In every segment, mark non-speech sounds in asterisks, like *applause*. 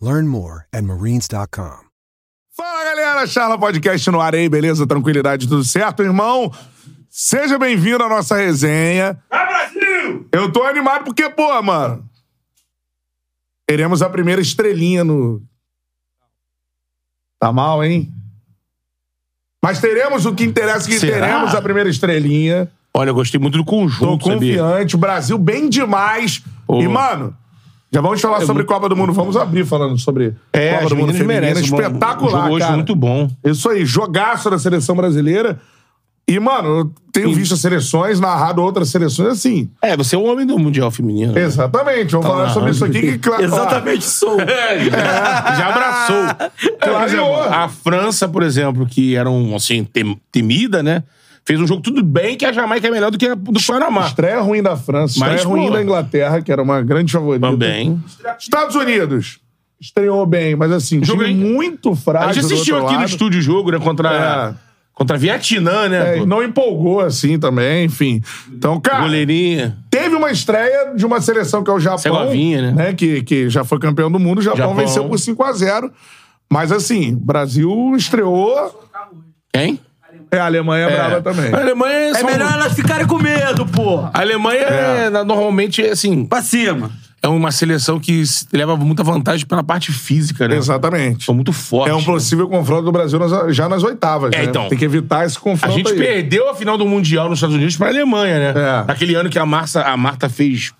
Learn more at marines.com. Fala galera, Charla Podcast no ar aí, beleza? Tranquilidade, tudo certo, irmão? Seja bem-vindo à nossa resenha. Vai, Brasil! Eu tô animado porque, pô, mano. Teremos a primeira estrelinha no. Tá mal, hein? Mas teremos o que interessa, que Será? teremos a primeira estrelinha. Olha, eu gostei muito do Tô conjunto, sabia? confiante, o Brasil bem demais. Ô. E, mano, já vamos falar sobre Copa do Mundo. Vamos abrir falando sobre É, Copa as do Mundo meninas Feminina. merecem. Um Espetacular, jogo hoje cara. muito bom. Isso aí, jogaço da seleção brasileira. E, mano, eu tenho visto as seleções, narrado outras seleções assim. É, você é o homem do Mundial Feminino. né? Exatamente, vamos falar sobre isso aqui que, *laughs* claro. sou. É, já É, abraçou. Por exemplo, a França, por exemplo, que era um, assim, tem- temida, né? Fez um jogo tudo bem que a Jamaica é melhor do que a do Panamá. Estreia ruim da França, estreia Mas, ruim pô. da Inglaterra, que era uma grande favorita. Também. Estados Unidos. Estreou bem, mas assim, Jogo time bem- muito frágil. A gente do assistiu outro aqui no lado. estúdio o jogo, né? Contra, contra a Vietnã, É, né? pô? e não empolgou assim também, enfim. Então, cara, Goleirinha. teve uma estreia de uma seleção que é o Japão, Segovinha, né? que, que já foi campeão do mundo. O Japão, Japão. venceu por 5 a 0 Mas assim, o Brasil estreou. Hein? É, a Alemanha é, brava também. A Alemanha é, É só- melhor elas ficarem com medo, porra. A Alemanha é. na- normalmente é assim. Pra cima. É uma seleção que se- leva muita vantagem pela parte física, né? Exatamente. São muito fortes. É um né? possível confronto do Brasil nas- já nas oitavas. É, né? então. Tem que evitar esse A confronto. gente aí. perdeu a final do Mundial nos Estados Unidos pra Alemanha, né? É. Naquele ano que a Marta, a Marta fez.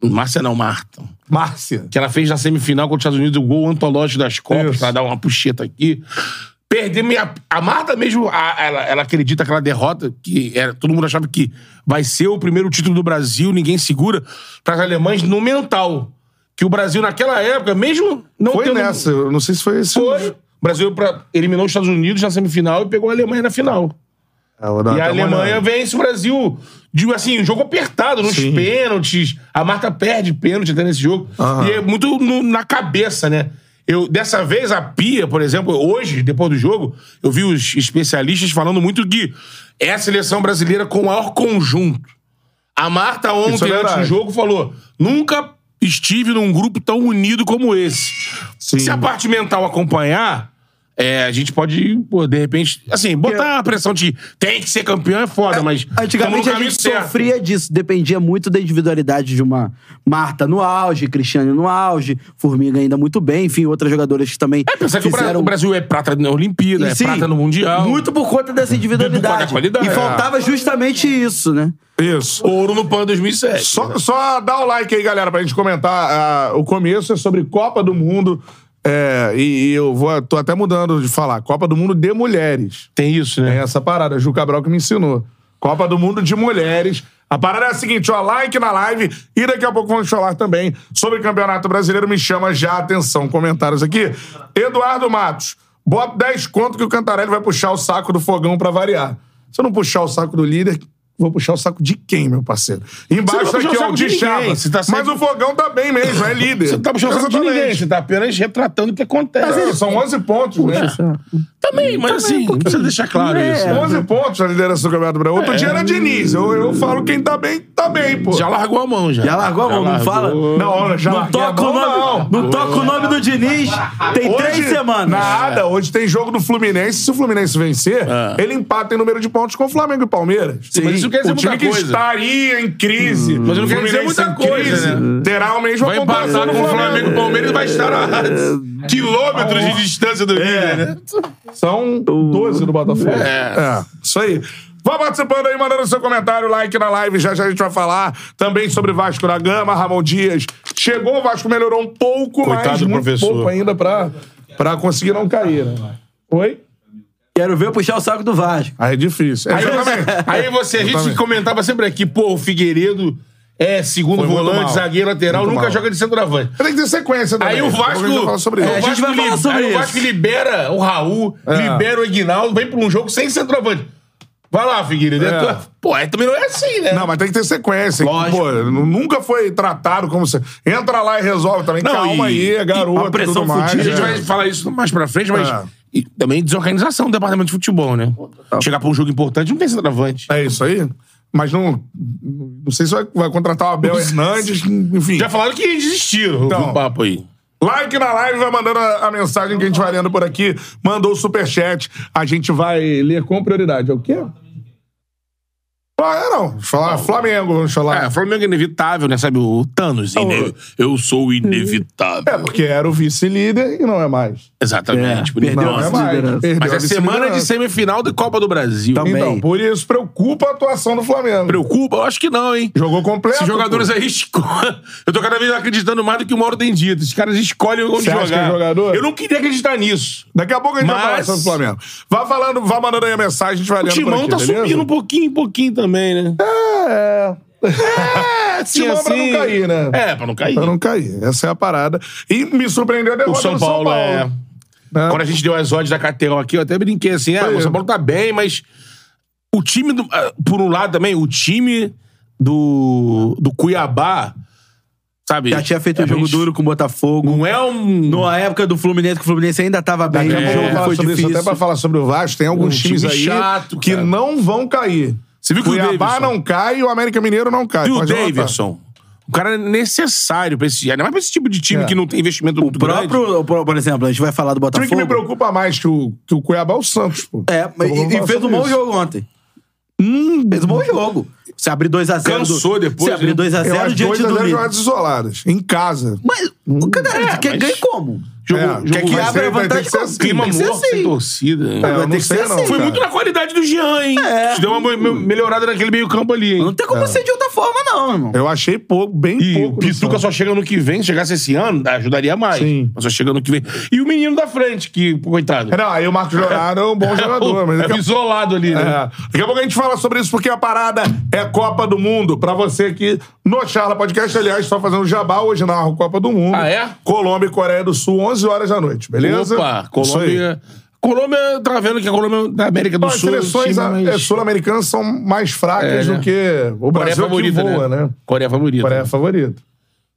Márcia não, Marta. Márcia. Que ela fez na semifinal contra os Estados Unidos o gol antológico das Copas, Isso. pra dar uma puxeta aqui. Perdemos. e A, a Marta mesmo, a- ela, ela acredita aquela derrota que era, todo mundo achava que vai ser o primeiro título do Brasil, ninguém segura, para as alemães no mental. Que o Brasil, naquela época, mesmo não Foi tendo- nessa. Eu não sei se foi esse. Foi. O Brasil pra- eliminou os Estados Unidos na semifinal e pegou a Alemanha na final. É, eu vou dar E até a uma Alemanha olhada. vence o Brasil. Digo assim, um jogo apertado, nos Sim. pênaltis. A Marta perde pênalti até nesse jogo. Aham. E é muito no- na cabeça, né? Eu, dessa vez, a Pia, por exemplo, hoje, depois do jogo, eu vi os especialistas falando muito que é a seleção brasileira com o maior conjunto. A Marta Isso é ontem, antes do verdade. jogo, falou: nunca estive num grupo tão unido como esse. Sim. Se a parte mental acompanhar, é, a gente pode, pô, de repente, assim, botar a pressão de tem que ser campeão é foda, mas. tamo no Antigamente a caminho gente certo. sofria disso, dependia muito da individualidade de uma Marta no auge, Cristiane no auge, Formiga ainda muito bem, enfim, outras jogadoras que também. É, pensar que o Bra- fizeram... o Brasil é prata na Olimpíada, é Sim, prata no Mundial. Muito por conta dessa conta individualidade. da qualidade. e faltava justamente isso, né? Isso. Ouro no PAN 2007. Só, só dá o like aí, galera, pra gente comentar. ah, o começo é sobre Copa do Mundo. é, e, e eu vou, tô até mudando de falar. Copa do Mundo de mulheres. Tem isso, É né? essa parada. Ju Cabral que me ensinou. Copa do Mundo de mulheres. A parada é a seguinte, ó, like na live e daqui a pouco vamos falar também sobre o Campeonato Brasileiro. Me chama já a atenção. Comentários aqui. Eduardo Matos. Bota 10 conto que o Cantarelli vai puxar o saco do fogão pra variar. Se eu não puxar o saco do líder, vou puxar o saco de quem, meu parceiro? Embaixo Você não vai tá aqui, puxar o ó, saco o de de ninguém. Chava. Você tá Mas sempre- o fogão tá bem mesmo, é líder. Você não tá puxando o saco de Exatamente. ninguém, tá- você tá apenas retratando o que acontece. Mas eles São 11 pontos, né? Também, mas assim, precisa deixar claro É. isso. né? 11 pontos na liderança do Campeonato Brasileiro. Outro dia era Diniz. Eu, eu falo quem tá bem, tá bem, pô. Já largou a mão, já. Já largou a mão, não fala? Não, eu já Não larguei a toca, mão, o nome, não. não. toca o nome do Diniz, tem três semanas. Nada. Hoje tem jogo do Fluminense. Se o Fluminense vencer, ele empata em número de pontos com o Flamengo e Palmeiras. Mas isso isso não quer dizer o time muita que coisa. Hum. estaria em crise, Mas não quer dizer Fluminense muita em coisa, né? terá o mesmo Vai empatar com o Flamengo. O Palmeiras vai estar a *laughs* quilômetros de distância É. do líder, né? São 12 do Botafogo. É. É, isso aí. Vá participando aí, mandando seu comentário, like na live, já já a gente vai falar também sobre Vasco da Gama, Ramon Dias. Chegou, o Vasco melhorou um pouco, mas Coitado do muito professor. pouco ainda pra, pra conseguir não cair, né? Oi? Quero ver eu puxar o saco do Vasco. Aí é difícil. Aí, Exatamente. aí você, a gente Exatamente. comentava sempre aqui, pô, o Figueiredo é segundo Foi muito volante, mal. zagueiro lateral, Muito nunca mal. joga de centroavante. Tem que ter sequência também. Aí o Depois Vasco. a gente vai falar sobre é, isso. o a gente Vasco vai falar li- sobre aí isso. o Vasco libera o Raul, É. libera o Ignaldo, vem pra um jogo sem centroavante. Vai lá, Figueiredo. É. É tua- Pô, é, também não é assim, né? Não, mas tem que ter sequência. Lógico. Pô, nu- nunca foi tratado como se. Entra lá e resolve também. Não, Calma e- aí, é garoto. uma pressão tudo mais, A fudida. gente é. vai falar isso mais pra frente, mas É. Tá. e também desorganização do departamento de futebol, né? Chegar pra um jogo importante não tem centroavante. É isso aí? Mas não. Não sei se vai, vai contratar o Abel Hernandes, enfim. Já falaram que desistiram Então. do papo aí. Like na live, vai mandando a, a mensagem que a gente vai lendo por aqui. Mandou o superchat. A gente vai ler com prioridade. É o quê? Ah, é, não. Vamos Falar Flamengo, vamos falar. É, É. o Flamengo é inevitável, né? Sabe, o Thanos. ine- Eu sou inevitável. Então, É, porque era o vice-líder e não é mais. Exatamente. É, por enquanto. perdeu Não é Nossa, mais. liderança. Perdeu Mas a é semana de vice-liderança. semifinal da Copa do Brasil. Também. Então, por isso, preocupa a atuação do Flamengo. Preocupa? Eu acho que não, hein? Jogou completo. Esses jogadores pô. aí escolhem. Eu tô cada vez acreditando mais do que o Mauro tem dito. Esses caras escolhem onde Você acha jogar. que é jogador? Eu não queria acreditar nisso. Daqui a pouco a gente vai falar Mas- sobre o Flamengo. Vá falando, vá mandando aí a mensagem, a gente vai O lendo por Timão aqui, tá beleza? subindo um pouquinho, um pouquinho também, né? É. É, assim, Timão pra não cair, né? É, pra não cair. Pra não cair. Essa é a parada. E me surpreendeu a O derrota São do Paulo, São é. Paulo. né? Quando a gente deu as odds da Caterão aqui, eu até brinquei assim, ah, Foi. o São Paulo tá bem, mas o time, do- ah, por um lado também, o time do, do Cuiabá, sabe? Já tinha feito É, um jogo mas duro com o Botafogo. Não é um... Na época do Fluminense, que o Fluminense ainda tava tá bem. Daqui a o pouco eu vou jogo falar foi sobre difícil. isso. Até pra falar sobre o Vasco, tem alguns é, Um time times aí chato, que cara. não vão cair. Você viu que o Cuiabá Davidson- não cai e o América Mineiro não cai. E o Pode anotar. Davidson? O cara é necessário pra esse... Ainda mais pra esse tipo de time É. que não tem investimento O muito grande. próprio, por- por exemplo, a gente vai falar do O time que me Botafogo. preocupa mais que o, que o Cuiabá é o Santos, pô. É, mas- Eu vou falar e, e fez um sobre bom isso. Hum. jogo ontem. fez um bom jogo. Se abrir 2x0. Cansou depois, Se abrir né? 2x0 Eu acho diante dois a zero do Hum. É, Líder. jogadas isoladas. Em casa. Mas, o cara, quer mas- ganha como? Jogou- É, jogou- quer que vai abra ser- a vai ter vantagem que ser com- assim, tem Clima que ser morto, sem assim. torcida. É, eu Vai não ter que sei ser não, assim. Foi cara. muito na qualidade do Jean, hein? É. Isso Deu uma me- melhorada naquele meio campo ali, hein? Não tem como É. ser de outra forma, não, irmão. Eu achei pouco, bem E o pouco. do Pituca Santos. só chega no que vem. Se chegasse esse ano, ajudaria mais. Sim. Mas só chega no que vem. E o menino da frente, que, pô, coitado. Não, aí o Marcos Leonardo é um *laughs* bom jogador, mas daqui Era a isolado ali, né? É. Daqui a pouco a gente fala sobre isso, porque a parada é Copa do Mundo. Pra você aqui no Charla Podcast, aliás, só fazendo jabá hoje na Copa do Mundo. Ah, é? Colômbia e Coreia do Sul, 11 horas da noite, É, beleza? Opa, Isso aí. Colômbia. Colômbia, tava vendo que a Colômbia da América do As Sul. é um seleções time mais- é, sul-americanas são mais fracas É, né? do que o Coreia Brasil favorita, que voa, né? Coreia favorita. Coreia é favorita.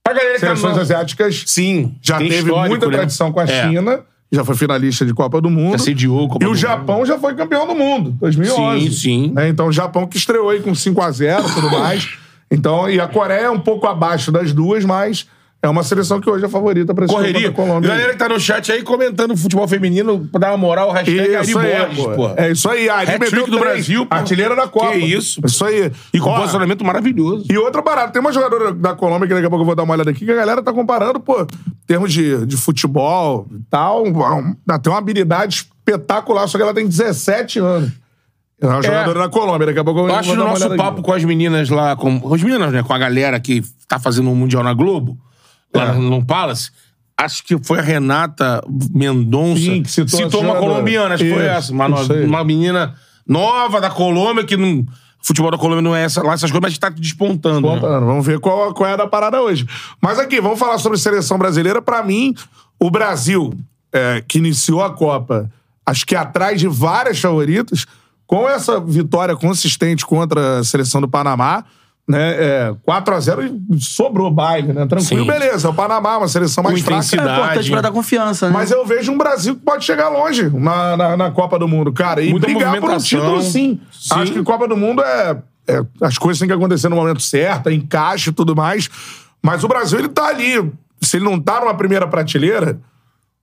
Pra galera que tá Seleções no- asiáticas Sim. já tem teve histórico, muita né? tradição com a É. China, já foi finalista de Copa do Mundo. Já sediou Copa e o do Japão já foi campeão do mundo, 2011. Sim, sim. Né? Então, o Japão que estreou aí com 5x0 e *laughs* tudo mais. Então, e a Coreia é um pouco abaixo das duas, mas é uma seleção que hoje é favorita para esse jogo Correria. contra a Colômbia. Galera que tá no chat aí comentando futebol feminino, pra dar uma moral, hashtag Ari Isso aí, Borges, pô. porra. É isso aí. A Ari Hat-trick meteu do três, Brasil, pô. Artilheira da Copa. Que isso. Isso aí. E com Ó, posicionamento maravilhoso. E outra parada, tem uma jogadora da Colômbia que daqui a pouco eu vou dar uma olhada aqui, que a galera tá comparando, pô, em termos de, de futebol e tal, um- ela tem uma habilidade espetacular, só que ela tem 17 anos. Ela é uma jogadora da Colômbia, daqui a pouco eu Eu vou acho que dar o uma nosso olhada papo com as meninas lá, com, com as meninas, né? Com a galera que tá fazendo um Mundial na Globo, É. lá no Palace, acho que foi a Renata Mendonça. Sim, que citou a uma senhora. colombiana, acho que foi Isso, essa. Uma, no- isso aí. uma menina nova da Colômbia, que não. O futebol da Colômbia não é essa, lá essas coisas, mas tá despontando. Bom, Né? mano, vamos ver qual, qual é a da parada hoje. Mas aqui, vamos falar sobre seleção brasileira. Pra mim, o Brasil, é, que iniciou a Copa, acho que atrás de várias favoritas, com essa vitória consistente contra a seleção do Panamá, né? É, 4x0 e sobrou baile, né? Tranquilo, Sim. beleza. O Panamá é uma seleção mais Com fraca. intensidade. É importante pra dar confiança, né? Mas eu vejo um Brasil que pode chegar longe na, na, na Copa do Mundo, cara. E Muita brigar por um movimentação. título, sim. Sim. Acho que Copa do Mundo é, é- As coisas têm que acontecer no momento certo, é encaixe e tudo mais. Mas o Brasil, ele tá ali. Se ele não tá numa primeira prateleira,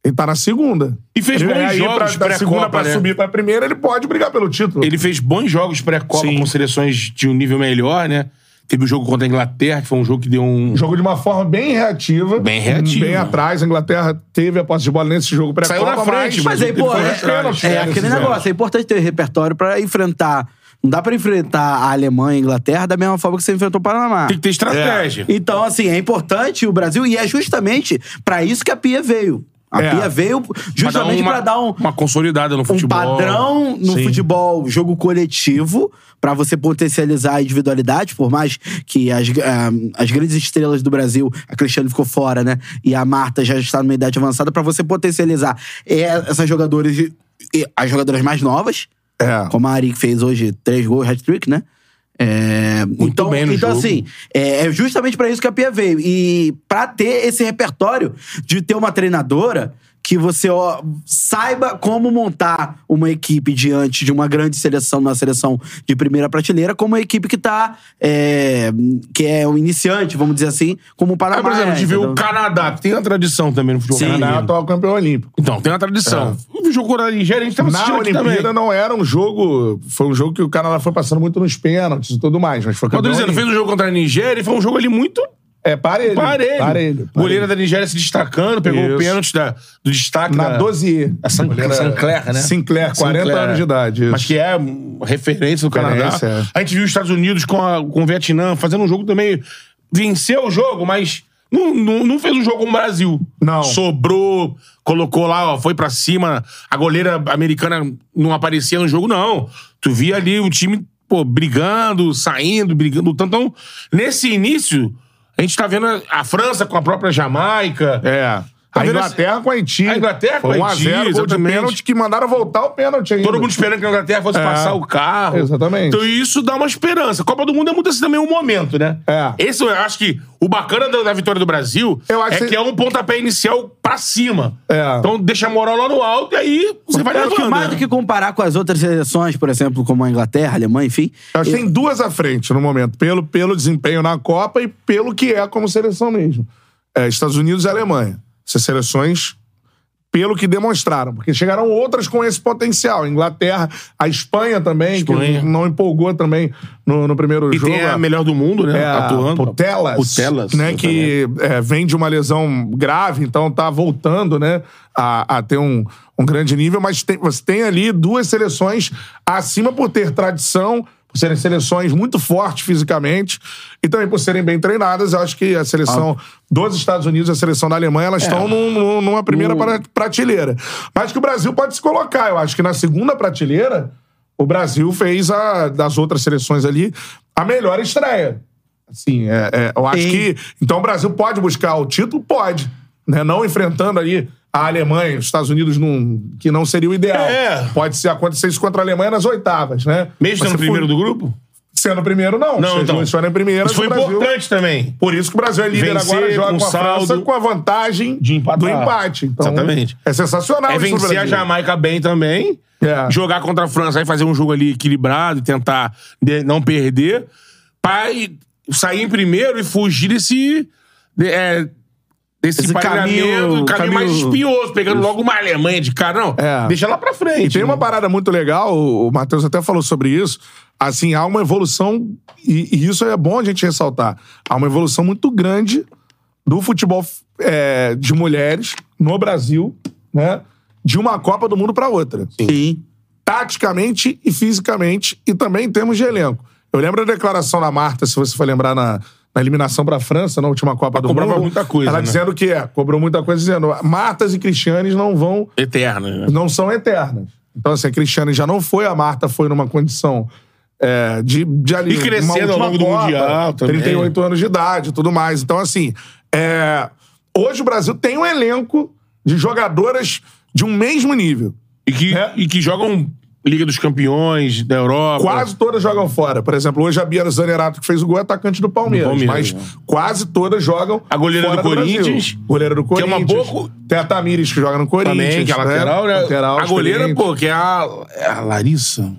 Ele tá na segunda. E fez Ele- bons aí jogos pra, da pré-Copa, segunda pra né? subir pra primeira, ele pode brigar pelo título. Ele fez bons jogos pré-Copa Sim. com seleções de um nível melhor, né? Teve o jogo contra a Inglaterra, que foi um jogo que deu um. Jogou de uma forma bem reativa. Bem reativa. Bem atrás. A Inglaterra teve a posse de bola nesse jogo pré-Copa. Saiu na frente, Mas aí, Ele pô, foi é, atrás. é né, aquele esses anos. negócio. É importante ter repertório pra enfrentar. Não dá pra enfrentar a Alemanha e a Inglaterra da mesma forma que você enfrentou o Panamá. Tem que ter estratégia. Então, assim, é importante o Brasil e é justamente pra isso que a Pia veio. A É. Pia veio justamente uma- pra dar um, Uma consolidada no um futebol. padrão no Sim. futebol, jogo coletivo, pra você potencializar a individualidade, por mais que as, ah, as grandes estrelas do Brasil, a Cristiane ficou fora, né? E a Marta já está numa idade avançada, pra você potencializar eh, essas jogadoras, e- as jogadoras mais novas, É. Ah. como a Ari que fez hoje três gols, hat-trick, né? É, então, bem no então jogo. assim, é, é justamente pra isso que a Pia veio. E pra ter esse repertório de ter uma treinadora que você ó, saiba como montar uma equipe diante de uma grande seleção, uma seleção de primeira prateleira, como uma equipe que tá. é, que é um iniciante, vamos dizer assim, como o Panamá. Ah, por exemplo, a gente viu entendeu? o Canadá, que tem uma tradição também no futebol. Sim. Canadá é o feminino. atual campeão olímpico. Então, tem uma tradição. né? O jogo contra a Nigéria, a gente tava Na assistindo aqui Olimpíada um também. não era um jogo. Foi um jogo que o Canadá foi passando muito nos pênaltis e tudo mais, mas foi Mas tô campeão. dizendo, fez olímpico. um jogo contra a Nigéria e foi um jogo ali muito É, parelho. parelho. Parelho. Goleira parelho. da Nigéria se destacando, pegou Isso. o pênalti da, do destaque Na da- 12E. A É San- Goleira- Sinclair, né? Sinclair, 40 Sinclair. anos de idade. isso. Mas que é hum, referência do Canadá. Referência, é. A gente viu os Estados Unidos com, a- com o Vietnã fazendo um jogo também. Venceu o jogo, mas não, não, não fez um jogo como o Brasil. Não. Sobrou, colocou lá, ó, foi pra cima. A goleira americana não aparecia no jogo, não. Tu via ali o time, pô, brigando, saindo, brigando. Então, então nesse início, a gente tá vendo a, a França com a própria Jamaica. É. Tá A vendo Inglaterra com a Haiti. A Inglaterra com Foi a 1 a Haiti, 0, gol de exatamente. pênalti que mandaram voltar o pênalti ainda. Todo mundo esperando que a Inglaterra fosse É. passar o carro. Exatamente. Então isso dá uma esperança. Copa do Mundo é muito assim também um momento, né? É. Esse eu acho que o bacana da, da vitória do Brasil Eu acho é que- que... é um pontapé inicial pra cima. É. Então deixa a moral lá no alto e aí você vai Eu acho É, que levando. mais né? do que comparar com as outras seleções, por exemplo, como a Inglaterra, a Alemanha, enfim. Elas têm duas à frente no momento, pelo, pelo desempenho na Copa e pelo que é como seleção mesmo. É, Estados Unidos e Alemanha. Essas seleções, pelo que demonstraram, porque chegaram outras com esse potencial. Inglaterra, a Espanha também, Espanha. que não empolgou também no, no primeiro E jogo. tem a A- melhor do mundo, né? é, Atuando. Putelas, Putelas. né, que é, vem de uma lesão grave, então tá voltando, né, a, a ter um, um grande nível, mas tem- você tem ali duas seleções acima por ter tradição, por serem seleções muito fortes fisicamente e também por serem bem treinadas. Eu acho que a seleção Ah. dos Estados Unidos e a seleção da Alemanha, É. elas estão num- num- numa primeira pra- prateleira. Mas que o Brasil pode se colocar. Eu acho que na segunda prateleira, o Brasil fez a, das outras seleções ali a melhor estreia. Sim, é, é, eu acho Sim. que. Então o Brasil pode buscar o título? Pode. Né? Não enfrentando ali a Alemanha, os Estados Unidos, num, que não seria o ideal. É. Pode ser, acontecer isso contra a Alemanha nas oitavas, né? Mesmo sendo o primeiro do grupo? Sendo primeiro, não. Não, Se as então. duas forem primeiras, Isso foi o Brasil- importante também. Por isso que o Brasil é líder Vencer agora, joga com com a saldo França com a vantagem de empatar. do empate. Então, Exatamente. É sensacional É isso pro vencer a Brasil. Jamaica bem também. É. Jogar contra a França, aí fazer um jogo ali equilibrado, tentar de- não perder. Pra ir- sair em primeiro e fugir desse. de- é, desse Esse pareamento, caminho- caminho, mais caminho- espinhoso, pegando logo uma Alemanha de cara. Não, É. deixa lá pra frente. E tem uma parada muito legal, o o Matheus até falou sobre isso. Assim, há uma evolução, e, e isso é bom a gente ressaltar. Há uma evolução muito grande do futebol é, de mulheres no Brasil, né? De uma Copa do Mundo pra outra Sim. taticamente e fisicamente, e também em termos de elenco. Eu lembro da declaração da Marta, se você for lembrar, na, na eliminação para a França, na última Copa do cobrava Mundo. muita coisa, Ela né? dizendo que é, cobrou muita coisa, dizendo Martas e Cristianes não vão, Eterna. né? não são eternas. Então, assim, a Cristiane já não foi, a Marta foi numa condição é, de, de ali. E crescendo uma última ao longo do Mundial também. 38 anos de idade e tudo mais. Então, assim, é, hoje o Brasil tem um elenco de jogadoras de um mesmo nível. E que, É. e que jogam Liga dos Campeões da Europa. Quase todas jogam fora. Por exemplo, hoje a Bia Zanerato que fez o gol é atacante do Palmeiras, Do mas Palmeiras, né? quase todas jogam A goleira fora do Brasil. Corinthians, goleira do que é uma Corinthians. boa co- Tem a Tamires que joga no Corinthians. Também, que é lateral, né? Lateral, a goleira, experiente. pô, que é a, é a Larissa.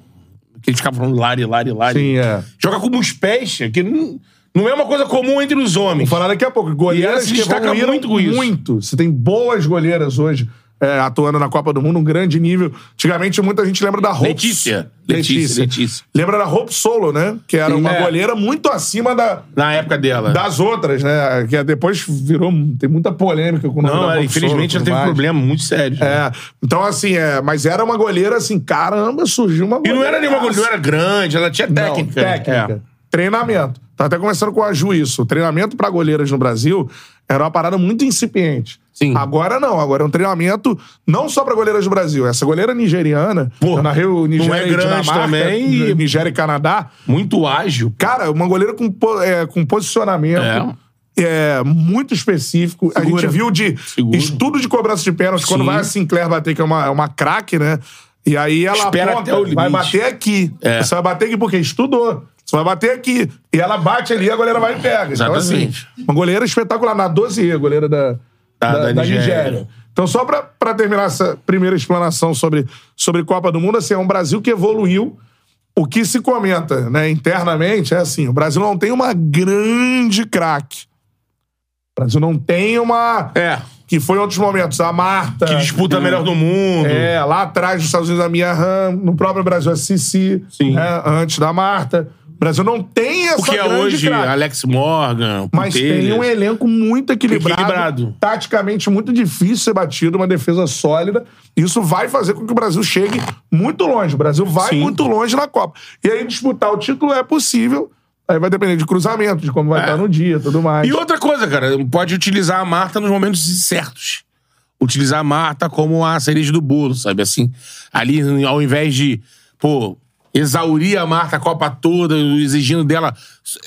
Que eles ficavam falando Lari, Lari, Lari. Sim, é. Joga como os pés, que não, não é uma coisa comum entre os homens. Vou falar daqui a pouco. E ela Goleiras se que destaca evoluíram muito com isso. Muito. Você tem boas goleiras hoje é, atuando na Copa do Mundo, um grande nível. Antigamente, muita gente lembra da Hope. Letícia. Letícia, Letícia. Lembra da Hope Solo, né? Que era uma É. goleira muito acima da, Na época dela. das outras, né? Que depois virou. Tem muita polêmica com o nome Não, da ela, Hope infelizmente Solo, tudo ela teve mais. problema muito sério. É, então assim, é, mas era uma goleira assim, caramba, surgiu uma E goleira. não era nenhuma goleira, não era grande, ela tinha Não, técnica. técnica. É. Treinamento. Tá até conversando com a Ju isso. O treinamento pra goleiras no Brasil era uma parada muito incipiente. Sim. Agora não, agora é um treinamento não só pra goleiras do Brasil. Essa goleira nigeriana, Pô, na Rio, Nigéria não é e grande Dinamarca, também e- Nigéria e Canadá, É. Muito ágil. Cara, uma goleira com, po- é, com posicionamento é. muito específico. A gente viu de Segura. estudo de cobrança de pênalti. Quando Sim. vai a Sinclair bater, que é uma, é uma craque, né? E aí ela Espera aponta, até o limite. vai bater aqui. É. Você vai bater aqui porque estudou. Você vai bater aqui. E ela bate ali e a goleira vai e pega. Exatamente. Então, assim, uma goleira espetacular. Na 12E, goleira da, da, Da- da da Nigéria. Nigéria. Então, só pra, pra terminar essa primeira explanação sobre, sobre Copa do Mundo, assim, é um Brasil que evoluiu. O que se comenta né, internamente é assim: o Brasil não tem uma grande craque. O Brasil não tem uma. É. Que foi em outros momentos. A Marta. Que disputa a melhor do mundo. É, lá atrás dos Estados Unidos, a Mia Ram. No próprio Brasil, a Cici. Sim. né, antes da Marta. O Brasil não tem essa O que é grande hoje craque. Alex Morgan, Mas tem Putelhas. um elenco muito equilibrado, Equilibrado. Taticamente muito difícil ser batido, uma defesa sólida. Isso vai fazer com que o Brasil chegue muito longe. O Brasil vai Sim. muito longe na Copa. E aí disputar o título é possível. Aí vai depender de cruzamento, de como vai estar no dia, tudo mais. É. E outra coisa, cara, pode utilizar a Marta nos momentos certos. Utilizar a Marta como a cereja do bolo, sabe? Assim, ali ao invés de, pô, exaurir a Marta a Copa toda, exigindo dela,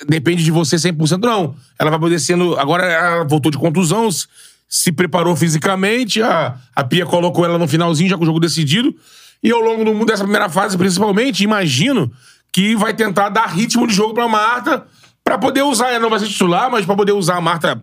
depende de você 100%, não. Ela vai poder sendo, agora ela voltou de contusão, se- se preparou fisicamente, a, a Pia colocou ela no finalzinho, já com o jogo decidido. E ao longo do, dessa primeira fase, principalmente, imagino que vai tentar dar ritmo de jogo pra Marta, Pra poder usar, ela não vai ser titular, mas pra poder usar a Marta.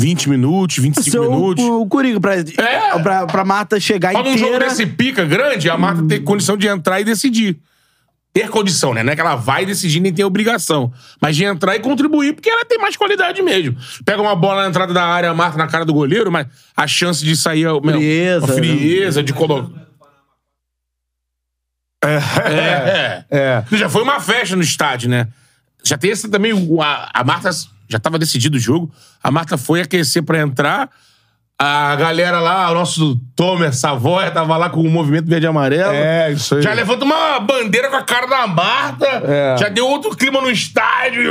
20 minutos, 25 Seu- minutos. o, o Coringa pra, pra, pra Marta chegar Pra num um jogo inteira. desse pica grande, a Marta ter condição de entrar e decidir. Ter condição, né? Não é que ela vai decidir nem tem obrigação. Mas de entrar e contribuir, porque ela tem mais qualidade mesmo. Pega uma bola na entrada da área, a Marta na cara do goleiro, mas a chance de sair. Meu, Frieza, uma né? frieza, de colocar. É. É. Já foi uma festa no estádio, né? Já tem esse também. o- A, a Marta já tava decidido o jogo. A Marta foi aquecer pra entrar. A galera lá, o nosso Tomer Savoia, tava lá com o movimento verde e amarelo. É, isso aí. Já levanta uma bandeira com a cara da Marta. É. Já deu outro clima no estádio.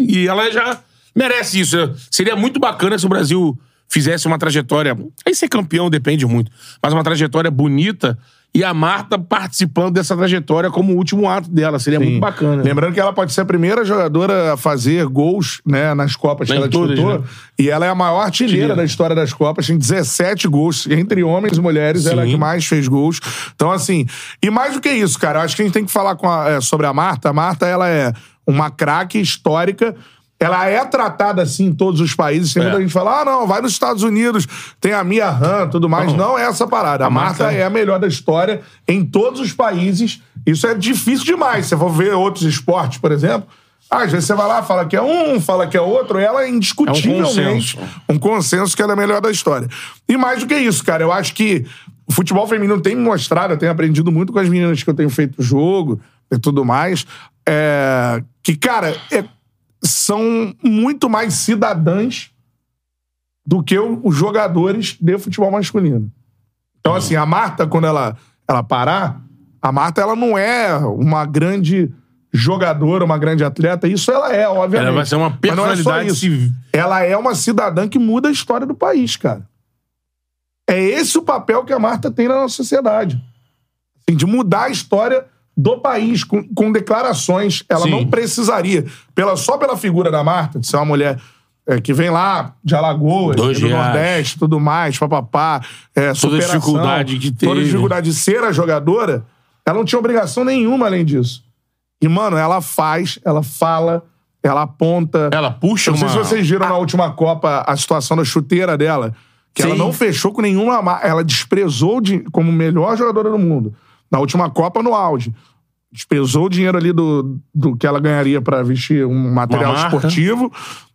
E ela já merece isso. Seria muito bacana se o Brasil fizesse uma trajetória. Aí ser campeão depende muito, mas uma trajetória bonita e a Marta participando dessa trajetória como o último ato dela. Seria muito bacana. Lembrando que ela pode ser a primeira jogadora a fazer gols né, nas Copas que Em ela todas, disputou. né? E ela é a maior artilheira Artilheira. da história das Copas. Tem 17 gols. Entre homens e mulheres, ela é a Sim. que mais fez gols. Então, assim... E mais do que isso, cara. eu Acho que a gente tem que falar com a- é, sobre a Marta. A Marta, ela é uma craque histórica. Ela é tratada assim em todos os países. Tem É. muita gente que fala, ah, não, vai nos Estados Unidos, tem a Mia Ram, tudo mais. Não, é essa parada. A, Marta Marta é é a melhor da história em todos os países. Isso é difícil demais. Você for ver outros esportes, por exemplo, às vezes você vai lá, fala que é um, fala que é outro, e ela é indiscutivelmente consenso. um consenso que ela é a melhor da história. E mais do que isso, cara, eu acho que o futebol feminino tem me mostrado, eu tenho aprendido muito com as meninas que eu tenho feito jogo e tudo mais, é, que, cara, é- são muito mais cidadãs do que o- os jogadores de futebol masculino. Então, assim, a Marta, quando ela, ela parar, a Marta ela não é uma grande jogadora, uma grande atleta. Isso ela é, obviamente. Ela vai ser uma Mas não é só personalidade isso. se- Ela é uma cidadã que muda a história do país, cara. É esse o papel que a Marta tem na nossa sociedade. Assim, de mudar a história do país com, com declarações. Ela Sim. não precisaria. Pela, só pela figura da Marta, de ser uma mulher é, que vem lá de Alagoas, Dois do reais. Nordeste, tudo mais, papapá, é, Toda a superação, dificuldade que Toda a teve. dificuldade de ser a jogadora, ela não tinha obrigação nenhuma além disso. E, mano, ela faz, ela fala, ela aponta. Ela puxa Eu não uma... sei se vocês viram na última Copa a situação da chuteira dela, que ela Sim. não fechou com nenhuma marca. Ela desprezou de, como melhor jogadora do mundo. Na última Copa, no auge. Desprezou o dinheiro ali do, do que ela ganharia pra vestir um material marca. esportivo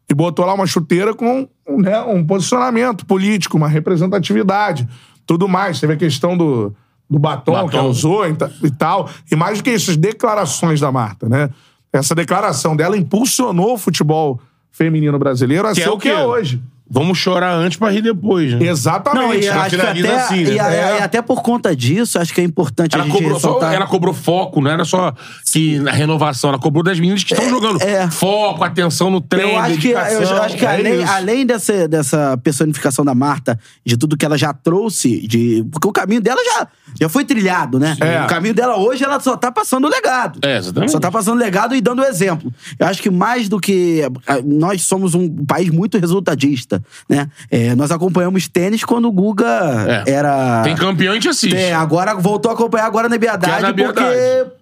e botou lá uma chuteira com né, um posicionamento político, uma representatividade, tudo mais. Teve a questão do, do batom, Batom. que ela usou e ta- e tal. E mais do que isso, as declarações da Marta, né? Essa declaração dela impulsionou o futebol feminino brasileiro a Que ser é o que é quê? hoje. Vamos chorar antes pra rir depois, né? Não, Exatamente. e ela acho que finaliza até, assim, né? e, a- É. e até por conta disso, acho que é importante a Ela gente cobrou, só, ressaltar. ela cobrou foco, não era só que na renovação, ela cobrou das meninas que estão jogando. é. Foco, atenção no treino, Eu acho que, eu dedicação. acho que É além, isso. além dessa, dessa personificação da Marta, de tudo que ela já trouxe, de, porque o caminho dela já, já foi trilhado, né? É. O caminho dela hoje, ela só tá passando o legado. É, exatamente. Só tá passando legado e dando exemplo. Eu acho que mais do que. ah, Nós somos um país muito resultadista, né? É, nós acompanhamos tênis quando o Guga É. era. Tem campeão, a gente assiste. É, agora voltou a acompanhar agora na Que é Biadade, na Biadade.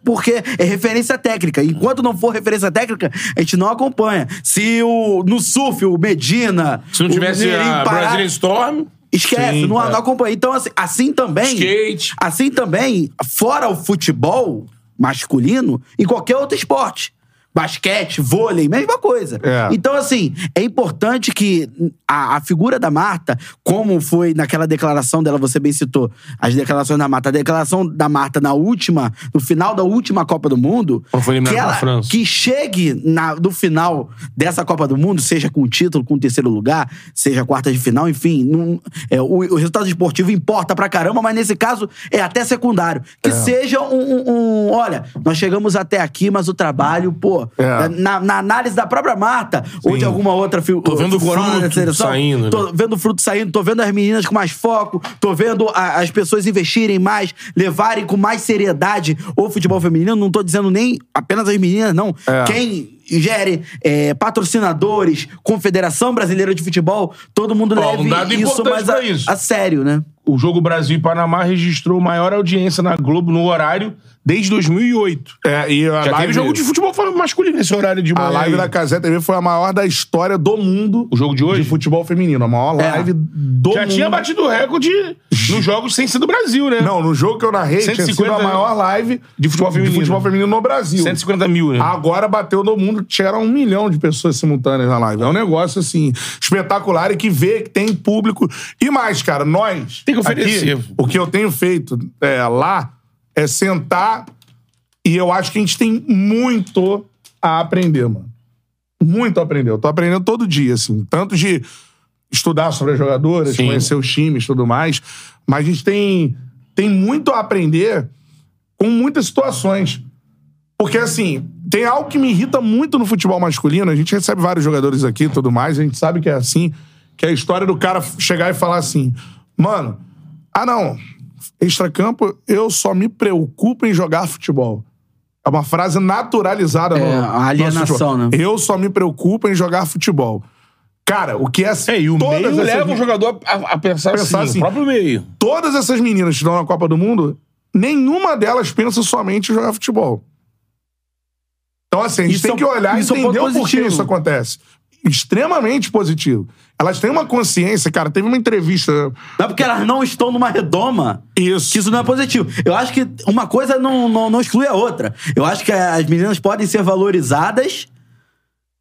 porque, porque é referência técnica. Enquanto não for referência técnica, a gente não acompanha. Se o no surf, o Medina. Se não o tivesse Mineirinho a parar- Brazilian Storm, Esquece, Sim, não, é. não acompanha. Então, assim, assim também. Skate. Assim também, fora o futebol masculino, em qualquer outro esporte. Basquete, vôlei, mesma coisa. É. Então, assim, é importante que a, a figura da Marta, como foi naquela declaração dela, você bem citou, as declarações da Marta, a declaração da Marta na última, no final da última Copa do Mundo, Quando foi eliminada que, pela ela, França. que chegue na- no final dessa Copa do Mundo, seja com o título, com o terceiro lugar, seja quarta de final, enfim, não- é, o, o resultado esportivo importa pra caramba, mas nesse caso é até secundário. É. Que seja um, um- um- Olha, nós chegamos até aqui, mas o trabalho, pô, É. na, na análise da própria Marta, ou de Sim. alguma outra fi, Tô vendo figurona fruto da seleção, saindo, tô né? vendo fruto saindo, tô vendo as meninas com mais foco, tô vendo a- as pessoas investirem mais, levarem com mais seriedade o futebol feminino. Não tô dizendo nem apenas as meninas, não. É. Quem gere é, patrocinadores, Confederação Brasileira de Futebol, todo mundo Ó, leve um dado isso importante mais a, pra isso. a sério, né? o jogo Brasil e Panamá registrou maior audiência na Globo no horário desde 2008. É, e a Já live, teve jogo de futebol masculino nesse horário de manhã. a live da Casé TV foi a maior da história do mundo O jogo de hoje? de futebol feminino. A maior É. live do Já mundo. tinha batido o recorde nos jogos sem ser do Brasil, né? Não, no jogo que eu narrei, tinha sido 150 a maior live de futebol feminino. futebol feminino no Brasil. 150 mil, né? Agora bateu no mundo, chegaram a um milhão de pessoas simultâneas na live. É um negócio, assim, espetacular e que vê que tem público. E mais, cara, nós. Tem que oferecer. aqui, o que eu tenho feito é, lá é sentar e eu acho que a gente tem muito a aprender, mano. Muito a aprender. Eu tô aprendendo todo dia, assim. Tanto de estudar sobre as jogadoras, Sim. conhecer os times e tudo mais. Mas a gente tem, tem muito a aprender com muitas situações. Porque, assim, tem algo que me irrita muito no futebol masculino. A gente recebe vários jogadores aqui e tudo mais. A gente sabe que é assim. Que é a história do cara chegar e falar assim... Mano, ah não, extracampo, eu só me preocupo em jogar futebol. É uma frase naturalizada. no- É, a no alienação, futebol. né? Eu só me preocupo em jogar futebol. Cara, o que é... É, e o todas meio essas leva o mi- jogador a, a pensar, Pensar assim, assim. o próprio meio. todas essas meninas que estão na Copa do Mundo, nenhuma delas pensa somente em jogar futebol. Então, assim, a gente Isso tem é- que olhar e isso é um entender ponto o porquê positivo. isso acontece. Extremamente positivo. Elas têm uma consciência, cara. Teve uma entrevista. Não é porque elas não estão numa redoma Isso. que isso não é positivo. Eu acho que uma coisa não, não, não exclui a outra. Eu acho que as meninas podem ser valorizadas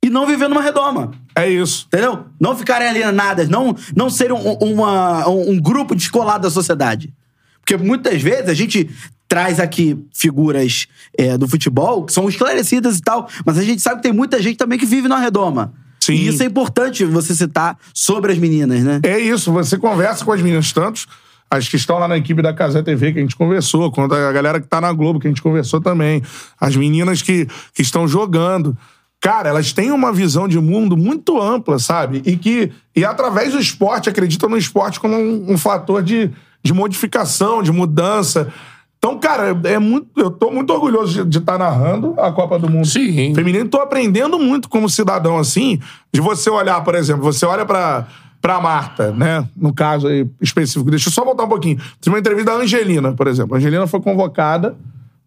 e não viver numa redoma. É isso. Entendeu? Não ficarem alienadas, não, não serem um, uma- um- um grupo descolado da sociedade. Porque muitas vezes a gente traz aqui figuras é, do futebol que são esclarecidas e tal, mas a gente sabe que tem muita gente também que vive na redoma. Sim. E isso é importante você citar sobre as meninas, né? É isso, você conversa com as meninas tantos, as que estão lá na equipe da Casé TV que a gente conversou, quanto a galera que tá na Globo que a gente conversou também, as meninas que, que estão jogando. Cara, elas têm uma visão de mundo muito ampla, sabe? E que e através do esporte acreditam no esporte como um, um fator de, de modificação, de mudança. Então, cara, é muito, eu tô muito orgulhoso de- de estar narrando a Copa do Mundo Sim. feminino. Tô aprendendo muito como cidadão, assim, de você olhar, por exemplo, você olha pra, pra Marta, né? No caso aí específico. Deixa eu só voltar um pouquinho. Tive uma entrevista da Angelina, por exemplo. A Angelina foi convocada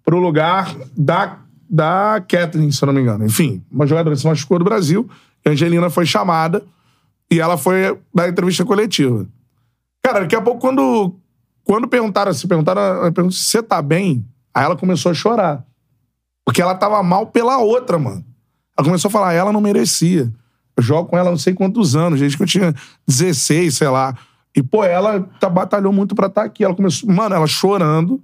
pro lugar da, da Kathleen, se eu não me engano. Enfim, uma jogadora que se machucou do Brasil. E a Angelina foi chamada e ela foi da entrevista coletiva. Cara, daqui a pouco, quando, quando perguntaram assim, perguntaram, ela perguntou, você tá bem? Aí ela começou a chorar. Porque ela tava mal pela outra, mano. Ela começou a falar, ela não merecia. Eu jogo com ela não sei quantos anos, desde que eu tinha 16, sei lá. E, pô, ela tá- batalhou muito pra estar aqui. Ela começou, mano, ela chorando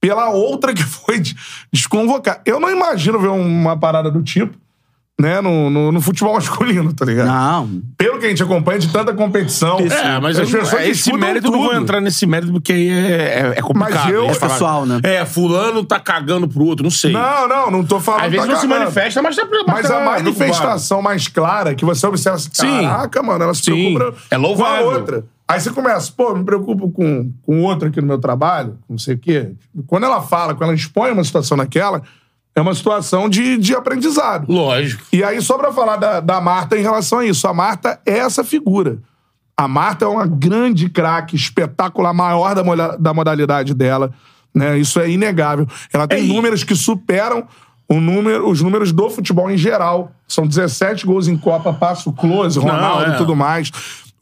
pela outra que *laughs* foi de- desconvocar. Eu não imagino ver uma parada do tipo, né, no, no, no futebol *laughs* masculino, tá ligado? Não. Pelo que a gente acompanha de tanta competição. É, mas as eu, pessoas é, esse disputam mérito eu não vou tudo. entrar nesse mérito porque aí é, é, é complicado. Mas eu- né, É falar- pessoal, né? É, fulano tá cagando pro outro, não sei. Não, não, não tô falando. Às vezes pra não se caramba. manifesta, mas tá Mas tá a manifestação mais clara que você observa assim, Sim. caraca, mano, ela se Sim. preocupa É louvável. com a outra. Aí você começa, pô, me preocupo com, com outro aqui no meu trabalho, não sei o quê. Quando ela fala, quando ela expõe uma situação naquela, é uma situação de, de aprendizado. Lógico. E aí, só pra falar da, da Marta em relação a isso, a Marta é essa figura. A Marta é uma grande craque, espetacular, maior da, mola- da modalidade dela. Né? Isso é inegável. Ela tem É, e- números que superam o número, os números do futebol em geral. São 17 gols em Copa, passo close, Ronaldo é. e tudo mais.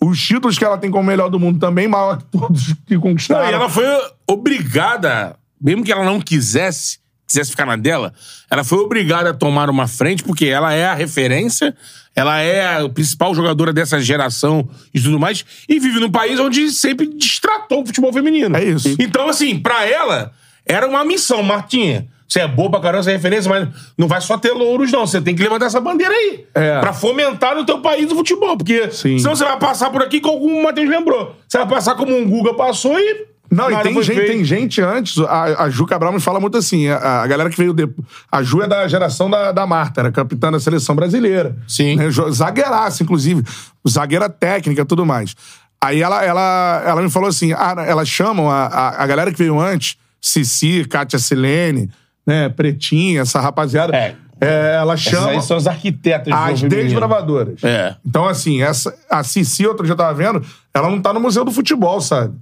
Os títulos que ela tem como melhor do mundo também, maior que todos que Não, conquistaram. e ela foi obrigada, mesmo que ela não quisesse, quisesse ficar na dela, ela foi obrigada a tomar uma frente, porque ela é a referência, ela é a principal jogadora dessa geração e tudo mais, e vive num país onde sempre destratou o futebol feminino. É isso. Então, assim, pra ela, era uma missão, Martinha. Você é boa pra caramba, você é referência, mas não vai só ter louros, não. Você tem que levantar essa bandeira aí. É. Pra fomentar no teu país o futebol. Porque Sim. senão você vai passar por aqui como o Matheus lembrou. Você vai passar como um Guga passou e. Não, e nada tem foi gente, feito. tem gente antes, a, a Ju Cabral me fala muito assim, a, a galera que veio depois. A Ju é da geração da, da Marta, era capitã da seleção brasileira. Sim. Né, jo- zagueiraça, inclusive. Zagueira técnica e tudo mais. Aí ela, ela, ela me falou assim: ah, elas chamam a, a, a galera que veio antes, Cici, Kátia Silene, né, Pretinha, essa rapaziada. É. É, ela Essas chama. aí são as arquitetas As do feminino. desbravadoras. É. Então, assim, essa, a Cici, outro dia eu tava vendo, ela não tá no Museu do Futebol, sabe?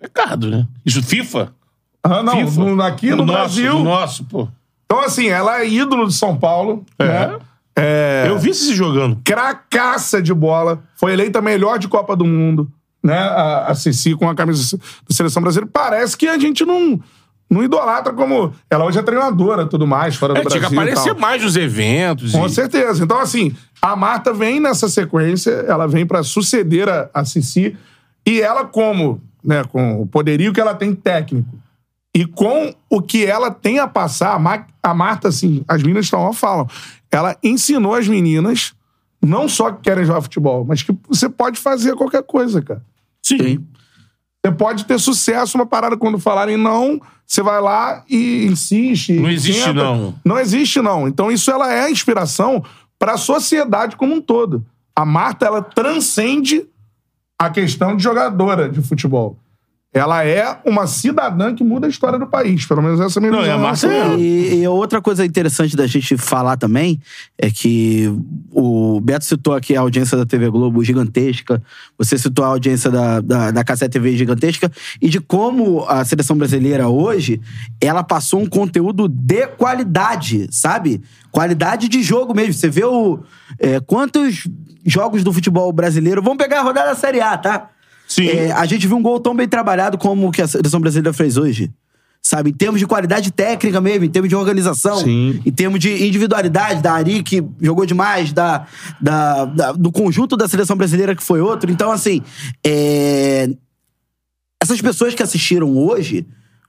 Pecado, né? Isso, FIFA? Ah, não, FIFA? no- aqui no, Do nosso, Brasil. do Nosso, pô. Então, assim, ela é ídolo de São Paulo. É. Né? É, Eu vi esse jogando. Cracaça de bola. Foi eleita a melhor de Copa do Mundo. Né? A, a Ceci com a camisa da seleção brasileira. Parece que a gente não, não idolatra como. Ela hoje é treinadora e tudo mais, fora do É, tinha que Brasil. e aparecer tal. mais nos eventos. Com e- certeza. Então, assim, a Marta vem nessa sequência, ela vem pra suceder a, a Cici. E ela, como, né, com o poderio que ela tem técnico e com o que ela tem a passar, a, Ma- a Marta, assim, as meninas estão lá falam, ela ensinou as meninas, não só que querem jogar futebol, mas que você pode fazer qualquer coisa, cara. Sim. Você pode ter sucesso, uma parada quando falarem não, você vai lá e insiste. Não existe, não. Não existe não. Então isso ela é a inspiração para a sociedade como um todo. A Marta ela transcende a questão de jogadora de futebol. Ela é uma cidadã que muda a história do país, pelo menos essa é a minha Não, visão. e a Marta é- E, e outra coisa interessante da gente falar também é que o Beto citou aqui a audiência da TV Globo gigantesca, você citou a audiência da, da, da Cassete TV gigantesca, e de como a seleção brasileira hoje, ela passou um conteúdo de qualidade, sabe? Qualidade de jogo mesmo. Você vê o, é, quantos jogos do futebol brasileiro... Vamos pegar a rodada da Série A, tá? Sim. É, a gente viu um gol tão bem trabalhado como o que a seleção brasileira fez hoje. Sabe? Em termos de qualidade técnica mesmo, em termos de organização, em termos de individualidade, da Ari que jogou demais, da, da- da- do conjunto da seleção brasileira que foi outro. Então, assim, é, essas pessoas que assistiram hoje,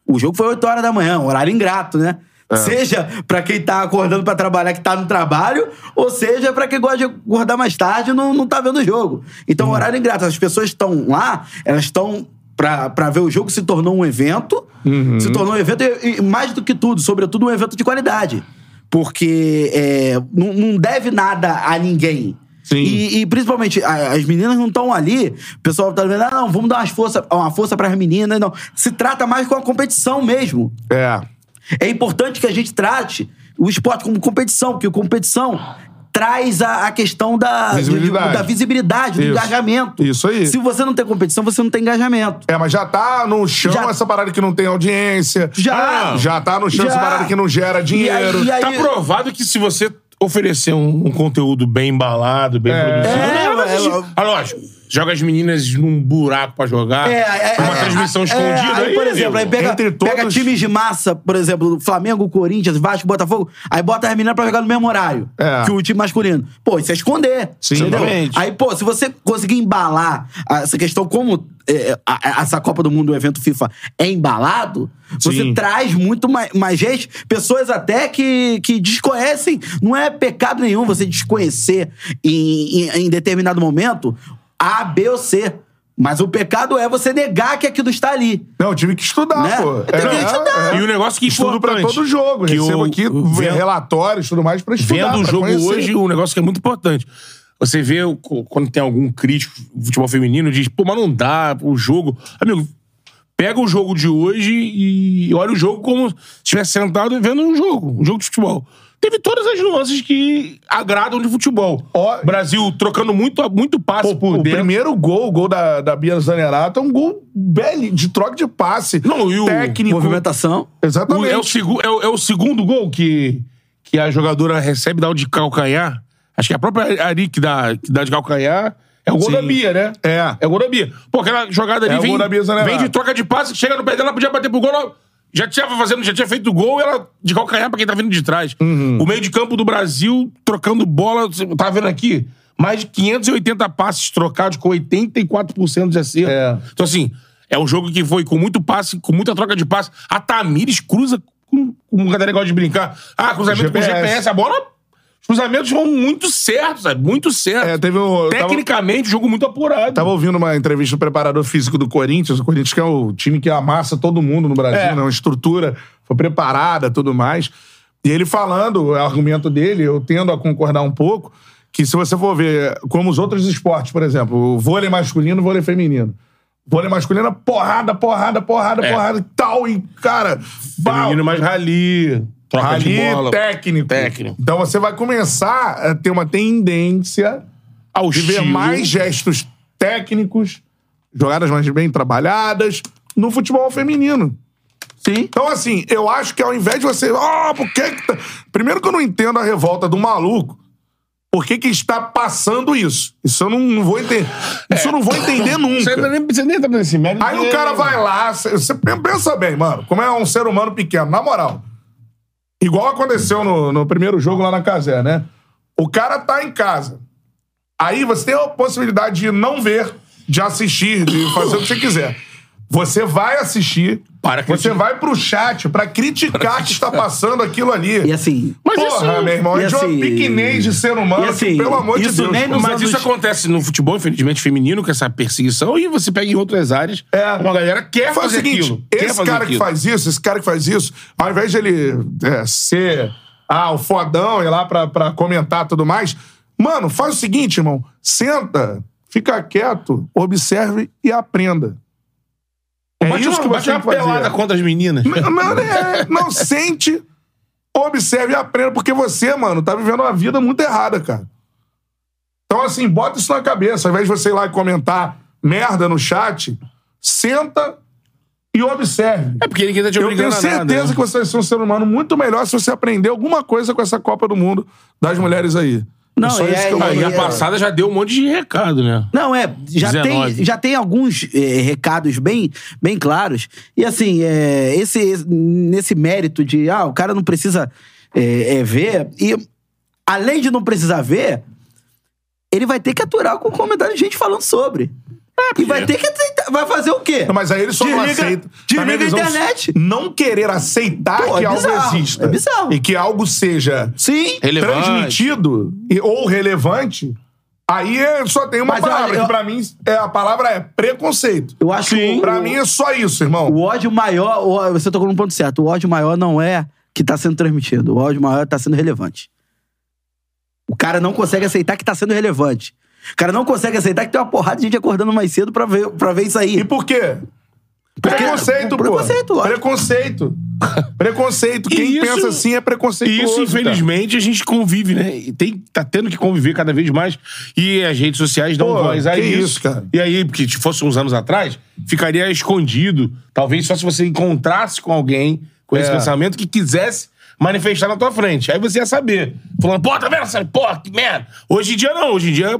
o jogo foi 8 horas da manhã, um horário ingrato, né? Seja pra quem tá acordando pra trabalhar, que tá no trabalho, ou seja pra quem gosta de acordar mais tarde e não, não tá vendo o jogo. Então, horário ingrato. As pessoas estão lá, elas estão pra, pra ver o jogo, se tornou um evento. Se tornou um evento, e, e mais do que tudo, sobretudo um evento de qualidade. Porque é, não, não deve nada a ninguém. Sim. E, e, principalmente, a- as meninas não estão ali. O pessoal tá vendo, ah, não, vamos dar umas força, uma força pras meninas. Não. Se trata mais com a competição mesmo. É. É importante que a gente trate o esporte como competição, porque competição traz a, a questão da Visibilidade. da visibilidade, do Isso. engajamento. Isso aí. Se você não tem competição, você não tem engajamento. É, mas já tá no chão Já- essa parada que não tem audiência. Já. Ah, já tá no chão essa Já. parada que não gera dinheiro. E aí- Tá provado que se você oferecer um, um conteúdo bem embalado, bem produzido, É, a galera vai é, assistir. é, Ah, lógico, joga as meninas num buraco pra jogar, É, uma transmissão escondida. aí, é, por exemplo, nego, aí pega, entre todos- pega times de massa, por exemplo, Flamengo, Corinthians, Vasco, Botafogo, aí bota as meninas pra jogar no mesmo horário É. que o time masculino. Pô, isso é esconder. Sim, entendeu? exatamente. Aí, pô, se você conseguir embalar a- essa questão como é, a- a- essa Copa do Mundo, o evento FIFA, é embalado, Sim. você traz muito mais, mais gente, pessoas até que, que desconhecem. Não é pecado nenhum você desconhecer em, em, em determinado momento A, B ou C. Mas o pecado é você negar que aquilo está ali. Não, eu tive que estudar, Né? pô. É, Tem que estudar. E o negócio que é Estudo pra importante, todo jogo. que Recebo o- aqui o- vê vendo- relatórios e tudo mais pra estudar. vendo o Tipo, pra jogo conhecer. hoje, um negócio que é muito importante. Você vê o- quando tem algum crítico do futebol feminino diz, pô, mas não dá, o jogo. Amigo, pega o jogo de hoje e olha o jogo como se estivesse sentado e vendo um jogo, um jogo de futebol. Teve todas as nuances que agradam de futebol. Ó, Brasil trocando muito, muito passe Pô, por o dentro. primeiro gol, o gol da, da Bia Zanerato, é um gol belo, de troca de passe. Não, e o- técnico. Movimentação. O- Exatamente. é, o segu- é o- é o segundo gol que, que a jogadora recebe, dá o de calcanhar. Acho que a própria Ari que dá, que dá de calcanhar é o gol Sim. da Bia, né? É. É o gol da Bia. Pô, aquela jogada ali É o vem, gol da Bia Zanerato. vem de troca de passe, chega no pé dela, podia bater pro gol. ela Já tinha, fazendo, já tinha feito o gol e ela de calcanhar pra quem tá vindo de trás. Uhum. O meio de campo do Brasil trocando bola, você tá vendo aqui? Mais de 580 passes trocados com 84% de acerto. É. Então, assim, é um jogo que foi com muito passe, com muita troca de passe. A Tamires cruza com um galera gosta de brincar. Ah, cruzamento com GPS. GPS, a bola. Os cruzamentos vão muito certos, sabe? Muito certo. É, teve um- eu tava- Tecnicamente, jogo muito apurado. Tava ouvindo uma entrevista do preparador físico do Corinthians. O Corinthians que é o time que amassa todo mundo no Brasil, É. né? Uma estrutura foi preparada, tudo mais. E ele falando, é o argumento dele, eu tendo a concordar um pouco, que se você for ver como os outros esportes, por exemplo, o vôlei masculino e o vôlei feminino. Vôlei masculino, porrada, porrada, porrada, É. porrada e tal. E, cara, pau, Feminino mais rali. Troca ali, de bola. técnico. Técnico. Então você vai começar a ter uma tendência Ao de ver estilo. mais gestos técnicos, jogadas mais bem trabalhadas no futebol feminino. Sim. Então, assim, eu acho que ao invés de você. Ah, por que que tá-" Primeiro que eu não entendo a revolta do maluco. Por que, que está passando isso? Isso eu não, não vou entender. Isso eu não vou entender Você tá nunca. nem, você nem entra nesse mérito. Aí o cara vai lá, cê- você pensa bem, mano, como é um ser humano pequeno, na moral. Igual aconteceu no, no primeiro jogo lá na Casé, né? O cara tá em casa. Aí você tem a possibilidade de não ver, de assistir, de fazer o que você quiser. Você vai assistir, Para você criticar. vai pro chat pra criticar que está passando aquilo ali. E assim, Mas Porra, isso- meu irmão, é e de uma assim- pequenez de ser humano, e assim, que, pelo amor de isso Deus. nem nos Mas isso anos- acontece no futebol, infelizmente, feminino, com essa perseguição, e você pega em outras áreas. É. Uma galera quer Faz o fazer seguinte, aquilo. quer esse fazer cara que aquilo. faz isso, esse cara que faz isso, ao invés de ele é, ser ah, o fodão e ir lá pra, pra comentar tudo mais, mano, faz o seguinte, irmão. Senta, fica quieto, observe e aprenda. É Bate, isso que uma, bate você uma tem que fazer. pelada contra as meninas. Não, não, é, não sente, observe e aprenda, porque você, mano, tá vivendo uma vida muito errada, cara. Então, assim, bota isso na cabeça. Ao invés de você ir lá e comentar merda no chat, senta e observe. É porque ninguém tá te Eu tenho obrigando a certeza nada. né? que você vai ser um ser humano muito melhor se você aprender alguma coisa com essa Copa do Mundo das mulheres aí. Não, só e isso é- que eu e vou é- Aí dizer. a passada já deu um monte de recado, né? Não, é. Já, 19. tem, já tem alguns eh, recados bem, bem claros. E assim, eh, esse, esse- nesse mérito de ah, o cara não precisa eh, eh, ver. E além de não precisar É, ver, ele É, vai ter que aturar com comentário de gente falando sobre. e vai ter que aceitar, vai fazer o quê? Não, Mas aí ele só não Desliga- aceita. Tá desliga Na minha a internet. Não querer aceitar Pô, é que algo bizarro, exista. é bizarro. E que algo seja Sim. Relevante. transmitido e- ou relevante, aí é- só tem uma Mas, palavra. olha, eu- que pra mim, é, a palavra é preconceito. Eu acho que o- Pra mim é só isso, irmão. O ódio maior, o- você tocou num ponto certo. O ódio maior não é que tá sendo transmitido. O ódio maior tá sendo relevante. O cara não consegue aceitar que tá sendo relevante. O cara não consegue aceitar que tem uma porrada de gente acordando mais cedo pra ver, pra ver isso aí. E por quê? Porque- Preconceito, pô. É, Preconceito, lógico. Preconceito. Preconceito. E Quem isso- pensa assim é E preconceituoso. isso, cara. infelizmente, a gente convive, né? E tem, tá tendo que conviver cada vez mais. E as redes sociais dão Pô, voz a que isso. isso, cara. E aí, porque se fosse uns anos atrás, ficaria escondido. Talvez só se você encontrasse com alguém com esse É. pensamento que quisesse manifestar na tua frente. Aí você ia saber. Falando, pô, tá vendo? essa- Porra, que merda. Hoje em dia não. Hoje em dia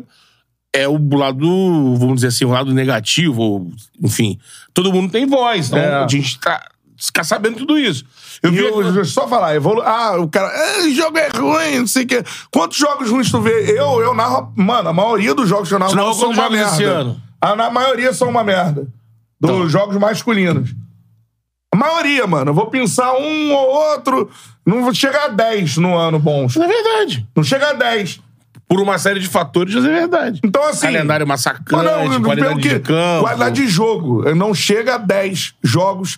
é o lado, vamos dizer assim, o lado negativo, ou, enfim. Todo mundo tem voz. Então É. a gente tá, fica sabendo tudo isso. Eu E vi eu, eu só falar, evolu... ah, o cara, "Ah, esse jogo é ruim, não sei o quê. Quantos jogos ruins tu vê? Eu, eu narro, mano, a maioria dos jogos que eu narro Você narrou são quantos uma jogos merda. esse ano? Tá. A, na maioria são uma merda. Dos jogos masculinos. A maioria, mano. Eu vou pensar um ou outro, não vou chegar a 10 no ano bons. É verdade. Não chega a 10. Por uma série de fatores, isso é verdade. Então, assim. Calendário massacrante, qualidade de campo. Qualidade de jogo. Eu Não chega a 10 jogos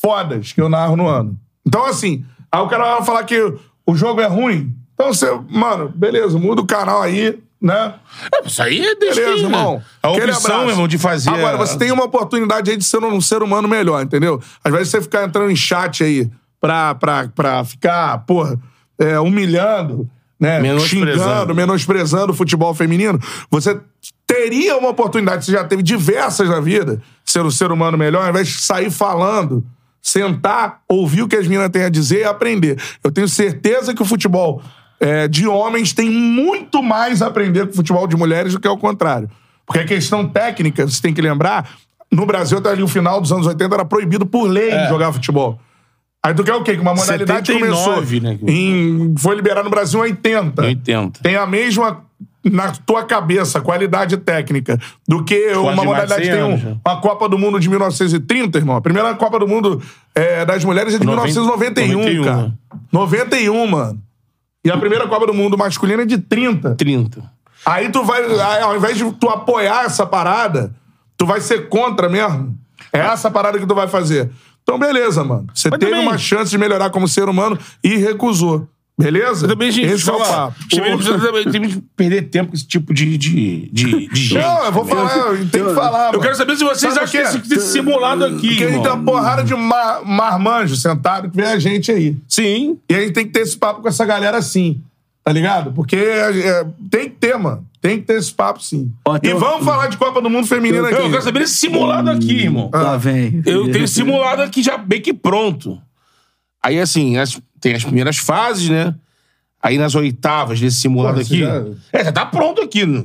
fodas que eu narro no ano. Então, assim, aí o cara vai falar que o jogo é ruim. Então você, mano, beleza, muda o canal aí, né? É, Isso aí é destino. Beleza, irmão. né? A Aquele opção, abraço. meu irmão, de fazer... Agora, você tem uma oportunidade aí de ser um ser humano melhor, entendeu? Às vezes você ficar entrando em chat aí pra, pra, pra ficar, porra, é, humilhando, né? Menosprezando. Xingando, menosprezando o futebol feminino. Você teria uma oportunidade, você já teve diversas na vida, de ser um ser humano melhor, ao invés de sair falando. Sentar, ouvir o que as meninas têm a dizer e aprender. Eu tenho certeza que o futebol é, de homens tem muito mais a aprender com o futebol de mulheres do que ao contrário. Porque a questão técnica, você tem que lembrar, no Brasil até ali o final dos anos 80 era proibido por lei jogar futebol. Aí tu quer o quê? Que uma modalidade 79, começou né? em- foi liberada no Brasil em 80. Em 80. Tem a mesma na tua cabeça qualidade técnica do que uma de modalidade que tem um- 400, né? uma Copa do Mundo de 1930, irmão. A primeira Copa do Mundo é, das mulheres é de 90, 1991, 91, cara. né? 91, mano. E a primeira Copa do Mundo masculina é de 30. 30. Aí tu vai, aí, ao invés de tu apoiar essa parada, tu vai ser contra mesmo. É essa parada que tu vai fazer. Então, beleza, mano. Você Mas teve também- uma chance de melhorar como ser humano e recusou. Beleza? Também, gente, Esse é o papo. Também não precisa também- também de perder tempo com esse tipo de, de, de, *laughs* de gente. Não, eu vou falar, eu tenho que falar. Eu mano. quero saber se vocês Sabe acham por quê? esse, esse simulado aqui, Porque tá a gente tem irmão. uma porrada de mar, marmanjo sentado que vem a gente aí. Sim. E a gente tem que ter esse papo com essa galera sim. Tá ligado? Porque é, tem que ter, mano. Tem que ter esse papo sim. Ó, tem e um- vamos falar de Copa do Mundo Feminino Eu, aqui. eu quero saber esse simulado aqui, irmão. Ah, Lá vem. Eu *laughs* tenho simulado aqui já bem que pronto. Aí, assim, as- tem as primeiras fases, né? Aí nas oitavas desse simulado Pô, aqui. você É, já tá pronto aqui. né?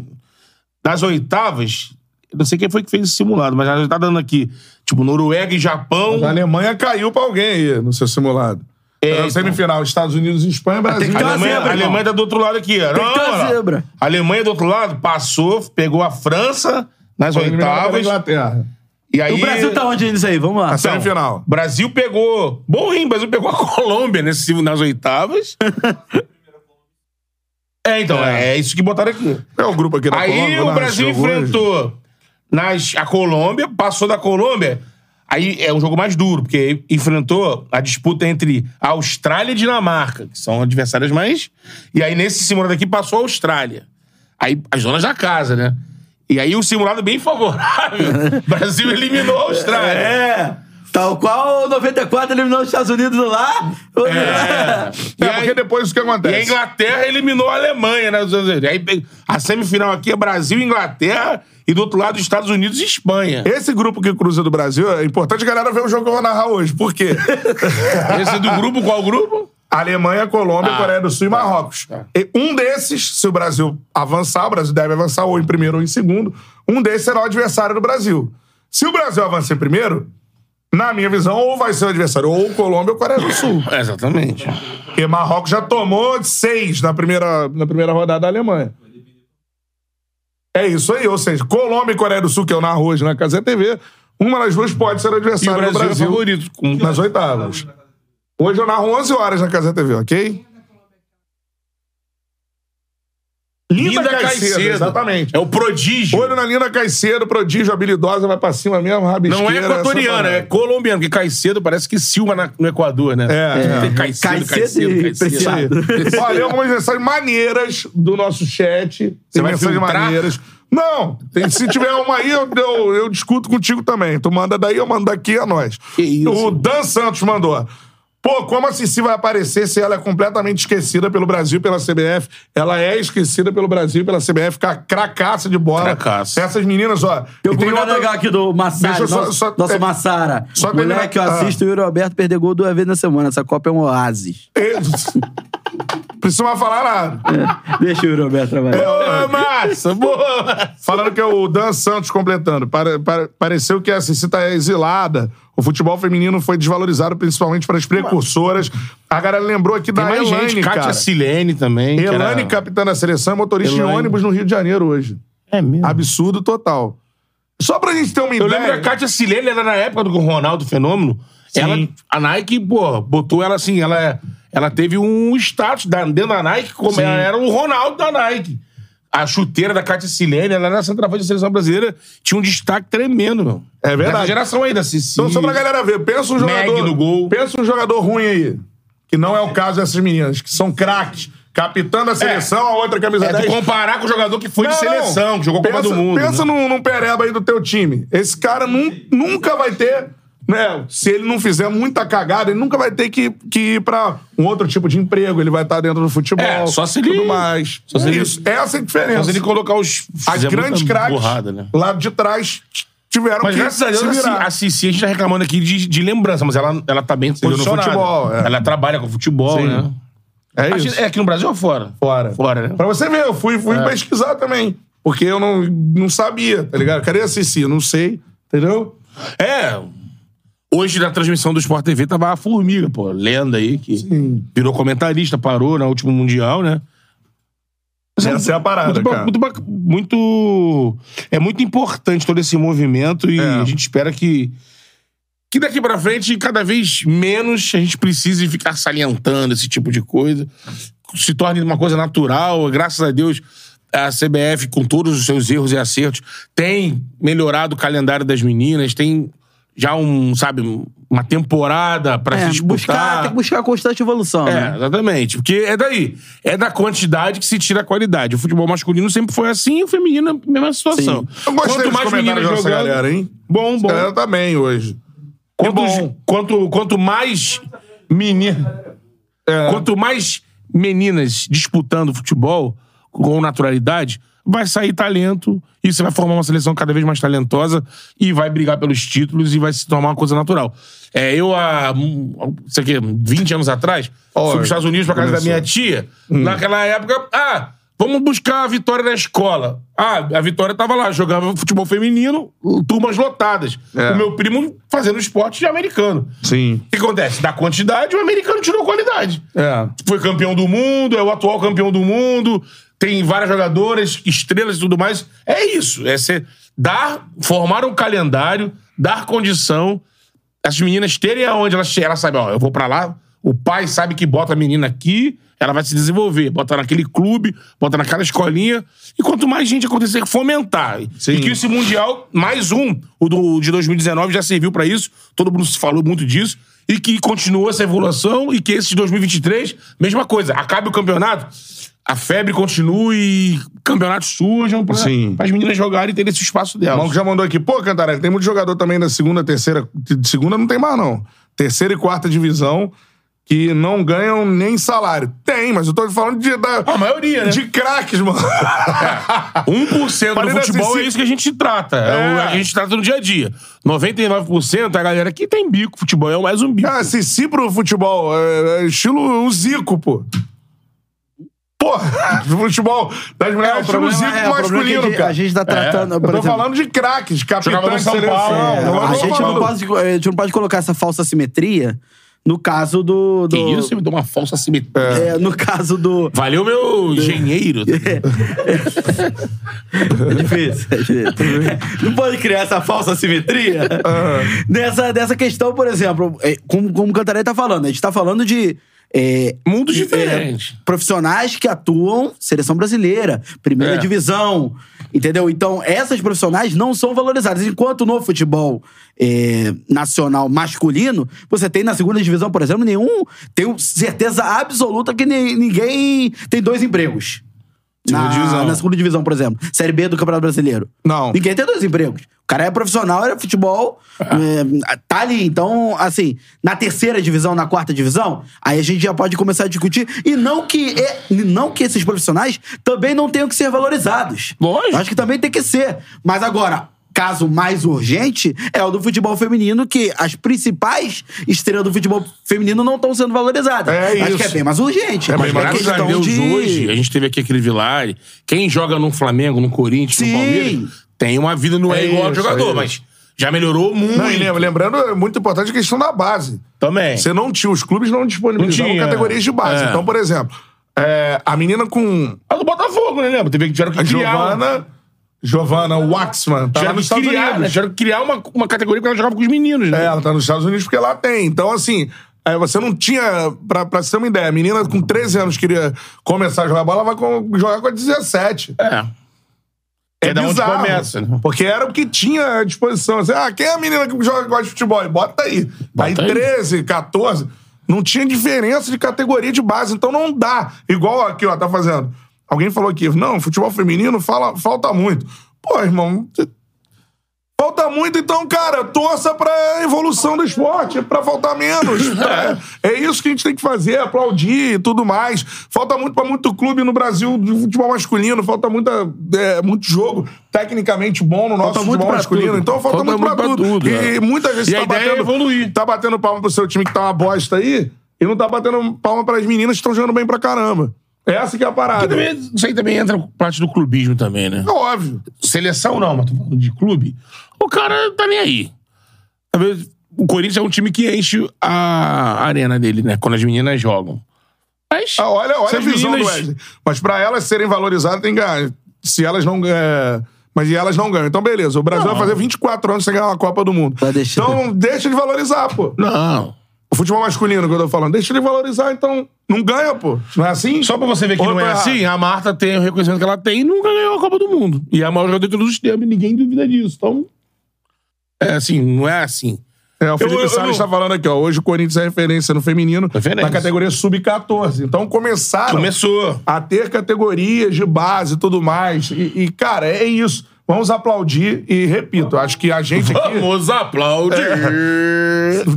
Nas oitavas, eu não sei quem foi que fez esse simulado, mas já tá dando aqui. Tipo, Noruega e Japão. A Alemanha caiu pra alguém aí no seu simulado. É, então. semifinal, Estados Unidos e Espanha, Brasil. que ter A uma Alemanha, zebra, a irmão. Alemanha tá do outro lado aqui. ó. Tem que ter uma olha lá. zebra. A Alemanha do outro lado passou, pegou a França nas Foi eliminada pela oitavas. Inglaterra. E aí, O Brasil tá onde nisso aí? Vamos lá. A semifinal. Então, Brasil pegou. Bom rim, Brasil pegou a *laughs* Colômbia nesse, nas *laughs* oitavas. é, então, é. isso que botaram aqui. É o grupo aqui da Aí Colômbia, o né? Brasil Jogou hoje. enfrentou nas, a Colômbia, passou da Colômbia. Aí é um jogo mais duro, porque enfrentou a disputa entre a Austrália e Dinamarca, que são adversárias mais. E aí nesse simulado aqui passou a Austrália. Aí as donas da casa, né? E aí o simulado *laughs* bem favorável. Brasil eliminou a Austrália. um É. Tal qual o 94 eliminou os Estados Unidos lá. É, E aí- porque depois o que E a acontece? Inglaterra eliminou a Alemanha, né? Aí pe- a semifinal aqui é Brasil e Inglaterra, e do outro lado, Estados Unidos e Espanha. Esse grupo que cruza do Brasil, é importante a galera ver o jogo que eu vou narrar hoje. Por *laughs* quê? Esse do grupo, qual *laughs* grupo? Alemanha, Colômbia, Ah, Tá. Coreia do Sul e Marrocos. E um desses, se o Brasil avançar, o Brasil deve avançar ou em primeiro ou em segundo, um desses será o adversário do Brasil. Se o Brasil avançar em primeiro, na minha visão, ou vai ser o adversário, ou Colômbia ou Coreia do Sul. Exatamente. Porque Marrocos já tomou de seis na primeira, na primeira rodada da Alemanha. É isso aí, ou seja, Colômbia e Coreia do Sul, que é o na hoje na Casa TV, uma das duas pode ser E o adversária Brasil, do é Brasil favorito. Com... nas oitavas. Hoje eu narro 11 horas na Casa TV, ok? Linda, Linda Caicedo, Caicedo. exatamente. É o prodígio. Olho na Linda Caicedo, prodígio, habilidosa, vai pra cima mesmo, rabisqueira. Não é equatoriano, essa é colombiano. Porque Caicedo parece que Silva na- no Equador, né? É, Tem Caicedo, Caicedo Caicedo, e Caicedo. Isso aí. Olha, tem algumas mensagens maneiras do nosso chat. Tem vai mensagens filtrar? maneiras. Não, tem- se tiver uma aí, eu, eu, eu discuto contigo também. Tu manda daí, eu mando daqui, é nós. Que isso. O Dan Santos mandou. Pô, como a Cici vai aparecer se ela é completamente esquecida pelo Brasil e pela CBF? Ela é esquecida pelo Brasil e pela CBF, fica cracaça de bola. Cracaça. Essas meninas, ó. Tem um e tem comentário outra- legal aqui do Deixa Massara. eu só- Nosso, só- nosso é- Massara. só terminar- Moleque, eu Ah. assisto o Yuri Alberto perder gol duas vezes na semana. Essa Copa é um oásis. *laughs* Precisa mais falar nada. Deixa o Yuri Alberto trabalhar. Ô, massa, boa! Falando que é o Dan Santos completando. Pare- pare- pareceu que a Cicita é exilada. O futebol feminino foi desvalorizado principalmente para as precursoras. A galera lembrou aqui da Tem mais Elane, gente, Kátia cara. Silene também. que era- Elane, capitã da seleção, é motorista de Elane. ônibus no Rio de Janeiro hoje. É mesmo. Absurdo total. Só pra gente ter uma Eu ideia... lembro da Kátia Silene, era na época do Ronaldo Fenômeno. Sim. Ela, a Nike, pô, botou ela assim, ela, ela teve um status da- dentro da Nike, como Sim. ela era o Ronaldo da Nike. A chuteira da Kátia Silene, ela era centroavante da seleção brasileira, tinha um destaque tremendo, meu. É verdade. Dessa geração assim, aí da Cici. Então, só pra galera ver, pensa um Meg jogador. no gol. Pensa um jogador ruim aí. Que não é o caso dessas meninas, que são craques. Capitã da seleção, a outra camisa É, tu 10. comparar com o jogador que foi Não, de seleção, não. que jogou pensa, Copa do Mundo. Pensa né? num, num pereba aí do teu time. Esse cara nun- nunca vai ter. Né, se ele não fizer muita cagada, ele nunca vai ter que, que ir pra um outro tipo de emprego. Ele vai estar dentro do futebol. É, só se ele- Tudo mais. só se ele- Isso. Essa é a diferença. Mas ele colocar os... As fizer grandes muita craques burrada, né? lá de trás t- tiveram Mas que graças a Deus, se a Ci- virar. a Cici, a gente tá reclamando aqui de, de lembrança, mas ela, ela tá bem posicionada. futebol, é. Ela trabalha com futebol, né? É Acho- isso. é aqui no Brasil ou fora? Fora. Fora, né? É. Pra você ver, eu fui, fui pesquisar também. Porque eu não, não sabia, tá ligado? Cadê a Cici? Eu não sei, entendeu? É. Hoje, na transmissão do Sport TV, tava a Formiga, pô. Lenda aí, que virou comentarista, parou no último Mundial, né? Essa é a parada, muito, ba- cara. muito ba- muito- É muito importante todo esse movimento e É. a gente espera que. Que daqui pra frente, cada vez menos, a gente precise ficar salientando esse tipo de coisa. Se torne uma coisa natural. Graças a Deus, a CBF, com todos os seus erros e acertos, tem melhorado o calendário das meninas, tem já um, sabe, uma temporada pra se É, disputar. buscar, tem que buscar constante evolução, É, né? exatamente. Porque é daí. É da quantidade que se tira a qualidade. O futebol masculino sempre foi assim e o feminino, é a mesma situação. Eu gostei dos comentários da nossa galera, hein? Bom, Essa bom. galera tá bem hoje. Quanto, bom. quanto, quanto mais menina, É. quanto mais meninas disputando futebol com naturalidade, vai sair talento e você vai formar uma seleção cada vez mais talentosa e vai brigar pelos títulos e vai se tornar uma coisa natural. É, eu há, hum, sei que 20 anos atrás, fui para os Estados Unidos para casa da começou. Hum. minha tia. Naquela época, ah, vamos buscar a vitória da escola. Ah, a vitória tava lá, jogava futebol feminino, turmas lotadas. É. O meu primo fazendo esporte de americano. Sim. O que acontece? Da quantidade, o americano tirou qualidade. É. Foi campeão do mundo, é o atual campeão do mundo, tem várias jogadoras, estrelas e tudo mais. É isso. É ser, dar, formar um calendário, dar condição, essas meninas terem aonde elas che- Ela sabe, ó, eu vou pra lá, o pai sabe que bota a menina aqui, ela vai se desenvolver, bota naquele clube, bota naquela escolinha. E quanto mais gente acontecer, fomentar. Sim. E que esse Mundial, mais um, o do- de 2019, já serviu pra isso. Todo mundo se falou muito disso. E que continua essa evolução e que esse de 2023, mesma coisa. Acabe o campeonato, a febre continue, campeonatos surjam pra, Sim. as meninas jogarem e terem esse espaço O delas. Malco já mandou aqui. Pô, Cantarelli, tem muito jogador também da segunda, terceira. De segunda não tem mais, não. Terceira e quarta divisão que não ganham nem salário. Tem, mas eu tô falando de, da, A maioria, né? É. de craques, mano. 1% Parei do da futebol Cici. é isso que a gente trata. É. É. o- a gente trata no dia a dia. 99% é a galera que tem bico. Futebol é o mais um bico. Ah, Cici pro futebol. É, é estilo o Zico, pô. Porra, *laughs* futebol das mulheres é, estilo Zico é, o problema é que masculino, a gente, cara. a gente tá tratando. Eu por tô exemplo, falando de craques, capitã Jogava no de São seleção. Paulo. Eu É, tô a, gente não falando. pode, a gente não pode colocar essa falsa simetria No caso do. do Que isso? Você me deu uma falsa simetria. é, no caso do. Valeu, meu *laughs* engenheiro. É *laughs* difícil. é difícil. Não pode criar essa falsa simetria. Dessa, dessa questão, por exemplo, é, como, como o Cantarelli tá falando, a gente tá falando de. é, Mundos é, diferentes. profissionais que atuam seleção brasileira, primeira É. divisão, entendeu? Então, essas profissionais não são valorizadas. Enquanto no futebol é, nacional masculino, você tem na segunda divisão, por exemplo, nenhum. Tenho certeza absoluta que ni- ninguém tem dois empregos. Segunda na, divisão. na segunda divisão, por exemplo. Série B do Campeonato Brasileiro. Não. Ninguém tem dois empregos. O cara é profissional, era futebol, é, tá ali. Então, assim, na terceira divisão, na quarta divisão, aí a gente já pode começar a discutir. E não que, e- e não que esses profissionais também não tenham que ser valorizados. Lógico. Eu Acho que também tem que ser. Mas agora, caso mais urgente é o do futebol feminino, que as principais estrelas do futebol feminino não estão sendo valorizadas. É Acho isso. que é bem mais urgente. É bem mais Acho que Graças a questão Deus de- hoje, a gente teve aqui aquele Vilari. Quem joga no Flamengo, no Corinthians, Sim. no Palmeiras, tem uma vida, não é, É igual ao isso, jogador, é mas isso. já melhorou muito. Não, e lembra- lembrando, é muito importante a questão da base. Também. Você não tinha, os clubes não disponibilizavam Não tinha. categorias de base. É. Então, por exemplo, é, a menina com A do Botafogo, né? Lembra? Teve que tiveram que a criar. Giovana, Giovana Waxman, tá lá nos Tiveram que Estados criar, né? Unidos. Tiveram que criar uma, uma categoria que ela jogava com os meninos, É, né? ela tá nos Estados Unidos porque lá tem. Então, assim, é, você não tinha. Pra, pra você ter uma ideia, a menina com 13 anos queria começar a jogar bola, ela vai com- jogar com a 17. É. É, é da onde bizarro, começa, né? Porque era o que tinha à disposição. Assim, ah, quem é a menina que joga gosta de futebol? E Bota aí. Tá aí, aí. 13, 14. Não tinha diferença de categoria de base, então não dá. Igual aqui, ó, tá fazendo. Alguém falou aqui, não, futebol feminino fala, falta muito. Pô, irmão, Falta muito, então, cara, torça pra evolução do esporte, pra faltar *laughs* menos. Pra- É isso que a gente tem que fazer, aplaudir e tudo mais. Falta muito pra muito clube no Brasil de futebol masculino, falta muita, é, muito jogo tecnicamente bom no nosso Falta muito futebol pra masculino. tudo. Então falta, muito, pra tudo. é. E muitas vezes E você a tá ideia é batendo, evoluir. tá batendo palma pro seu time que tá uma bosta aí e não tá batendo palma pras meninas que estão jogando bem pra caramba. Essa que é a parada. E também, isso aí também entra parte do clubismo também, né? É óbvio. Seleção não, mas tô falando de clube. O cara tá nem aí. Às vezes, O Corinthians é um time que enche a arena dele, né? Quando as meninas jogam. Mas. Ah, olha se olha a as visão meninas- do Wesley. Mas pra elas serem valorizadas, tem que ganhar. Se elas não ganham. é, Mas e elas não ganham. Então, beleza. O Brasil vai fazer 24 anos sem ganhar uma Copa do Mundo. Tá deixando. Então, deixa de valorizar, pô. Não. O futebol masculino que eu tô falando, deixa de valorizar, então. Não ganha, pô. Não é assim? Só pra você ver que Ou eu não tô é errado? assim, a Marta tem o reconhecimento que ela tem e nunca ganhou a Copa do Mundo. E é a maior jogadora de todos os tempos, e ninguém duvida disso. Então. É assim, não é assim. É, o Felipe eu Salles não- tá falando aqui, ó. Hoje o Corinthians é referência no feminino Referência. na categoria sub-14. Então começaram Começou. a ter categorias de base e tudo mais. E, e, cara, é isso. Vamos aplaudir e, repito, acho que a gente aqui... Vamos aplaudir.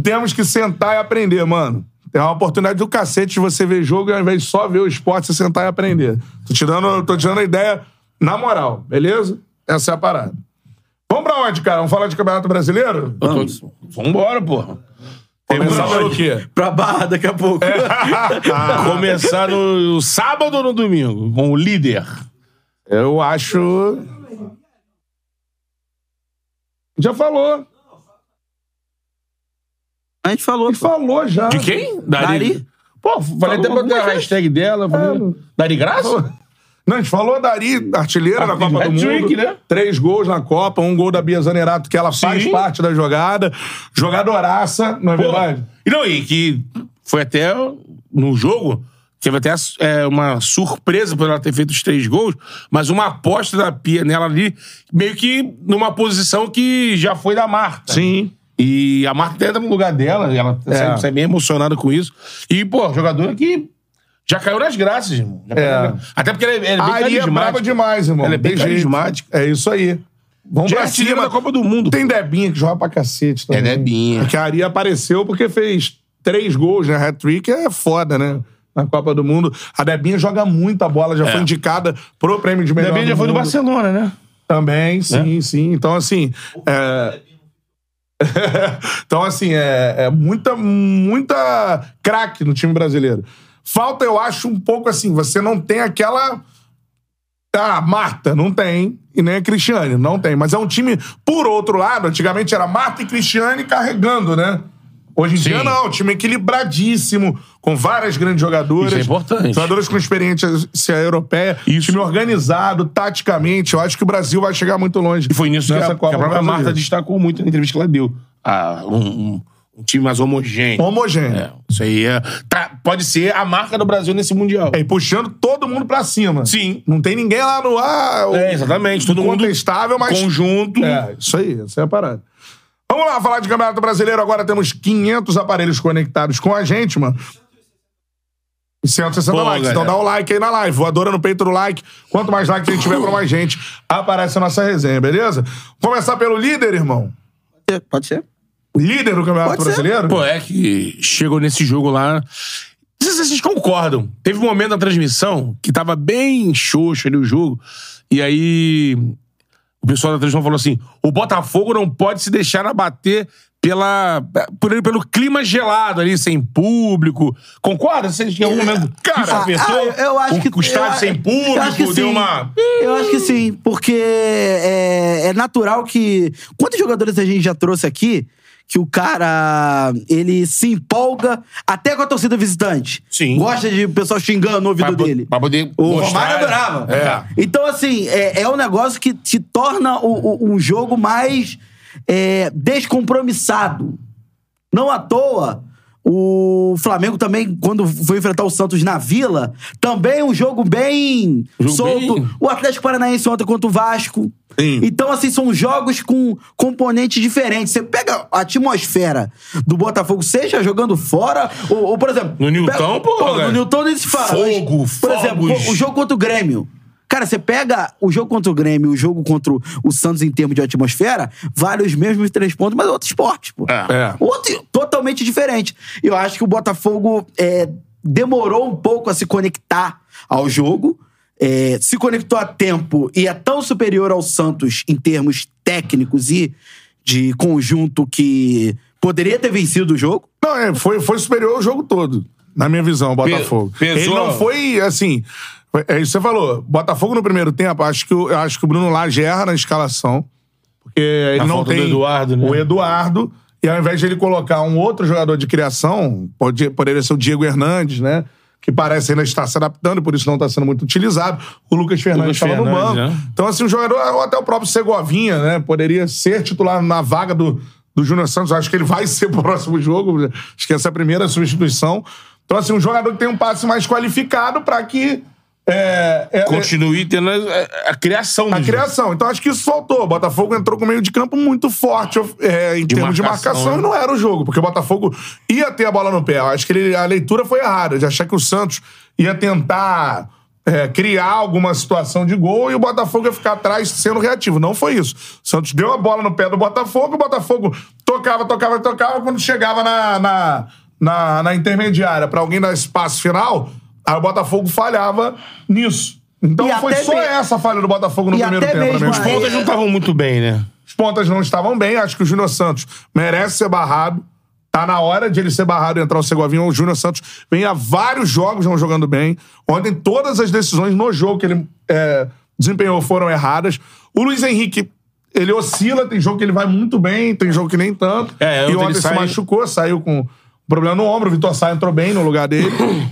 Temos que sentar e aprender, mano. É uma oportunidade do cacete de você ver jogo e ao invés de só ver o esporte, você sentar e aprender. Tô te dando, tô te dando a ideia na moral, beleza? Essa é a parada. Vamos pra onde, cara? Vamos falar de Campeonato Brasileiro? Vamos. Vambora, porra. Começar muito pelo onde. quê? Pra barra daqui a pouco. É. Ah. Começar no sábado ou no domingo, com o líder. Eu acho. Já falou. A gente falou. Ele falou já. De quem? Dari. Pô, falei até pra ter a hashtag dela. falei- É, Dari Graça? Não, a gente falou da Ari, artilheira da Copa do Hat-trick, Mundo. né? Três gols na Copa, um gol da Bia Zanerato, que ela faz Sim. parte da jogada. Jogadoraça, não é Pô. verdade? E não, e que foi até no jogo. Teve até é, uma surpresa por ela ter feito os três gols, mas uma aposta da Pia nela ali, meio que numa posição que já foi da Marta. Sim. E a Marta entra no lugar dela, ela É. sai, sai bem emocionada com isso. E, pô, jogadora que já caiu nas graças, irmão. Já caiu É. nas graças. Até porque ela é, ela é A bem Ari é carismática. braba demais, irmão. Ela é bem Tem jeito. carismática. É isso aí. Vamos Já é pra artilheira cima. da Copa do Mundo. Tem Debinha que joga pra cacete também. É Debinha. Que a Ari apareceu porque fez três gols, né? Hat-trick é foda, né? Na Copa do Mundo. A Debinha joga muita bola, É. já foi indicada pro prêmio de melhor Também já do foi do mundo. Barcelona, né? Também, sim, sim. Então, assim. é- *laughs* então, assim, é, é muita, muita craque no time brasileiro. Falta, eu acho, um pouco assim, você não tem aquela. Ah, Marta, não tem. E nem a Cristiane, não tem. Mas é um time, por outro lado, antigamente era Marta e Cristiane carregando, né? Hoje em Sim. dia, não. Time equilibradíssimo, com várias grandes jogadoras. Isso é importante. Jogadores com experiência europeia. Isso. Time organizado, taticamente. Eu acho que o Brasil vai chegar muito longe. E foi nisso que a, nessa que a própria brasileira. Marta destacou muito na entrevista que ela deu. Ah, um, um- um time mais homogêneo. Homogêneo. É, isso aí é, tá- pode ser a marca do Brasil nesse Mundial. É, e puxando todo mundo pra cima. Sim. Não tem ninguém lá no ar. o- É, exatamente. Todo mundo contestável, mas. conjunto. É, isso aí, essa é a parada. Vamos lá falar de Campeonato Brasileiro. Agora temos 500 aparelhos conectados com a gente, mano. 160 Pô, likes. Então galera. dá o like aí na live. Voadora no peito do like. Quanto mais like a gente tiver pra mais gente, aparece a nossa resenha, beleza? Começar pelo líder, irmão. Pode ser? O líder do Campeonato Pode ser. Brasileiro? Pô, é que chegou nesse jogo lá. Não sei se vocês concordam. Teve um momento na transmissão que tava bem xoxo ali o jogo. E aí o pessoal da transmissão falou assim: o Botafogo não pode se deixar abater pela, por ele, pelo clima gelado ali, sem público. Concorda? Vocês em algum momento. isso Ah, afetou? ah, eu acho o, que o estádio eu- sem eu acho que público, deu sim. uma. Eu acho que sim, porque é, é natural que. Quantos jogadores a gente já trouxe aqui que o cara ele se empolga até com a torcida visitante? Sim. Gosta de pessoal xingando o ouvido po- dele. pra poder O mostrar, Romário né? adorava. É. Então, assim, é, é um negócio que te torna o- o- um jogo mais é, descompromissado. Não à toa, o Flamengo também, quando foi enfrentar o Santos na Vila, também um jogo bem Jogo solto. bem- O Atlético Paranaense ontem contra o Vasco. Sim. Então, assim, são jogos com componentes diferentes. Você pega a atmosfera do Botafogo, seja jogando fora, ou, ou, por exemplo. No Newton, pega- pô, No velho. Newton nem se fala. Fogo, Mas, Por exemplo, fogos. o jogo contra o Grêmio. Cara, você pega o jogo contra o Grêmio, o jogo contra o Santos em termos de atmosfera, vale os mesmos três pontos, mas é outro esporte, pô. É. Outro, totalmente diferente. Eu acho que o Botafogo é, demorou um pouco a se conectar ao jogo. é, se conectou a tempo e é tão superior ao Santos em termos técnicos e de conjunto que poderia ter vencido o jogo. Não, é, foi, foi superior o jogo todo, na minha visão, o Botafogo. Pe- pesou. Ele não foi, assim... É isso que você falou. Botafogo no primeiro tempo, acho que, o- eu acho que o Bruno Lage erra na escalação. Porque ele Na não falta do tem... Eduardo, né? O Eduardo. E ao invés de ele colocar um outro jogador de criação, pode, poderia ser o Diego Hernandes, né? Que parece ainda estar se adaptando e por isso não está sendo muito utilizado. O Lucas Fernandes estava no Fernandes, banco. né? Então, assim, o jogador, ou até o próprio Segovinha, né? Poderia ser titular na vaga do, do Júnior Santos. Acho que ele vai *laughs* ser pro próximo jogo. Acho que essa é a primeira substituição. Então, assim, um jogador que tem um passe mais qualificado para que. É, é, Continue tendo a, a- a criação do a jogo. criação. Então acho que isso faltou. O Botafogo entrou com meio de campo muito forte é, em termos de marcação, marcação né? e não era o jogo, porque o Botafogo ia ter a bola no pé. Eu acho que ele- a leitura foi errada, de achar que o Santos ia tentar é, criar alguma situação de gol e o Botafogo ia ficar atrás sendo reativo. Não foi isso. O Santos deu a bola no pé do Botafogo, o Botafogo tocava, tocava, tocava. Quando chegava na, na, na, na intermediária para alguém dar espaço final, aí o Botafogo falhava nisso. Então E foi até só me- essa falha do Botafogo no E primeiro até tempo. mesmo né? Os a- pontas- Pontas não estavam muito bem, né? Os pontas não estavam bem. Acho que o Júnior Santos merece ser barrado. Tá na hora de ele ser barrado e entrar o Segovinho. O Júnior Santos vem há vários jogos não jogando bem. Ontem todas as decisões no jogo que ele é, desempenhou foram erradas. O Luiz Henrique, ele oscila. Tem jogo que ele vai muito bem, tem jogo que nem tanto. É, ontem e ele ontem se sai- machucou, saiu com um problema no ombro. O Vitor Sá entrou bem no lugar *coughs* dele.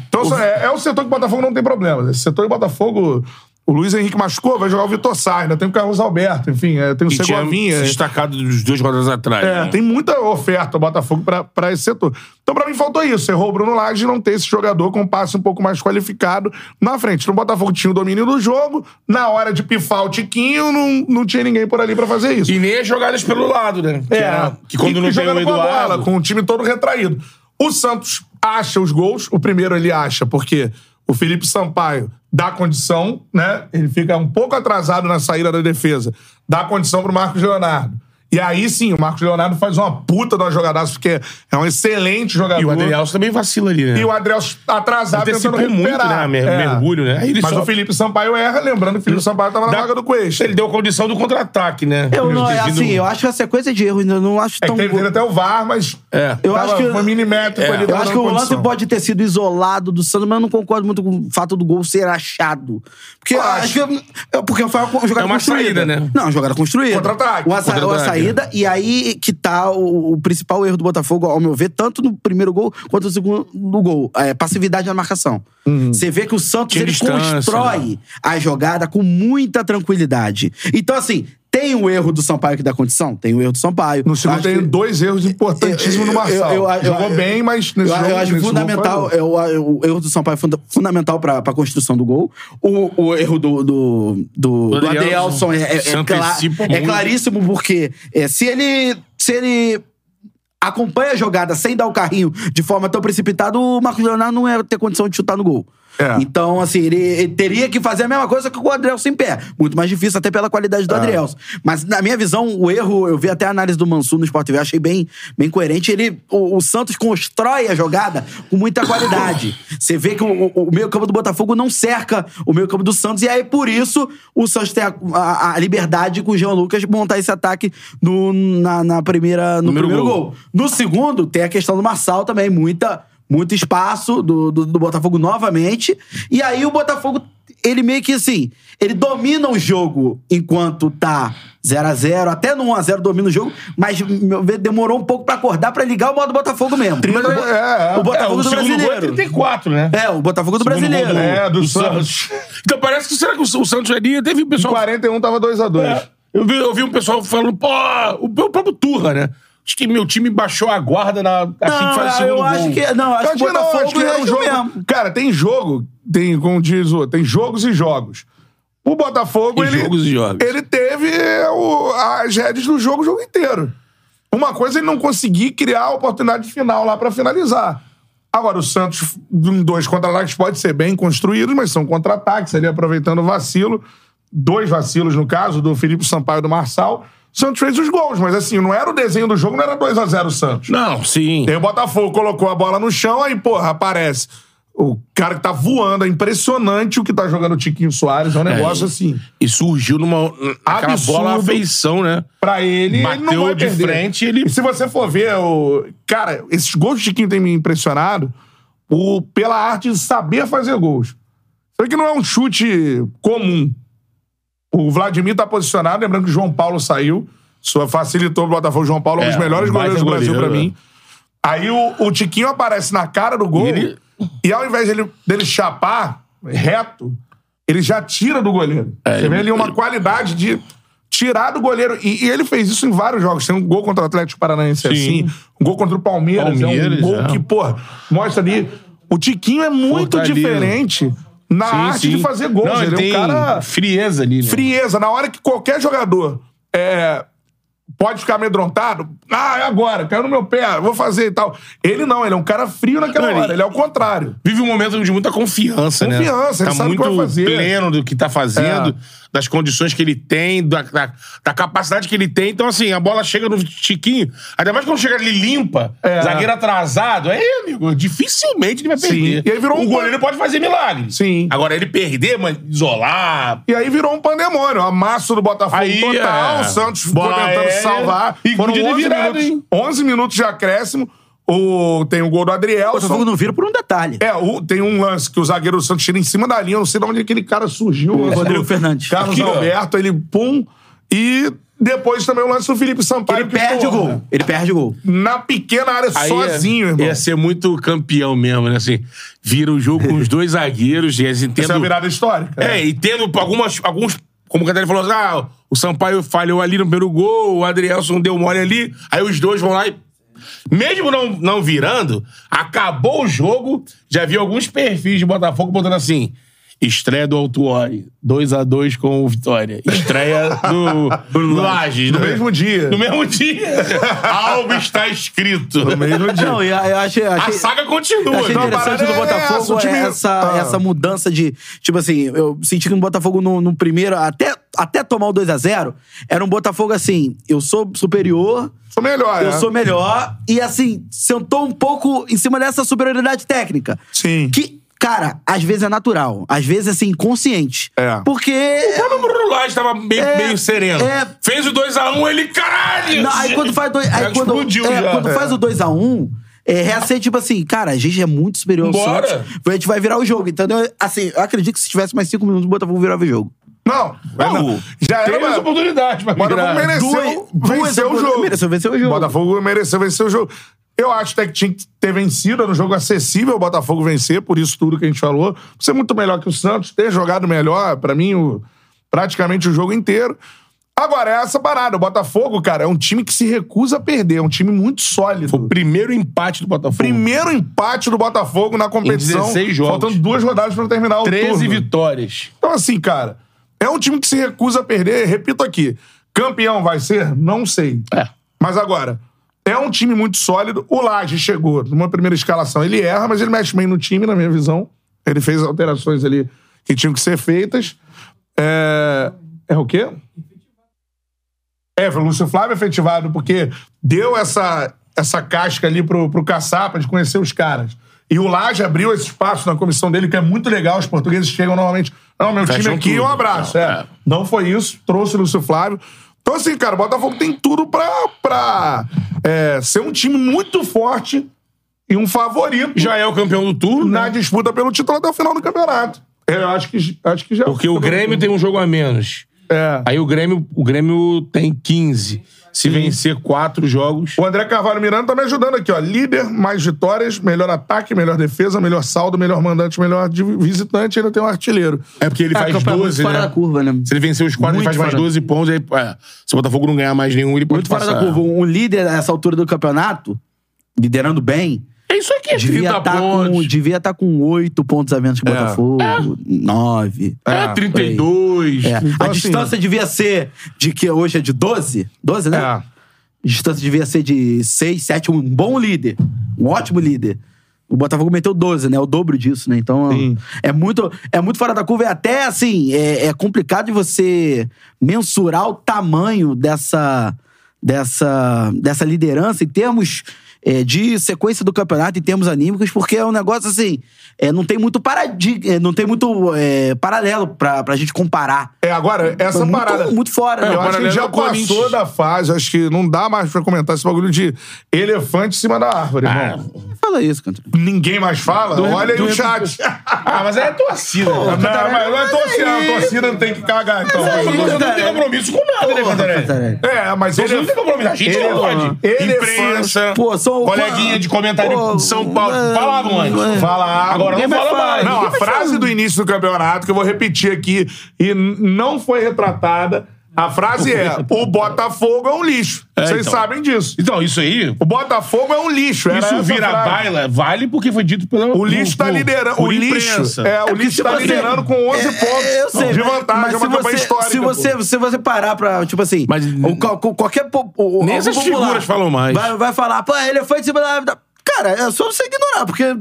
Então só- é, é o setor que o Botafogo não tem problemas. Esse setor que o Botafogo... O Luiz Henrique machucou, vai jogar o Vitor Sá. Ainda tem o Carlos Alberto, enfim. é, tem o E tinha Segovinha. se destacado dos dois rodadas atrás. É, né? tem muita oferta o Botafogo pra- pra esse setor. Então, pra mim, faltou isso. Errou o Bruno Lage não ter esse jogador com um passe um pouco mais qualificado na frente. No Botafogo tinha o domínio do jogo, na hora de pifar o Tiquinho, não, não tinha ninguém por ali pra fazer isso. E nem as jogadas pelo lado, né? Que, era- que É, E- quando e não tem o jogando Eduardo... com a bola, com o time todo retraído. O Santos acha os gols. O primeiro ele acha, porque o Felipe Sampaio dá condição, né? Ele fica um pouco atrasado na saída da defesa. Dá condição pro Marcos Leonardo. E aí sim, o Marcos Leonardo faz uma puta de uma jogadaça, porque é um excelente jogador. E o Adrielson também vacila ali, né? E o Adriel atrasado Antecipou tentando recuperar. É. muito, né? Mer- mergulho, né? Aí ele Mas só- o Felipe Sampaio erra, lembrando que o Felipe Sampaio tava na Dá- vaga do Cuesta. Ele deu condição do contra-ataque, né? Eu não, Devido- assim, assim, eu acho que a sequência é de erros ainda não acho É que tão teve, boa. teve até o VAR, mas É. Eu Tava- acho que. é, foi milimétrico ali, Eu tava acho que dando o lance condição. pode ter sido isolado do Santos, mas eu não concordo muito com o fato do gol ser achado. Porque Eu acho que- eu- porque foi uma co- jogada É uma construída. saída, né? Não, jogada construída. Contra-ataque. Uma, sa- uma Contra-ataque. saída, e aí que tá o, o principal erro do Botafogo, ao meu ver, tanto no primeiro gol quanto no segundo gol. É, passividade na marcação. Uhum. Você vê que o Santos Tinha ele distância, né? constrói a jogada com muita tranquilidade. Então, assim, tem o erro do Sampaio que dá condição? Tem o erro do Sampaio. No segundo Acho que- tem dois erros importantíssimos no Marçal. eu- eu- Jogou eu- bem, mas nesse eu, jogo... eu acho nesse jogo fundamental, falhou. eu, eu- o erro do Sampaio é funda, fundamental pra, pra construção do gol. O, o erro do, do, do, O do Adelson Adelson é, é, se é cla- antecipa é muito. claríssimo, porque é, se ele. Se ele acompanha a jogada sem dar o carrinho de forma tão precipitada, o Marcos Leonardo não ia ter condição de chutar no gol. É. Então, assim, ele, ele teria que fazer a mesma coisa que o Adrielson em pé. Muito mais difícil, até pela qualidade É. do Adrielson. Mas, na minha visão, o erro, eu vi até a análise do Mansur no Sport TV, achei bem, bem coerente. Ele, o, o Santos constrói a jogada com muita *coughs* qualidade. Você vê que o, o- o meio-campo do Botafogo não cerca o meio-campo do Santos, e aí, por isso, o Santos tem a, a- a liberdade com o Jean Lucas de montar esse ataque no, na, na primeira, no Primeiro primeiro, gol. gol. No segundo, tem a questão do Marçal também, muita, muito espaço do, do, do Botafogo novamente. E aí o Botafogo, ele meio que assim, ele domina o jogo enquanto tá 0 a 0 até no 1x0 domina o jogo, mas meu ver, demorou um pouco pra acordar pra ligar o modo do Botafogo mesmo. Trinta- o, Bo- é, é. o é, Botafogo o do segundo brasileiro. gol é 34, né? É, o Botafogo do Segundo brasileiro. gol né? É, do Então parece que será que o, o Santos ali teve um Em pessoal 41 tava 2x2. É. Eu vi, eu vi um pessoal falando, pô, o, o próprio Turra, né? Acho que meu time baixou a guarda na, assim que faz o Não, segundo eu gol. acho que. Não, acho Eu que acho que o não, Botafogo acho que é um é jogo. mesmo. Cara, tem jogo, tem, como diz o outro, tem jogos e jogos. O Botafogo, Tem ele, jogos e jogos. ele teve o- as redes do jogo o jogo inteiro. Uma coisa é ele não conseguir criar a oportunidade final lá pra finalizar. Agora, o Santos, em dois contra-ataques, pode ser bem construídos, mas são contra-ataques, ali aproveitando o vacilo. Dois vacilos, no caso, do Felipe Sampaio e do Marçal. O Santos fez os gols, mas assim, não era o desenho do jogo, não era 2x0 o Santos. Não, sim. Tem o Botafogo, colocou a bola no chão, aí, porra, aparece. O cara que tá voando, é impressionante o que tá jogando o Tiquinho Soares, é um negócio assim. E surgiu numa. Aquela Absurdo. bola à feição, né? Pra ele, ele não Bateu vai de perder. frente, ele- E se você for ver, o... cara, esses gols do Tiquinho tem me impressionado o... pela arte de saber fazer gols. Isso aqui não é um chute comum. O Vladimir tá posicionado, lembrando que o João Paulo saiu, só facilitou o Botafogo. O João Paulo é um dos É, melhores um goleiros do baita Brasil pra goleiro, mim. Aí o, o Tiquinho aparece na cara do gol E ele- e ao invés dele, dele chapar reto, ele já tira do goleiro. É, Você vê ali uma qualidade de tirar do goleiro. E, e ele fez isso em vários jogos. Tem um gol contra o Atlético Paranaense Sim. assim, um gol contra o Palmeiras. é um Palmeiras, gol é. que, porra, mostra ali. O Tiquinho é muito Fortaleza. diferente na né? Sim, arte sim. de fazer gols. Não, ele tem é um cara Frieza ali, né? frieza. Na hora que qualquer jogador é, pode ficar amedrontado, ah, é agora, caiu no meu pé, vou fazer e tal. Ele não, ele é um cara frio naquela Não, ele- hora, ele é o contrário. Vive um momento de muita confiança, né? Confiança, ele tá sabe o que muito vai fazer. É. pleno do que tá fazendo, das condições que ele tem, da, da, da capacidade que ele tem. Então, assim, a bola chega no Tiquinho, ainda mais quando chega ali limpa, zagueiro atrasado, aí, amigo, dificilmente ele vai É. Sim. perder. E aí virou o um- goleiro pode fazer milagre. Sim. Agora, ele perder, mano, isolar... E aí virou um pandemônio. Amasso do Botafogo Aí, total. é. O Santos ficou Bola tentando aérea. salvar. E Foram podia ter 11 virado, minutos. hein? 11 minutos de acréscimo. O, tem o gol do Adriel. O Botafogo não vira por um detalhe. É, o- tem um lance que o zagueiro do Santos tira em cima da linha. Eu não sei de onde aquele cara surgiu. O lance É, Rodrigo do Fernandes. Carlos Aqui, ó. Alberto, ele pum. E depois também o lance do Felipe Sampaio. Ele que, perde o porra, gol. Ele perde o gol. Na pequena área, Aí é- sozinho, ia, irmão. Ia ser muito campeão mesmo, né? Assim, vira o jogo com os dois zagueiros e eles Essa é uma entendem. virada histórica. É, e tendo algumas, alguns. Como o Catarina falou, assim, ah, o Sampaio falhou ali no primeiro gol, o Adrielson deu mole ali, aí os dois vão lá e. Mesmo não, não virando, acabou o jogo, já vi alguns perfis de Botafogo botando assim. Estreia do Altuori, 2x2 com o Vitória. Estreia *laughs* do, do Lages. No né? mesmo dia. No mesmo dia. *laughs* Alves está escrito. No mesmo dia. Não, eu, eu achei, A achei- saga continua. achei Não, interessante parada do é essa, Botafogo o time- essa, Ah. essa mudança de. Tipo assim, eu senti que no Botafogo no, no primeiro, até, até tomar o 2x0, era um Botafogo assim, eu sou superior, Sou melhor, eu é. sou melhor, e assim, sentou um pouco em cima dessa superioridade técnica. Sim. Que Cara, às vezes é natural, às vezes é assim, inconsciente. É. Porque. O próprio Bruno Lage tava meio, É, meio sereno. é. Fez o 2x1, ele, caralho! Não, aí quando faz, dois, aí Já quando, explodiu é, já. quando É. faz o 2x1, um, é, reacende, tipo assim, cara, a gente é muito superior ao Bora. Santos. A gente vai virar o jogo, entendeu? Assim, eu acredito que se tivesse mais 5 minutos, o Botafogo virava o jogo. Não, vai não. Já Teve era. as mas- oportunidades pra Botafogo virar. mereceu Duas- duas vencer o oportunidades. jogo. Mereceu vencer o jogo. Botafogo mereceu vencer o jogo. Eu acho até que tinha que ter vencido, era um jogo acessível o Botafogo vencer, por isso tudo que a gente falou. Ser muito melhor que o Santos, ter jogado melhor, pra mim, o- praticamente o jogo inteiro. Agora, é essa parada. O Botafogo, cara, é um time que se recusa a perder, é um time muito sólido. Foi o primeiro empate do Botafogo. Primeiro empate do Botafogo na competição. 16 jogos. Faltando duas rodadas pra terminar o 13 turno. vitórias. Então, assim, cara, é um time que se recusa a perder, repito aqui. Campeão vai ser? Não sei. É. Mas agora, é um time muito sólido. O Laje chegou numa primeira escalação. Ele erra, mas ele mexe bem no time, na minha visão. Ele fez alterações ali que tinham que ser feitas. É. É o quê? É, foi o Lúcio Flávio efetivado, porque deu essa, essa casca ali pro, pro Caçapa de conhecer os caras. E o Laje abriu esse espaço na comissão dele, que é muito legal. Os portugueses chegam normalmente. Não, meu Fecham time aqui, tudo. um abraço. É. É. Não foi isso, trouxe o Lúcio Flávio. Então, assim, cara, o Botafogo tem tudo pra, pra é, ser um time muito forte e um favorito Já é o campeão do turno, na né? disputa pelo título até o final do campeonato. É, Eu acho que, acho que já. Porque o Grêmio tem um jogo a menos. É. Aí o Grêmio, o Grêmio tem 15. Se vencer quatro jogos. O André Carvalho Miranda tá me ajudando aqui, ó. Líder, mais vitórias, melhor ataque, melhor defesa, melhor saldo, melhor mandante, melhor de- visitante, ainda tem um artilheiro. então, É porque ele É, faz campeonato 12, fora né? da curva, né? Se ele vencer os quatro, Muito ele faz mais fora da- 12 pontos. Aí, é, se o Botafogo não ganhar mais nenhum, ele pode Muito fora da passar. curva. Um líder nessa altura do campeonato, liderando bem, É isso aqui, devia 30 estar com, pontos. devia tá com 8 pontos a menos que o Botafogo, 9. É, 32. É. Então, a assim- distância devia ser de que hoje é de 12? 12, né? É. A distância devia ser de 6, 7, um bom líder. Um ótimo líder. O Botafogo meteu 12, né? O dobro disso, né? Então Sim. é muito, é muito fora da curva. É até assim, é, é complicado de você mensurar o tamanho dessa, dessa, dessa liderança em termos é, de sequência do campeonato, em termos anímicos, porque é um negócio assim, é, não tem muito paradig é, não tem muito é, paralelo pra, pra gente comparar. É, agora, essa muito, parada. muito fora, né? eu acho paralelo que já é o Corinthians. passou da fase, acho que não dá mais pra comentar esse bagulho de elefante em cima da árvore, É. irmão. Fala isso, Cantor. Ninguém mais fala? Olha aí o chat. *laughs* Ah, mas aí é torcida. Não, né? mas não é torcida, a torcida não tem que cagar. Então. Mas a torcida não tem Cantarelli. compromisso com nada, né, Cantarelli? É, mas é Torcida Então, não tem compromisso. A gente não elefante- pode. Imprensa, Pô, um sou- coleguinha de comentário Pô, de São Paulo. é, Falavam é. antes. Fala Agora Ninguém não mais fala fala. mais. Não, a frase do início do campeonato, que eu vou repetir aqui, e n- não foi retratada, a frase é: o Botafogo é um lixo. É, Vocês então. sabem disso. Então, isso aí... O Botafogo é um lixo. era Isso essa vira frase. baila, vale porque foi dito pela. O lixo tá liderando. O lixo. É, o porque lixo se tá você- liderando com 11 É, pontos é, eu sei, de mas- vantagem. É mas se uma campanha você- histórica. Se você, pô. se você parar pra, tipo assim, Mas- o qual- qual- qualquer. po- o- o- Nem algum essas popular figuras falam mais. Vai, vai falar, pô, elefante em cima da. da- Cara, é só você ignorar, porque.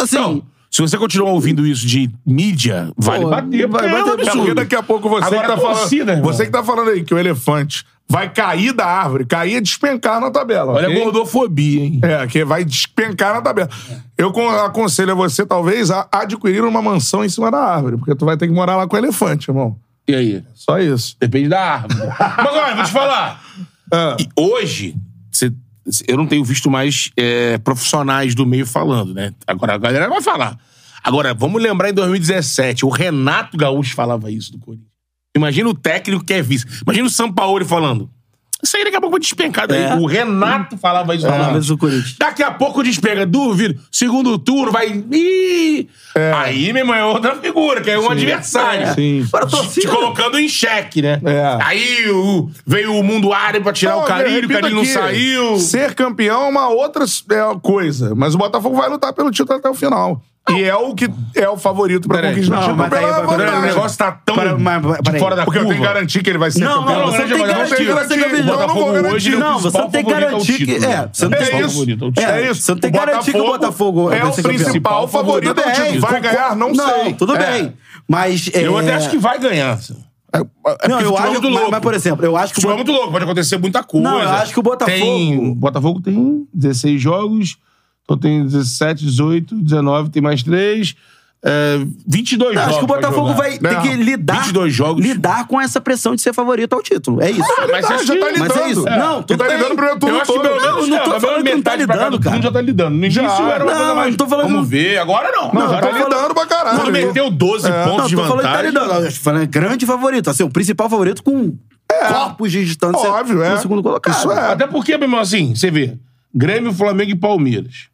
Assim. Não, Então, se você continuar ouvindo isso de mídia, vale Pô, bater. vai porque é um bater. É absurdo. porque daqui a pouco você Agora que tá a torcida, falando. irmão. Você que tá falando aí que o elefante vai cair da árvore, cair é despencar na tabela. Olha ok? a gordofobia, hein? É, que vai despencar na tabela. Eu con- aconselho a você, talvez, a adquirir uma mansão em cima da árvore, porque tu vai ter que morar lá com o elefante, irmão. E aí? Só isso. Depende *laughs* da árvore. Mas olha, vou te falar. Ah. E hoje, cê- cê- eu não tenho visto mais é, profissionais do meio falando, né? Agora a galera vai falar. Agora, vamos lembrar em 2017, o Renato Gaúcho falava isso do Corinthians. Imagina o técnico que é vice. Imagina o Sampaoli falando. Isso aí daqui a pouco vai despencar daí. É. O Renato falava isso. Às falava. vezes o Corinthians. Daqui a pouco despega, duvido. Segundo turno, vai. Ih! Aí, meu irmão, é outra figura, que é um adversário. Sim. Para a Te torcida. colocando em xeque, né? É. Aí o- veio o mundo árabe pra tirar Não, o eu carinho, o repito carinho não aqui, saiu. Ser campeão é uma outra é, coisa, mas o Botafogo vai lutar pelo título até o final. E é o que é o favorito pra Peraí. conquistar o Não, título mas aí, pela mas peraí, vantagem. O negócio tá tão Para- mas- mas- de peraí. fora da Porque eu curva. tenho que garantir que ele vai ser Não, campeão. não, você não tem garantia, eu não você tenho não então tem- eu não vou Botafogo garantir. hoje Não, você não tem principal garantia que. favorito ao É, título, você não né? tem É Principal isso. favorito ao É, título. É isso. Você não tem O garantia que o Botafogo Botafogo é o vai ser campeão. principal favorito do título. Vai ganhar? Não Não, sei. tudo É. bem. Mas. Eu é, até acho que vai ganhar. É, é porque Não, futebol eu é acho. muito Mas, louco. mas, por exemplo, eu acho que o Futebol é muito louco, pode acontecer muita coisa. Não, eu acho que o Botafogo- Tem, o Botafogo tem 16 jogos, Então tem 17, 18, 19, tem mais 3. É, 22 Não, jogos. acho que o pra Botafogo jogar. vai ter Não. que lidar, 22 jogos. lidar com essa pressão de ser favorito ao título. É isso. mas você já tá Mas é lidando. isso. É. Não, Você tudo tá bem. lidando pro meu turno Eu acho que todo. pelo menos, Não, é, não tô mas falando que não tá metade pra cada lidando, turno cara. já tá lidando. No início Já. era uma Não, coisa mais... não tô falando- Vamos ver, agora não. Não, Agora tá eu tô lidando pra caralho. Quando meteu 12 pontos Não, de tô falando que tá vantagem... lidando. Eu tô falando grande favorito. Assim, o principal favorito com corpos de distância É. Óbvio, é. no segundo colocado. Isso é. Até porque, meu irmão, assim, você vê, Grêmio, Flamengo e Palmeiras.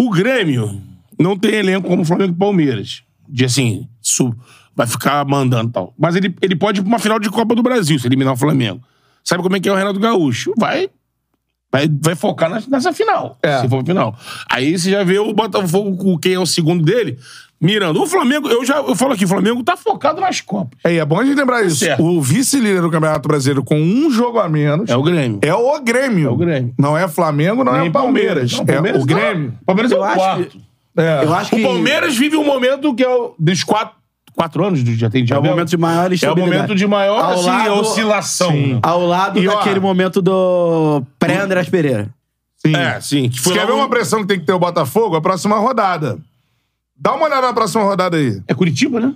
O Grêmio não tem elenco como Flamengo e Palmeiras. De assim, su- vai ficar mandando e tal. Mas ele, ele pode ir pra uma final de Copa do Brasil, se eliminar o Flamengo. Sabe como é que é o Renato Gaúcho? Vai. Vai, vai focar nas- nessa final, É. se for final. Aí você já vê o Botafogo, com quem é o segundo dele, mirando. O Flamengo, eu já eu falo aqui, o Flamengo tá focado nas Copas. É, e é bom a gente lembrar isso. Tá certo. O vice-líder do Campeonato Brasileiro com um jogo a menos É o Grêmio. é o Grêmio. É o Grêmio. Não é Flamengo, não é Nem Palmeiras. Não, Palmeiras é o tá- Grêmio. Palmeiras Eu é o acho quarto. É. Eu acho O que Palmeiras vive um momento que é o dos quatro, quatro anos do- já tem é o Abel. momento de maior É o estabilidade. momento de maior Ao assim, lado- oscilação. né? Ao lado E, ó, daquele momento do pré-Andrés Pereira. Sim. É, sim. Que Se foi quer ver logo- uma pressão que tem que ter o Botafogo? A próxima rodada. Dá uma olhada na próxima rodada aí. É Curitiba, né?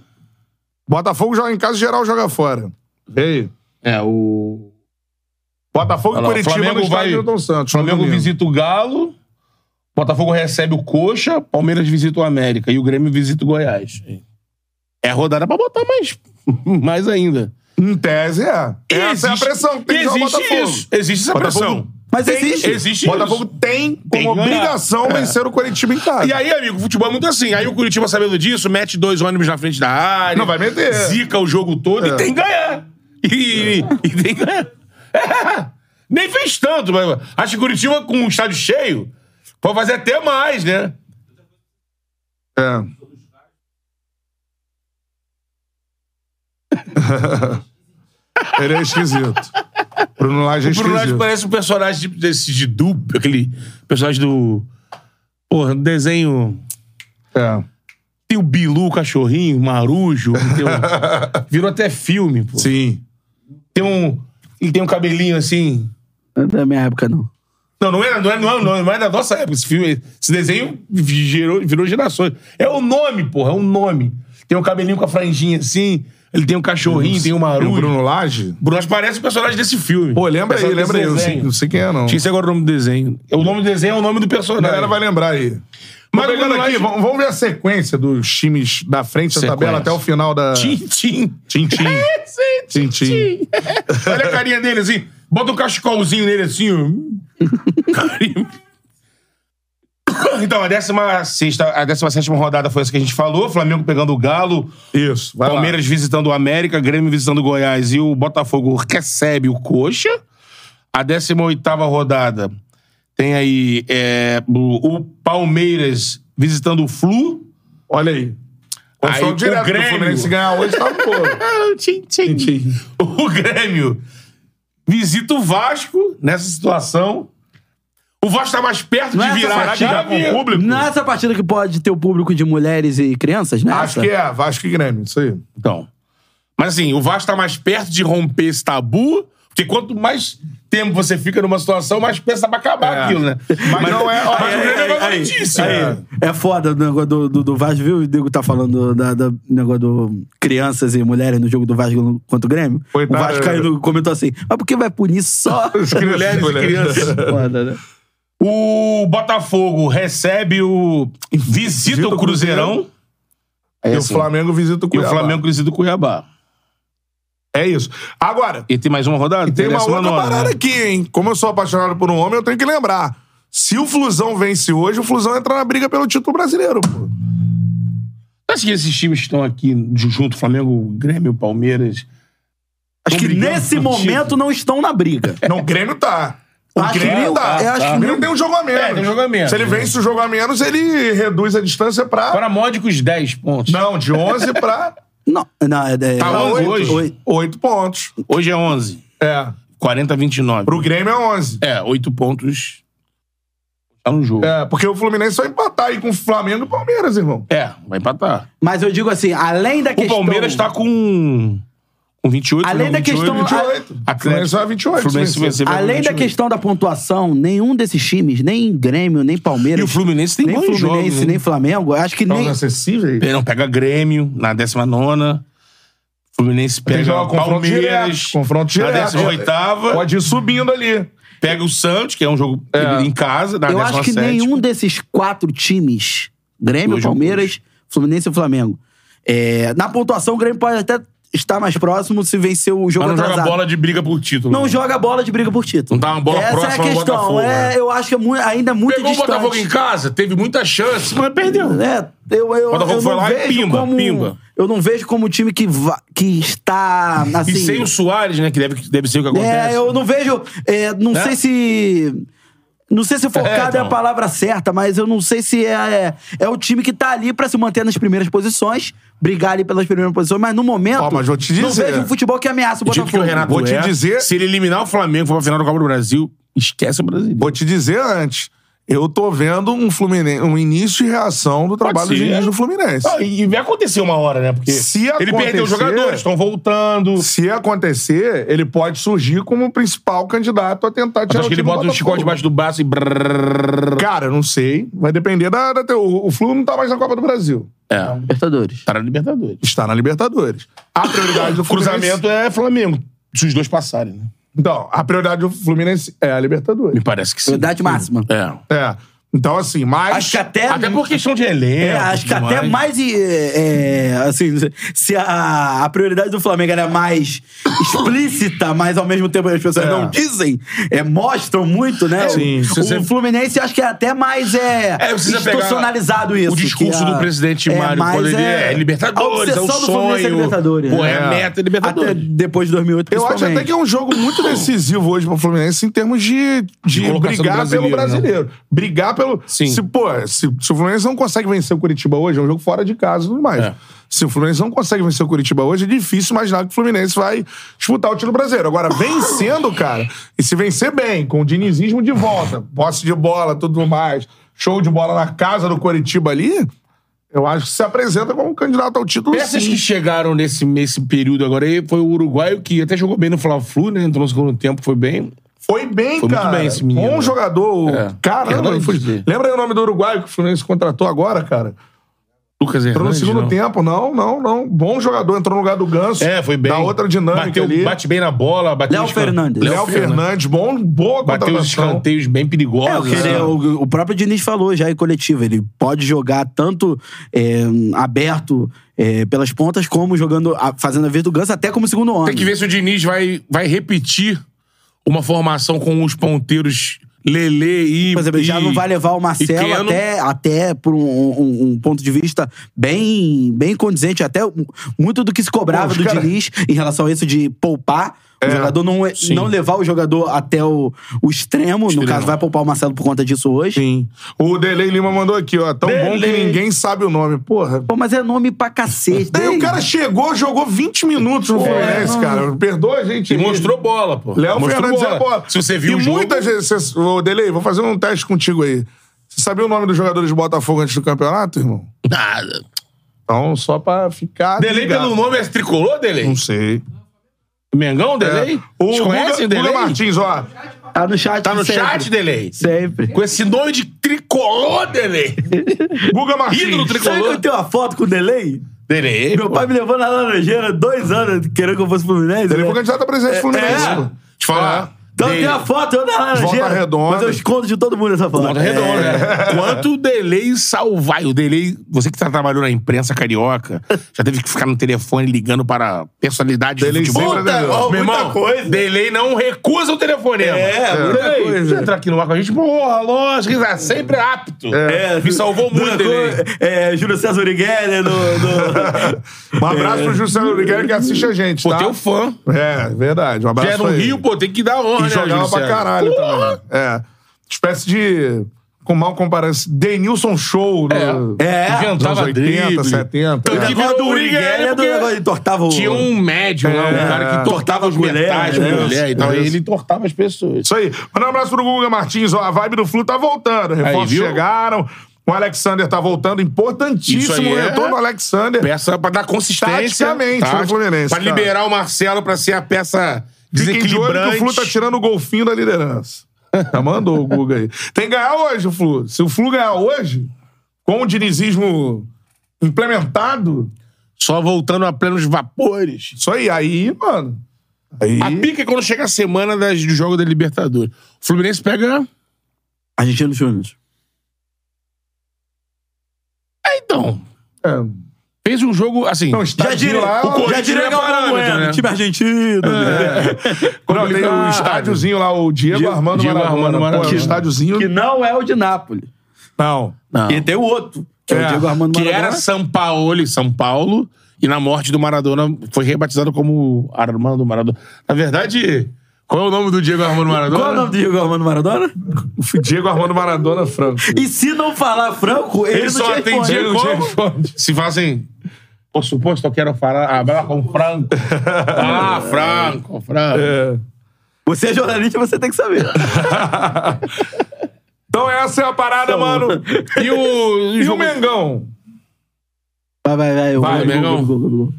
Botafogo joga em casa, geral joga fora. Ei. É, o. Botafogo Olha e lá, Curitiba Flamengo no estádio vai- Newton Santos. no Flamengo domingo. visita o Galo, Botafogo recebe o Coxa, Palmeiras visita o América e o Grêmio visita o Goiás. É a rodada pra botar mais, *laughs* mais ainda. Em tese, é. Essa é a Existe- pressão que tem que jogar o Existe Botafogo. isso. Existe essa Botafogo pressão. Mas Tem- existe. Existe Botafogo isso. tem como Tem que ganhar. obrigação É. vencer o Curitiba em casa. E aí, amigo, o futebol é muito assim. Aí o Curitiba sabendo disso, mete dois ônibus na frente da área. Não vai meter. Zica o jogo todo É. e tem que ganhar. E, e tem que ganhar. É. Nem fez tanto, mas acho que Curitiba com um estádio cheio pode fazer até mais, né? É. *laughs* Ele é esquisito. Bruno Lage é O Bruno Lage esquisito. parece um personagem de- desse de duplo, aquele personagem do. Porra, do desenho. É. Tem o Bilu, o cachorrinho, Marujo. *laughs* tem um- Virou até filme, pô. Sim. Tem um. Ele tem um cabelinho assim. Não é da minha época, não. Não, não é, não, é, não, é, não é da nossa época. Esse filme, esse desenho virou, virou gerações. É o nome, porra, é um nome. Tem um cabelinho com a franjinha assim, ele tem um cachorrinho, tem um E o marujo. Bruno, Bruno Lage? Lage parece o personagem desse filme. Pô, lembra aí, Personagem lembra aí. Eu desse não sei, desenho. não sei quem é, não. Esqueci agora o nome do desenho. É, O nome do desenho é o nome do A personagem. galera vai lembrar aí. Mas Mas o pegando Bruno aqui, Lage- vamos vamos ver a sequência dos times da frente da Sequência. tabela até o final da. É. Tintim. *laughs* Tintim. É, sim, Tim, tim. *laughs* Olha a carinha dele assim. Bota um cachecolzinho nele assim. ó. Carinho. Então, a 16 a 17 rodada foi essa que a gente falou. Flamengo pegando o Galo, Isso. Vai lá. Palmeiras visitando o América, Grêmio visitando o Goiás e o Botafogo recebe o Coxa. A 18ª rodada tem aí é, o o Palmeiras visitando o Flu. Olha aí. Aí, Aí o direto do Grêmio. Fluminense ganhar hoje, tá pô. É, O Grêmio visita o Vasco nessa situação. O Vasco tá mais perto Não é de essa virar a partida chave. com o público? Não é essa partida que pode ter o público de mulheres e crianças, né? Acho que é, Vasco e Grêmio, isso aí. Então. Mas assim, o Vasco tá mais perto de romper esse tabu, porque quanto mais tempo você fica numa situação, mais pensa pra acabar É. aquilo, né? Mas não é- Mas o aí, Grêmio é favoritíssimo. É foda o negócio do, do, do Vasco, viu? O Diego tá falando da, da- do negócio do crianças e mulheres no jogo do Vasco no- contra o Grêmio. Coitado. O Vasco caiu, no- comentou assim, mas por que vai punir só *laughs* *laughs* as Mulheres né? e crianças. Foda, né? O Botafogo recebe o. Visita o o Cruzeirão. É Cruzeirão. e assim. o Flamengo visita o E o Cuiabá. Flamengo visita o Cuiabá. É isso. Agora, E tem mais uma rodada? tem uma décima outra nona, parada né? aqui, hein? Como eu sou apaixonado por um homem, eu tenho que lembrar. Se o Flusão vence hoje, o Flusão entra na briga pelo título brasileiro, pô. Acho que esses times que estão aqui de- junto, Flamengo, Grêmio, Palmeiras. Acho que Obrigado nesse pelo momento título. não estão na briga. Não, o Grêmio *laughs* tá. O Acho Grêmio que- tá. eu acho que o Grêmio não- tem um jogo a menos. É, tem um jogo a menos. Se ele vence o jogo a menos, ele reduz a distância pra... Para módicos 10 pontos. Não, de 11 *laughs* pra... Não, não, é... é- Tá oito, onze hoje? oito. 8 pontos. Hoje é 11. É. 40 a 29. Pro Grêmio é 11. É, 8 pontos. Tá no jogo. É. É, porque o Fluminense vai empatar aí com o Flamengo e o Palmeiras, irmão. É, vai empatar. Mas eu digo assim, além da O questão... Palmeiras tá com Com 28, Além não, da 28, questão- 28. a- Fluminense vai 28, Fluminense se venceu. Além da questão da pontuação, nenhum desses times, nem Grêmio, nem Palmeiras. E o Fluminense tem nem bons Fluminense, jogos, né? nem Flamengo. Acho que Jogos nem. acessíveis? Não, pega Grêmio na 19. Fluminense Tem que pega jogar confronto Palmeiras. direto. Confronto direto. Na 18. Pode ir subindo ali. Pega o Santos, que é um jogo em casa, na Eu acho que 17ª. nenhum desses quatro times, Grêmio, Dois Palmeiras, Fluminense e Flamengo, é, na pontuação o Grêmio pode até estar mais próximo se vencer o jogo Mas não atrasado. joga bola de briga por título. né? Não joga bola de briga por Não título. dá uma bola Essa próxima é ao a questão. Botafogo, é, né? Eu acho que é mu- ainda é muito Pegou distante. o Botafogo em casa, teve muita chance, mas perdeu. É, eu, eu, Botafogo eu foi não lá e vejo pimba, como, pimba. Eu não vejo como um time que, va- que está assim. E sem o Soares, né? Que deve, que deve ser o que acontece. É, eu não vejo. é, não Né? sei se. Não sei se É, focado é, então. a palavra certa, mas eu não sei se é, é, é o time que tá ali pra se manter nas primeiras posições, brigar ali pelas primeiras posições, mas no momento. Ó, mas vou te não dizer. vejo um futebol que ameaça o O time que o Botafogo. Renato Vou te é, dizer- se ele eliminar o Flamengo e for pra final da Copa do Brasil, esquece o Brasil. Vou te dizer antes. Eu tô vendo um, Fluminense, um início de reação do trabalho do ser. Ah, Diniz do Fluminense. e vai acontecer uma hora, né? Porque Se ele perdeu os acontecer- jogadores, estão voltando. Se acontecer, ele pode surgir como o principal candidato a tentar Mas tirar acho o que ele time do bota um chicote Botafogo. debaixo do braço e... brrrr. Cara, não sei. Vai depender da... da teu- o, o Flu não tá mais na Copa do Brasil. É, Libertadores. tá na Libertadores. Está na Libertadores. A prioridade do O *laughs* cruzamento é Flamengo. Se os dois passarem, né? Então, a prioridade do Fluminense é a Libertadores. Me parece que sim. Verdade máxima. É. É. Então, assim, mas... Acho que até. Até por questão de elenco. É, acho que tudo até mais. e, é, é, assim, se a, a prioridade do Flamengo era mais explícita, mas ao mesmo tempo as pessoas É. não dizem, é, mostram muito, né? Sim, o, se o você- Fluminense acho que é até mais é, É, precisa pegar institucionalizado isso. O discurso que a- do presidente é Mário mais, quando ele é, Libertadores, a é o obsessão do Fluminense sonho. é Libertadores. Pô, é né? a meta é Até Libertadores. depois de 2008, Eu acho até principalmente. que é um jogo *clears throat* muito decisivo hoje pro Fluminense em termos de, de, colocação brigar do pelo brasileiro, né? brasileiro. Brigar pelo. Sim. Se, pô, se, se o Fluminense não consegue vencer o Curitiba hoje, é um jogo fora de casa e tudo mais. É. Se o Fluminense não consegue vencer o Curitiba hoje, é difícil imaginar que o Fluminense vai disputar o título brasileiro. *clears throat* Agora, vencendo, cara, e se vencer bem, com o dinizismo de volta, posse de bola, tudo mais, show de bola na casa do Curitiba ali, eu acho que se apresenta como um candidato ao título. Peças sim. que chegaram nesse, nesse período agora aí foi o uruguaio que até jogou bem no Fla-Flu, né? Entrou no segundo tempo, foi bem. Foi bem, Foi muito cara. bem esse menino, Bom né? jogador. É. Caramba, Hernandes. foi- lembra aí o nome do Uruguai que o Fluminense contratou agora, cara? Lucas Entrou no Hernandes, segundo não. tempo, não, não, não. Bom jogador, entrou no lugar do Ganso. É, foi bem. Da outra dinâmica Bateu, ali. Bate bem na bola. Bateu Léo os can- Fernandes. Léo Fernandes, bom, boa Bateu os contratação. escanteios bem É, o, perigosos. que ele- né? o- o próprio Diniz falou já em coletivo. Ele pode jogar tanto é, aberto é, pelas pontas, como jogando, a- fazendo a vez do Ganso, até como segundo homem. Tem que ver se o Diniz vai, vai repetir uma formação com os ponteiros Lele e. Por exemplo, ele já e- não vai levar o e Keno. Marcelo até, até por um, um- um ponto de vista bem, bem condizente, até um- muito do que se cobrava Pô, os do cara- Diniz em relação a isso de poupar. O jogador não, É, sim. não levar o jogador até o, o extremo, no caso, vai poupar o Marcelo por conta disso hoje. Sim. O Delei Lima mandou aqui, ó. Tão bom que Delei. ninguém sabe o nome. Porra. Pô, mas é nome pra cacete. Daí o hein? cara chegou, jogou 20 minutos no Fluminense, cara. Perdoa a gente. É. E aí. mostrou bola, pô. Léo mostrou Fernandes é a bola. Se você viu e o jogo... muitas vezes... Ô, Delei, vou fazer um teste contigo aí. Você sabia o nome dos jogadores do Botafogo antes do campeonato, irmão? Nada. Então, só pra ficar Delay ligado. pelo nome é tricolor, Delay? Não sei. É. Mengão, Delay? O Vocês conhecem o Guga, Guga Delay? Martins, ó. Tá no chat. Tá no sempre. chat, Delay? Sempre. Com esse nome de tricolor, Delay? Guga Martins. Ídolo Sabe que tricolor? eu tenho uma foto com o delay? Delay, Meu pô. pai me levou na laranjeira dois anos querendo que eu fosse Fluminense. Ele né? foi candidato a presidente do Fluminense. É. pô. Deixa eu falar. Então Delay. tem a foto eu na laranjeira. Volta Redonda. Mas eu escondo de todo mundo essa foto. Volta redonda, né? Quanto o Delay salvar. E O Delay, você que tá trabalhando na imprensa carioca, já teve que ficar no telefone ligando para personalidades Delay do futebol. sempre atendeu. Meu Muita irmão, coisa. Delay não recusa o telefonema. É, muita Delay, coisa. Você entrar aqui no ar com a gente, porra, lógico, tá sempre apto. É, Me salvou Dona muito, Cor- Delay. é, Júlio César Urigueira *laughs* no. no- Um abraço pro Juscelino Oliveira que assiste a gente, Pô, tá? teu fã. É, verdade. Um abraço Já é no pra ele. Rio, pô, tem que dar E honra, né, jogava Júlio pra César? caralho Porra. também. É. Espécie de... Com mal comparança. Denilson Show. No... É. Anos Inventava 80, drible. 70, Tanto é. que O negócio virou do Urigueira é do negócio de porque tortava o. Tinha um médium lá, um cara que tortava os mulher, metais, né? mulher e tal. Isso. E ele tortava as pessoas. Isso aí. Manda um abraço pro Guga Martins, ó. A vibe do Flu tá voltando. Reforços viu? chegaram. O Alexander tá voltando, Isso importantíssimo aí o é retorno do Alexander. Peça pra dar consistência. tá? Taticamente, no Fluminense, Pra cara. liberar o Marcelo pra ser a peça Fiquem de olho que desequilibrante. o Flu tá tirando o golfinho da liderança. Já mandou o Guga aí. Tem que ganhar hoje, Flu. Se o Flu ganhar hoje, com o dinizismo implementado, Só voltando a plenos vapores. isso aí, aí, mano. Aí. A pica é quando chega a semana das- do jogo da Libertadores. O Fluminense pega. Argentina e Júnior. É, então. É. Fez um jogo assim. Não, estádio lá. o Corinthians já diria é Galvão parâmetro, Bueno, né? um É. time argentino. né? Não, tem o Complicado. estádiozinho lá, o Diego, Diego- Armando Diego Maradona. Armando Pô, é um Maradona. estádiozinho. Que não é o de Nápoles. Não. Não. E tem o outro, que é, É, o Diego Armando Que Maradona. era São Paulo, São Paulo, e na morte do Maradona foi rebatizado como Armando Maradona. Na verdade, qual é o nome do Diego Armando Maradona? Qual é o nome do Diego Armando Maradona? *laughs* Diego Armando Maradona Franco. E se não falar franco, é ele, Ele não só te tem responde. Diego Como? Responde. Se fala assim, por suposto, eu quero falar, hablar com *laughs* Franco. Ah, Franco, Franco. É. Você é jornalista, você tem que saber. Então essa é a parada, *laughs* mano. E o, E o Mengão? Vai, vai, vai. Vai, Vai, Mengão.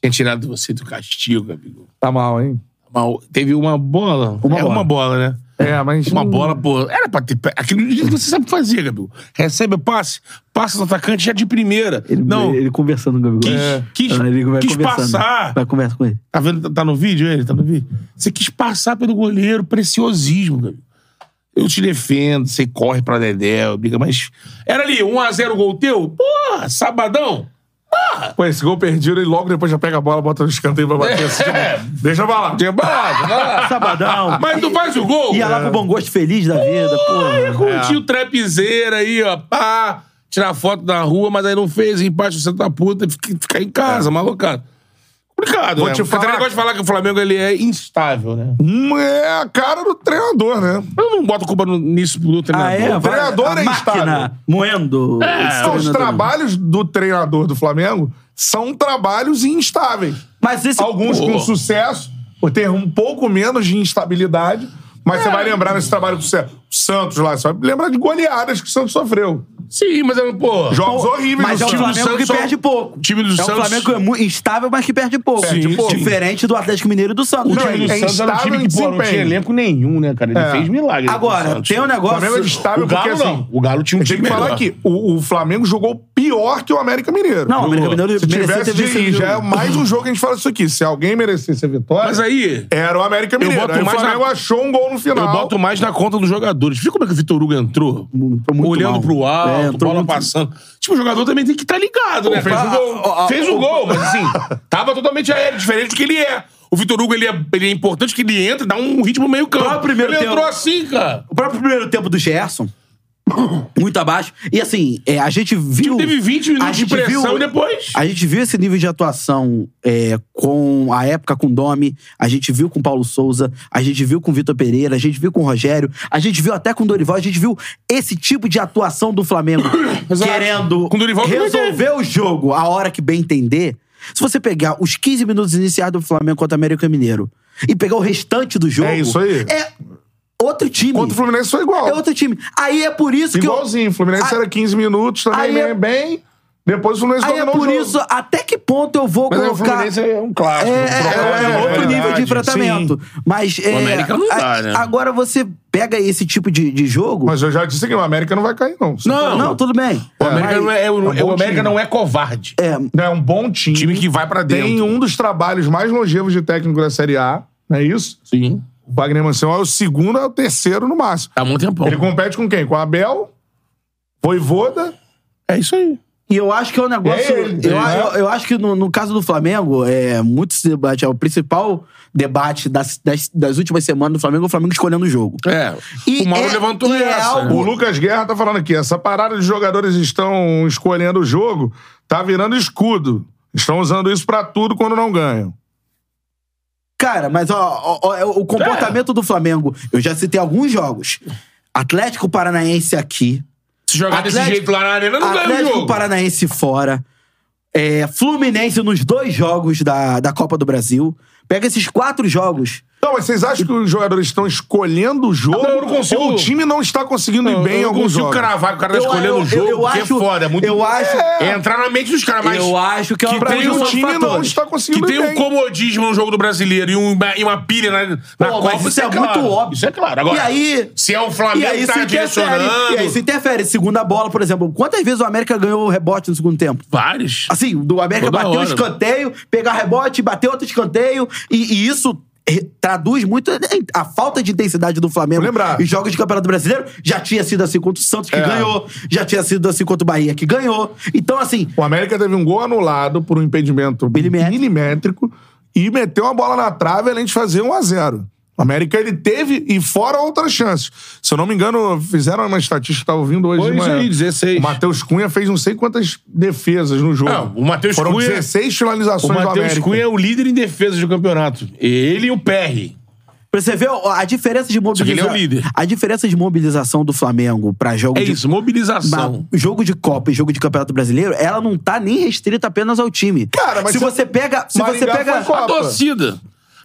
Tinha tirado você do castigo, amigo. Tá mal, hein? Mal- Teve uma bola. Uma é bola. uma bola, né? É, mas. Uma bola, pô. Era pra ter. pe- Aquilo que você sabe fazer, Gabriel. Recebe o passe, passa no atacante já de primeira. Ele, não, ele conversando com o Gabigol. Quis- É. quis- Ah, ele vai quis conversando. passar. Vai conversa com ele. Tá vendo? Tá no vídeo ele? Tá no vídeo? Você quis passar pelo goleiro, preciosismo, Gabriel. Eu te defendo, você corre pra Dedé, briga, mas. Era ali, 1x0 gol teu? Porra, sabadão. Pô, esse gol perdido e logo depois já pega a bola, bota no escanteio pra bater. assim, É. tipo, deixa pra lá. Tinha balada, balada. *laughs* *laughs* Sabadão. Mas tu faz o gol. Ia é. lá pro bom gosto feliz da vida, Aí pô. curtiu o trapezeiro aí, ó, pá, tirar foto na rua, mas aí não fez, empate você tá puta, e fica- ficar em casa, malocado. Complicado, É. Vou né? te Porque também falar- gosta de falar que o Flamengo ele é instável, né? Hum, é a cara do treinador, né? Eu não boto culpa no- nisso pro né, Ah, treinador. é? O Vai- treinador a é instável. máquina moendo. esse Então, os É, treinador. trabalhos do treinador do Flamengo são trabalhos instáveis. Mas esse... Alguns Pô. com sucesso, por ter um pouco menos de instabilidade. Mas É. você vai lembrar nesse trabalho com o Cé- o Santos lá, você vai lembrar de goleadas que o Santos sofreu. Sim, mas é, pô. Jogos horríveis Mas do é o Santos. Flamengo que Santos só- perde pouco. O time do é Santos- um Flamengo que é muito instável, mas que perde pouco. Perde pouco. Diferente do Atlético Mineiro e do Santos. O Não, Não, time do é Santos era um instável time em que pô, não tinha desempenho. elenco nenhum, né, cara? Ele É. fez milagre. com o Agora, Santos. tem um O negócio... Flamengo é instável O Galo porque não. assim. O Galo tinha um Eu tinha time que melhor. falar aqui, o, o Flamengo jogou pior que o América Mineiro. Não, o América Mineiro Se merecia tivesse ter de vencido. ir, o já é jogo. mais um jogo que a gente fala isso aqui. Se alguém merecesse a vitória, Mas aí, era o América Mineiro. boto Aí mais o Flamengo na- achou um gol no final. Eu boto mais na conta dos jogadores. Viu como é que o Vitor Hugo entrou? Entrou muito Olhando mal. pro É, alto, entrou bola muito- passando. Tipo, o jogador também tem que estar ligado, né? Pô, Fez o fala- gol. ó, ó, Fez ó, o gol, mas assim, tava totalmente aéreo, diferente do que ele é. O Vitor Hugo, ele é, ele é importante que ele entra e dá um ritmo meio Pra é campo. primeiro Ele entrou tempo. assim, cara. O próprio primeiro tempo do Gerson, muito abaixo. E assim, é, a gente viu. Teve 20 a minutos de gente pressão viu- e depois... A gente viu esse nível de atuação é, com a época com o Domi, a gente viu com o Paulo Souza, a gente viu com o Vitor Pereira, a gente viu com o Rogério, a gente viu até com o Dorival, a gente viu esse tipo de atuação do Flamengo *coughs* Exato. querendo Com o Dorival também resolver o jogo a hora que bem entender. Se você pegar os 15 minutos iniciais do Flamengo contra o América Mineiro e pegar o restante do jogo, É isso aí. é outro time. Contra o Fluminense foi igual. É outro time. Aí é por isso que eu- Igualzinho. O Fluminense Ah, era 15 minutos também, aí bem, é- bem. Depois o Fluminense Aí é dominou por o jogo. isso, até que ponto eu vou Mas aí o colocar... Fluminense é um clássico. É, um troféu, é, é, né? outro Verdade. nível de enfrentamento. Mas é, América não dá, a- né? agora você pega esse tipo de, de jogo. Mas eu já disse que o América não vai cair, não. Não. não, tudo bem. O América, Mas- não é, é É o- um bom o América time. não é covarde. é, Não, É um bom time. Time que vai pra dentro. Tem um dos trabalhos mais longevos de técnico da Série A, não é isso? Sim. O Wagner Mansell é o segundo, é o terceiro no máximo. Tá há muito tempão. Ele compete com quem? Com o Abel, Voivoda. É isso aí. E eu acho que é um negócio. É ele, eu, né? eu- eu acho que no, no caso do Flamengo, é muito esse debate. É o principal debate das, das, das últimas semanas do Flamengo, é o Flamengo escolhendo o jogo. É. E o Mauro é- levantou e é essa. né? algo- O Lucas Guerra tá falando aqui, essa parada de jogadores estão escolhendo o jogo, tá virando escudo. Estão usando isso pra tudo quando não ganham. Cara, mas ó, ó, ó, o comportamento do Flamengo, eu já citei alguns jogos. Atlético Paranaense aqui. Se jogar desse Atlético- jeito lá na arena, não ganha o Atlético jogo. Paranaense fora. É, Fluminense nos dois jogos da, da Copa do Brasil. Pega esses quatro jogos. Não, mas vocês acham que os jogadores estão escolhendo o jogo? Não, eu não consigo. Ou o time não está conseguindo ir bem em eu não alguns consigo jogos? cravar que o cara tá escolhendo o jogo, porque é foda. É muito... Eu acho, É entrar na mente dos caras, mas... eu acho que é uma que tem Pra mim, um o conjunção de time não fatores. está Que conseguindo tem ir um bem. comodismo no jogo do brasileiro e uma, e uma pilha na, na Pô, Copa. mas isso é muito claro. óbvio. Isso é claro. Agora, E aí- se é o Flamengo que tá direcionando... E aí se interfere. Segunda bola, por exemplo. Quantas vezes o América ganhou o rebote no segundo tempo? Vários. Assim, do América Toda bater um hora. escanteio, pegar rebote, bater outro escanteio. E, e isso eh, traduz muito a falta de intensidade do Flamengo Vou lembrar. em jogos de Campeonato Brasileiro. Já tinha sido assim contra o Santos, que ganhou. Já tinha sido assim contra o Bahia, que ganhou. Então, assim, O América teve um gol anulado por um impedimento Milimétrico. milimétrico e meteu uma bola na trave além de fazer 1 a 0 o América, ele teve, e fora outras chances. Se eu não me engano, fizeram uma estatística, estava ouvindo hoje Foi de é, isso manhã. aí, 16. O Matheus Cunha fez não sei quantas defesas no jogo. Não, o Matheus Foram Cunha- 16 finalizações O do Matheus América. Cunha é o líder em defesa do campeonato. Ele e o PR. pra você ver ó, a diferença de que ele é o mobilização. líder. A diferença de mobilização do Flamengo pra jogo É de isso, mobilização. Mas jogo de Copa e jogo de Campeonato Brasileiro, ela não tá nem restrita apenas ao time. Cara, mas se se- você pega, se você Maringá pega foi Copa. A torcida.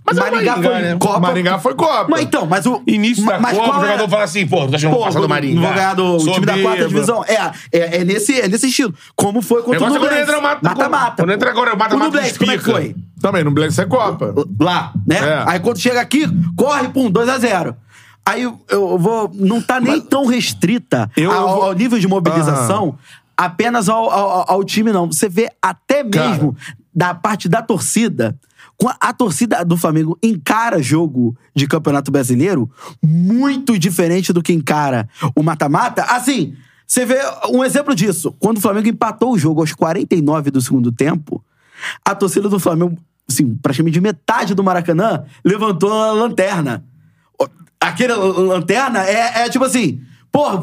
Mas Maringá é o foi Maringá, né? Copa. Maringá foi Copa. Mas então, mas o Início da mas Copa, qual o é- jogador fala assim, pô, nós não Pô, vamos passar do Maringá. Vou ganhar do o time da quarta Soberba. divisão. É, é, é nesse, é nesse estilo. Como foi O contra o negócio é quando Nublense. entra mata- Mata-mata. Quando entra agora, mata-mata O Nublense, dos como é que pica. foi? Também, no Black é Copa. Lá, né? É. Aí quando chega aqui, corre, pum, 2x0. Aí eu- eu vou. Não tá nem tão restrita Eu- ao, eu vou- ao nível de mobilização apenas ao, ao- ao time, não. Você vê até mesmo da parte da torcida. com a- A torcida do Flamengo encara jogo de campeonato brasileiro muito diferente do que encara o mata-mata. Assim, você vê um exemplo disso. Quando o Flamengo empatou o jogo aos 49 do segundo tempo, a torcida do Flamengo, assim, praticamente metade do Maracanã levantou a lanterna. O- Aquele lan- lanterna é, é tipo assim, pô,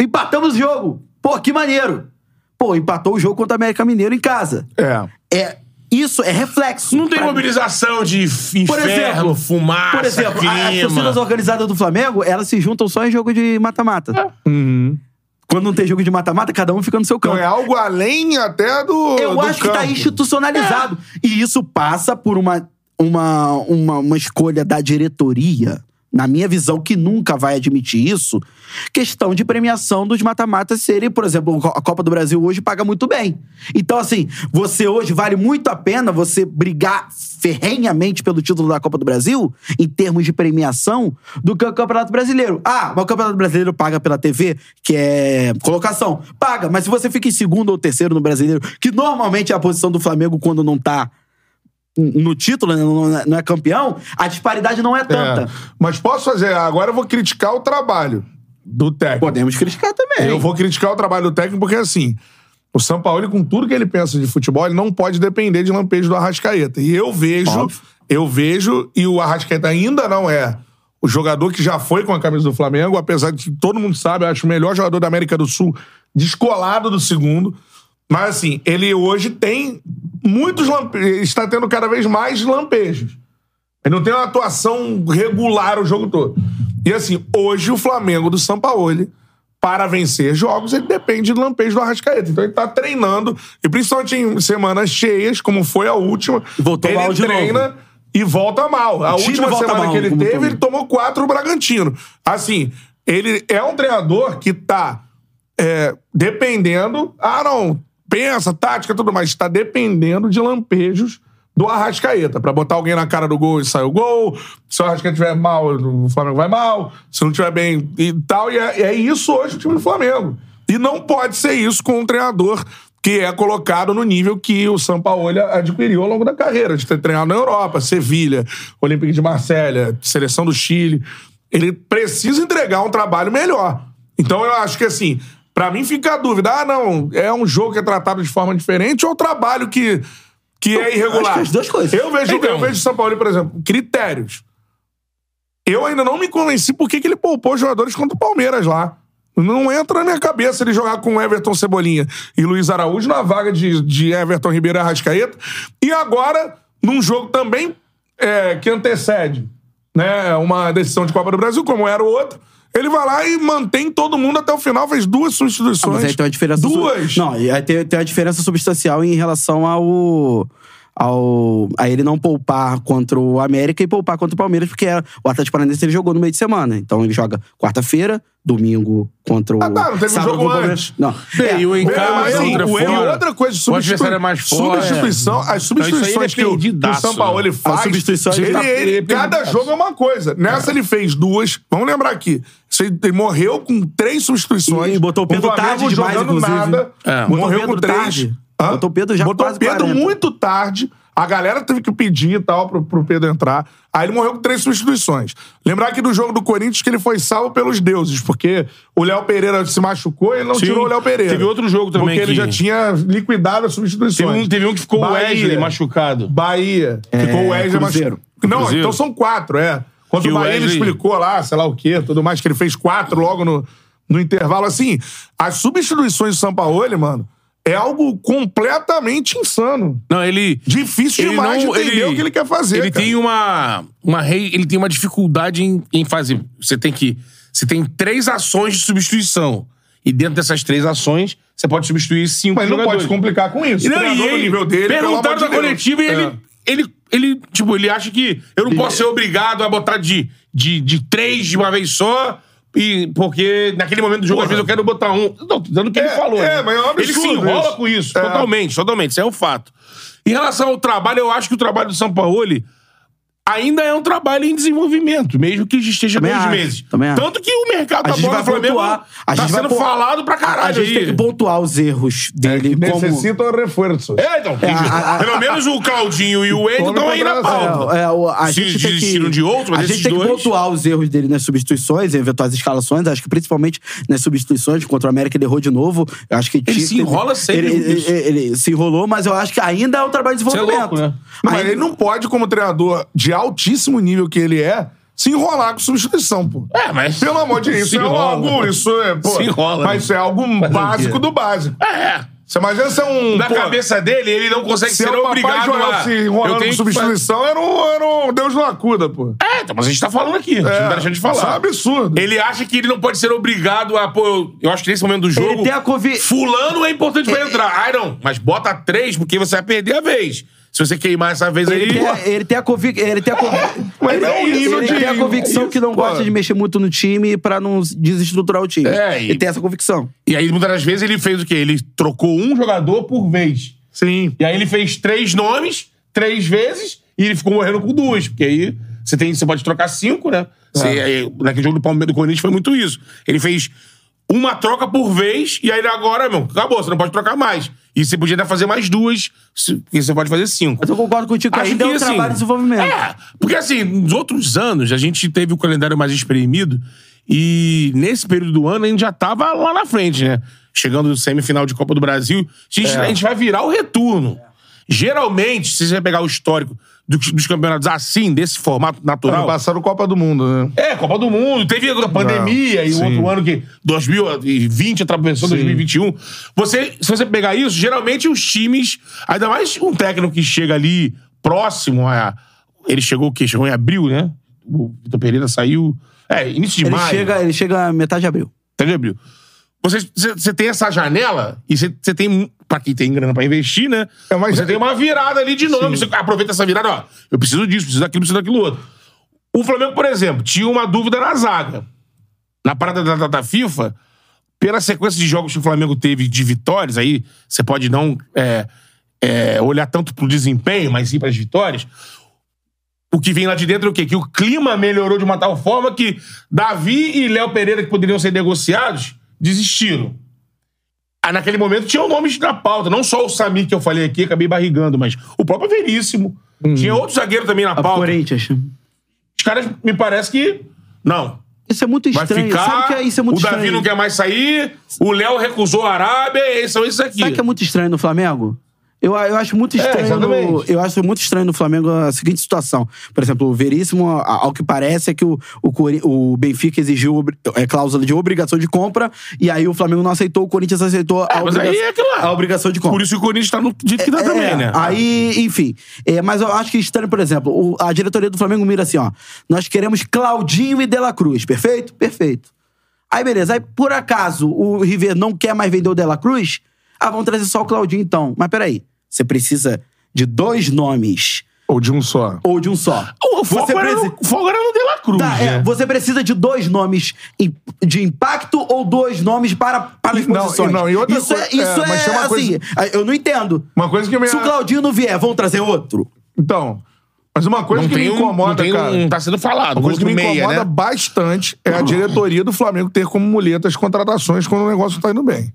empatamos o jogo. Pô, que maneiro. Pô, empatou o jogo contra o América Mineiro em casa. É. É, isso é reflexo. Não tem pra- mobilização de f- Por exemplo, inferno, fumaça, Por ah, exemplo, a- as torcidas clima. organizadas do Flamengo, elas se juntam só em jogo de mata-mata. É. Uhum. Quando não tem jogo de mata-mata, cada um fica no seu Então canto. é algo além até do. Eu do acho que tá está campo. institucionalizado. E isso passa por uma, uma, uma, uma escolha da diretoria, na minha visão, que nunca vai admitir isso, questão de premiação dos mata-matas serem, por exemplo, a Copa do Brasil hoje paga muito bem. Então, assim, você hoje vale muito a pena você brigar ferrenhamente pelo título da Copa do Brasil, em termos de premiação, do que o Campeonato Brasileiro. Ah, mas o Campeonato Brasileiro paga pela TV, que é colocação. Paga, mas se você fica em segundo ou terceiro no Brasileiro, que normalmente é a posição do Flamengo quando não tá no título, né, não- não é campeão, a disparidade não é É. tanta. Mas posso fazer. Agora eu vou criticar o trabalho do técnico. Podemos criticar também. Eu vou criticar o trabalho do técnico porque, assim, o São Paulo, com tudo que ele pensa de futebol, ele não pode depender de lampejo do Arrascaeta. E eu vejo, eu vejo, e o Arrascaeta ainda não é o jogador que já foi com a camisa do Flamengo, apesar de que todo mundo sabe, eu acho o melhor jogador da América do Sul, descolado do segundo. Mas, assim, ele hoje tem muitos lampejos, está tendo cada vez mais lampejos. Ele não tem uma atuação regular o jogo todo. E assim, hoje o Flamengo do Sampaoli, para vencer jogos, ele depende do lampejo do Arrascaeta. Então ele tá treinando, e principalmente em semanas cheias, como foi a última, Voltou ele mal de treina novo. e volta mal. A O time última volta semana mal, que ele como teve, todo. ele tomou quatro o Bragantino. Assim, ele é um treinador que tá é, dependendo. Ah, não. Pensa, tática, tudo mais. Está dependendo de lampejos do Arrascaeta. Pra botar alguém na cara do gol e sair o gol. Se o Arrascaeta estiver mal, o Flamengo vai mal. Se não estiver bem e tal. E é, é isso hoje o time do Flamengo. E não pode ser isso com um treinador que é colocado no nível que o Sampaoli adquiriu ao longo da carreira, de ter treinado na Europa, Sevilha, Olympique de Marselha, Seleção do Chile. Ele precisa entregar um trabalho melhor. Então eu acho que assim, pra mim fica a dúvida, ah não, é um jogo que é tratado de forma diferente ou o trabalho que, que é irregular? acho que as duas coisas. Eu vejo, Então. eu vejo o São Paulo, por exemplo, critérios. Eu ainda não me convenci por que, que ele poupou jogadores contra o Palmeiras lá. Não entra na minha cabeça ele jogar com Everton Cebolinha e Luiz Araújo na vaga de, de Everton Ribeiro e Arrascaeta. E agora, num jogo também é, que antecede né, uma decisão de Copa do Brasil, como era o outro, ele vai lá e mantém todo mundo até o final, fez duas Ah, substituições. mas aí tem uma diferença. Duas! Não, aí tem, tem uma diferença substancial em relação ao. ao, a ele não poupar contra o América e poupar contra o Palmeiras, porque é- o Atlético Paranaense ele jogou no meio de semana. Então ele joga quarta-feira, domingo contra o. Ah, tá, não teve um sábado jogo contra o Palmeiras. antes. Não. É, E o em Mas, casa, assim, outra o- e fora. outra coisa, O adversário é mais forte. substituição, as Não, substituições isso aí que ele o, é que o perdidaço, São Paulo né? ele faz, As substituições ele, ele tá- ele- ele é cada perdidaço. jogo é uma coisa. Nessa ele fez duas, vamos lembrar aqui, isso aí, ele morreu com três substituições. E- e botou o Pedro Flamengo tarde demais, jogando inclusive. Nada, É. Botou Morreu o com Pedro três. tarde. Hã? Botou o Pedro já Botou quase o Pedro 40. muito tarde. A galera teve que pedir e tal pro, pro Pedro entrar. Aí ele morreu com três substituições. Lembrar que do jogo do Corinthians que ele foi salvo pelos deuses, porque o Léo Pereira se machucou e ele não Sim. tirou o Léo Pereira. Teve outro jogo também Porque ele que- já tinha liquidado as substituições. Teve um- teve um que ficou o Wesley machucado. Bahia. Ficou o Wesley Cruzeiro. machucado. Não, Cruzeiro. então são quatro, é. Quando Que o o Bahia ele Wesley- explicou lá, sei lá o quê, tudo mais, que ele fez quatro logo no, no intervalo. Assim, as substituições do Sampaoli, mano, é algo completamente insano. Não, ele. Difícil demais de entender o que ele quer fazer, Ele cara. tem uma. uma rei, ele tem uma dificuldade em, em fazer. Você tem que. Você tem três ações de substituição. E dentro dessas três ações, você pode substituir cinco Mas não jogadores. pode complicar com E isso. Não, O e treinador ele, do nível dele, pelo amor perguntaram de na Deus. coletiva e É. ele, ele, ele, tipo, ele acha que eu não posso ser obrigado a botar de, de, de três de uma vez só, e, porque naquele momento do jogo, às vezes eu quero botar um. Não, tô dizendo o que ele É, falou. é, né? mas é um Ele se absurdo enrola isso. com isso, É. totalmente, totalmente, isso é um fato. Em relação ao trabalho, eu acho que o trabalho do Sampaoli ainda é um trabalho em desenvolvimento, mesmo que esteja Também dois acho, meses. também acho. Tanto que o mercado da a gente bola vai do Flamengo pontuar. assim, A tá gente vai sendo pon- falado pra A caralho gente tem aí. que pontuar os erros dele. como- Necessita um reforço. É, então. a- a- pelo menos o Claudinho e o Wendel Vamos estão aí na cobrar, pauta. É, é, o- a Se gente tem desistiram que, de outros, mas a gente esses tem dois- que pontuar os erros dele nas substituições, em eventuais escalações. Acho que principalmente nas substituições contra o América ele errou de novo. Eu acho que tinha se que ter- enrola sempre Ele, com isso. ele- ele se enrolou, mas eu acho que ainda é um trabalho de é desenvolvimento. louco, né? Não, mas Ainda- ele não pode, como treinador de altíssimo nível que ele é, se enrolar com substituição, pô. É, mas- Pelo amor de Deus, Se isso é enrola. algo. Isso é, pô, Se enrola. né? Mas isso é algo básico quê? do básico. É. Você imagina se é um. Na pô, cabeça dele, ele não consegue se ser é o Papai obrigado Joel a... se Eu enrolando tenho com que substituição, era um, era um Deus não acuda, pô. fa- É, então, mas a gente tá falando aqui. A gente não tá deixando de falar. Isso é um absurdo. Ele acha que ele não pode ser obrigado a... Pô, eu, eu acho que nesse momento do jogo... tem a convi- Fulano é importante pra entrar. Ah, não. Mas bota três, porque você vai perder a vez. Se você queimar essa vez aí... Ele tem, a- ele tem a convic... ele tem a convi- Mas ele, é um ele nível de- tem a convicção é isso, que não pô. gosta de mexer muito no time pra não desestruturar o time. É, e- Ele tem essa convicção. E aí, muitas das vezes, ele fez o quê? Ele trocou um jogador por vez. Sim. E aí ele fez três nomes, três vezes, e ele ficou morrendo com duas. Porque aí você, tem, você pode trocar cinco, né? Você- aí, naquele jogo do Palmeiras do Corinthians foi muito isso. Ele fez uma troca por vez, e aí ele agora, meu, acabou, você não pode trocar mais. E você podia até fazer mais duas, se- e você pode fazer cinco. Mas eu concordo contigo que Acho ainda é que, um assim, trabalho de desenvolvimento. É, porque assim, nos outros anos, a gente teve o calendário mais espremido e nesse período do ano a gente já tava lá na frente, né? Chegando no semifinal de Copa do Brasil, a É. gente, a gente vai virar o retorno. Geralmente, se você pegar o histórico do- dos campeonatos assim, desse formato natural. Ano passado, Copa do Mundo, né? É, Copa do Mundo, teve a pandemia e o sim. É. outro ano que 2020 atravessou 2021. Você, se você pegar isso, geralmente os times, ainda mais um técnico que chega ali próximo a ele chegou o quê? Chegou em abril, né? O Vitor Pereira saiu, é, início de Ele maio. chega, ele chega metade de abril. Tá de abril. Você, você- você tem essa janela e você, você tem. um, Pra quem tem grana pra investir, né? É, mas- você tem uma virada ali de nome. Você aproveita essa virada, ó. Eu preciso disso, preciso daquilo, preciso daquilo outro. O Flamengo, por exemplo, tinha uma dúvida na zaga. Na parada da, da, da FIFA, pela sequência de jogos que o Flamengo teve de vitórias, aí você pode não é, é, olhar tanto pro desempenho, mas sim pras vitórias. O que vem lá de dentro é o quê? Que o clima melhorou de uma tal forma que Davi e Léo Pereira, que poderiam ser negociados, desistiram. Ah, naquele momento tinham nomes na pauta, não só o Samir que eu falei aqui, acabei barrigando, mas o próprio Veríssimo. Tinha outro zagueiro também na pauta. Corinthians. Os caras me parece que. Não. Isso é muito Vai estranho. ficar. Sabe que é- isso é muito o Davi estranho? não quer mais sair. O Léo recusou a Arábia. e São esses aqui. Sabe que é muito estranho no Flamengo? Eu, eu acho muito estranho. no, exatamente. eu acho muito estranho no Flamengo a seguinte situação. Por exemplo, o Veríssimo, a- ao que parece, é que o, o, Cori- o Benfica exigiu obri- é, cláusula de obrigação de compra, e aí o Flamengo não aceitou, o Corinthians aceitou a, mas obriga- aí é aquilo lá. a obrigação de compra. Por isso que o Corinthians tá no jeito que tá É, também, né? Aí, enfim. É, mas eu acho que estranho, por exemplo, o- a diretoria do Flamengo mira assim, ó. Nós queremos Claudinho e De La Cruz, perfeito? Perfeito. Aí, beleza. Aí, por acaso, o River não quer mais vender o De La Cruz? Ah, vamos trazer só o Claudinho, então. Mas peraí, você precisa de dois nomes Ou de um só. ou de um só. O fogo, era, presi- no- o fogo era no De La Cruz, Tá, né? é, você precisa de dois nomes im- de impacto ou dois nomes para, para as E não, posições. e não, e outra isso é, coi- isso é, é, mas tem uma assim, coisa- eu não entendo. Uma coisa que me. é- Se o Claudinho não vier, vão trazer outro. Então. Mas uma coisa Não que tem me um- incomoda, não tem cara. um- tá sendo falado, Uma coisa que me outro meia, incomoda né? bastante é a diretoria do Flamengo ter como muleta as contratações quando o negócio tá indo bem.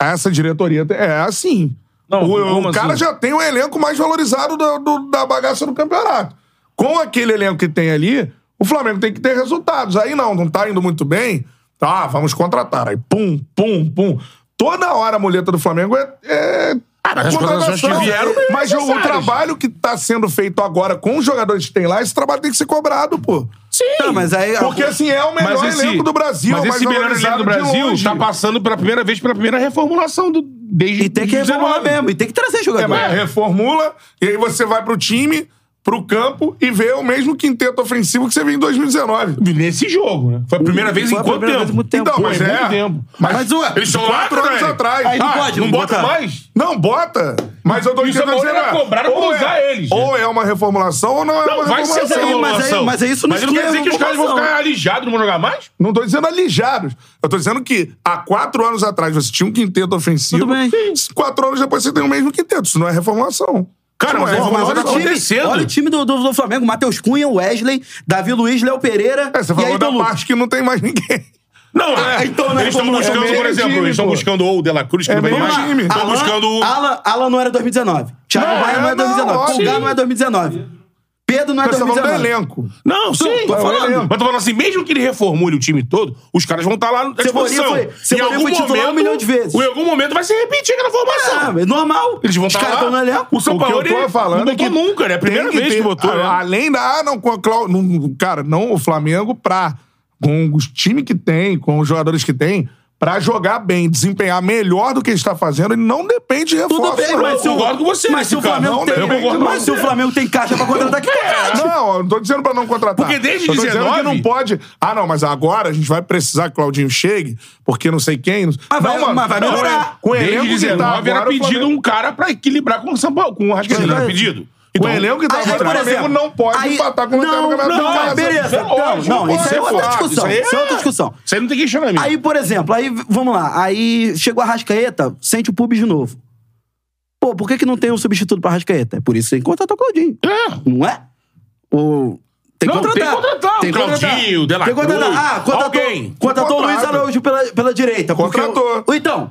Essa diretoria te- é assim. Não, o, como o cara assim? já tem o elenco mais valorizado do- do- da bagaça do campeonato. Com aquele elenco que tem ali, o Flamengo tem que ter resultados. Aí não, não tá indo muito bem. Tá, vamos contratar. Aí pum, pum, pum. Toda hora a muleta do Flamengo é. é mas as contratações que vieram bem mas é o necessárias. trabalho que tá sendo feito agora com os jogadores que tem lá, esse trabalho tem que ser cobrado, pô. Sim. Não, Tá, mas aí Porque assim, é o melhor elenco do Brasil. Mas é o mais esse melhor elenco valorizado do de Brasil longe. tá passando pela primeira vez pela primeira reformulação do, desde e tem que reformular 19. mesmo, e tem que trazer É, né? jogador. mas reformula, e aí você vai pro time, pro campo e vê o mesmo quinteto ofensivo que você viu em 2019. Nesse jogo, né? Foi a primeira vez Foi em a quanto primeira vez tempo? em muito tempo. Então, mas Foi é. muito tempo. Mas, Mas, ué, eles estão quatro quatro anos velho. atrás. Aí não Ah, pode Não bota botar. mais? Não bota, mas eu tô E o dizendo São Paulo assim, era cara, cobrado pra ou é- usar eles, né? Ou é uma reformulação ou não é uma Não, vai reformulação. ser essa aí, mas aí- reformulação. mas aí isso não Mas não quer exclui a dizer que os caras vão reformulação. ficar alijados, não vão jogar mais? Não tô dizendo alijados. Eu tô dizendo que há quatro anos atrás você tinha um quinteto ofensivo. Tudo bem. Quatro anos depois você tem o mesmo quinteto. Isso não é reformulação. Isso Cara, não é mas olha- Mas reformulação. olha o tá time, acontecendo. olha o time do, do, do Flamengo: Matheus Cunha, Wesley, Davi Luiz, Léo Pereira. É, você e aí falou da Lucas. parte que não tem mais ninguém. Não, Ah, é. então não é eles estão reformulação. buscando, É por meio exemplo, time, eles estão pô. buscando ou o De La Cruz, que É não vem meio mais. time. Estão Alan- Tá buscando um. o. Alan, Alan não era 2019. Thiago Não, Maia não é é, não, 2019. óbvio. Pulgar não é 2019. Pedro não é Mas você falou do 2019. elenco. Não, sim, tô tô falando. falando. Mas tô falando assim, mesmo que ele reformule o time todo, os caras vão estar lá na Cebolinha disposição. foi- Cebolinha foi titular um milhão de vezes. Em algum momento vai se repetir aquela formação. É, é normal. Eles vão Os estar caras lá. estão no elenco. O São O que Paulo eu tô falando não é que botou nunca, né? É a primeira tem vez que, ter- botou. a- né? Além da. Ah, não, com a Clau, não, cara, não o Flamengo pra. Com os times que tem, com os jogadores que tem, pra jogar bem, desempenhar melhor do que ele está fazendo, ele não depende de reforço. Tudo bem, não. mas se o, concordo com você mas nesse se o caso. Flamengo Não, tem, eu concordo com mas se você. o Flamengo tem caixa pra contratar, que contrate. Não, eu não tô dizendo pra não contratar. Porque desde Eu tô dizendo 19 que não pode. Ah, não, mas agora a gente vai precisar que o Claudinho chegue, porque não sei quem. Não... Mas vai- não, mano, mas vai não, melhorar. é- Com o Desde elenco que tá 19 era agora, o pedido Flamengo- um cara pra equilibrar com o São Paulo, com o Rascaeta. Era pedido. Então, o elenco que tá Aí, agora, por o Flamengo exemplo, não pode aí- empatar com o não, Lanterna do Campeonato não, de Casa. beleza. Isso é lógico, Não, não, isso aí pode, é claro, outra discussão. aí é- Isso é outra discussão. Isso aí não tem questionamento. Aí, por exemplo, aí, vamos lá. Aí chegou a Rascaeta, sente o pub de novo. Pô, por que, que não tem um substituto pra Rascaeta? É por isso que tem que contratar o Claudinho. É. Não é? Ou. Tem que Não, contratar. tem que contratar. Tem que contratar. Claudinho, De La Tem que contratar. Cruz, Ah, contratou. alguém. Contratou o Luiz Contrata. Araújo pela, pela direita. porque Contratou. *laughs* o- Então.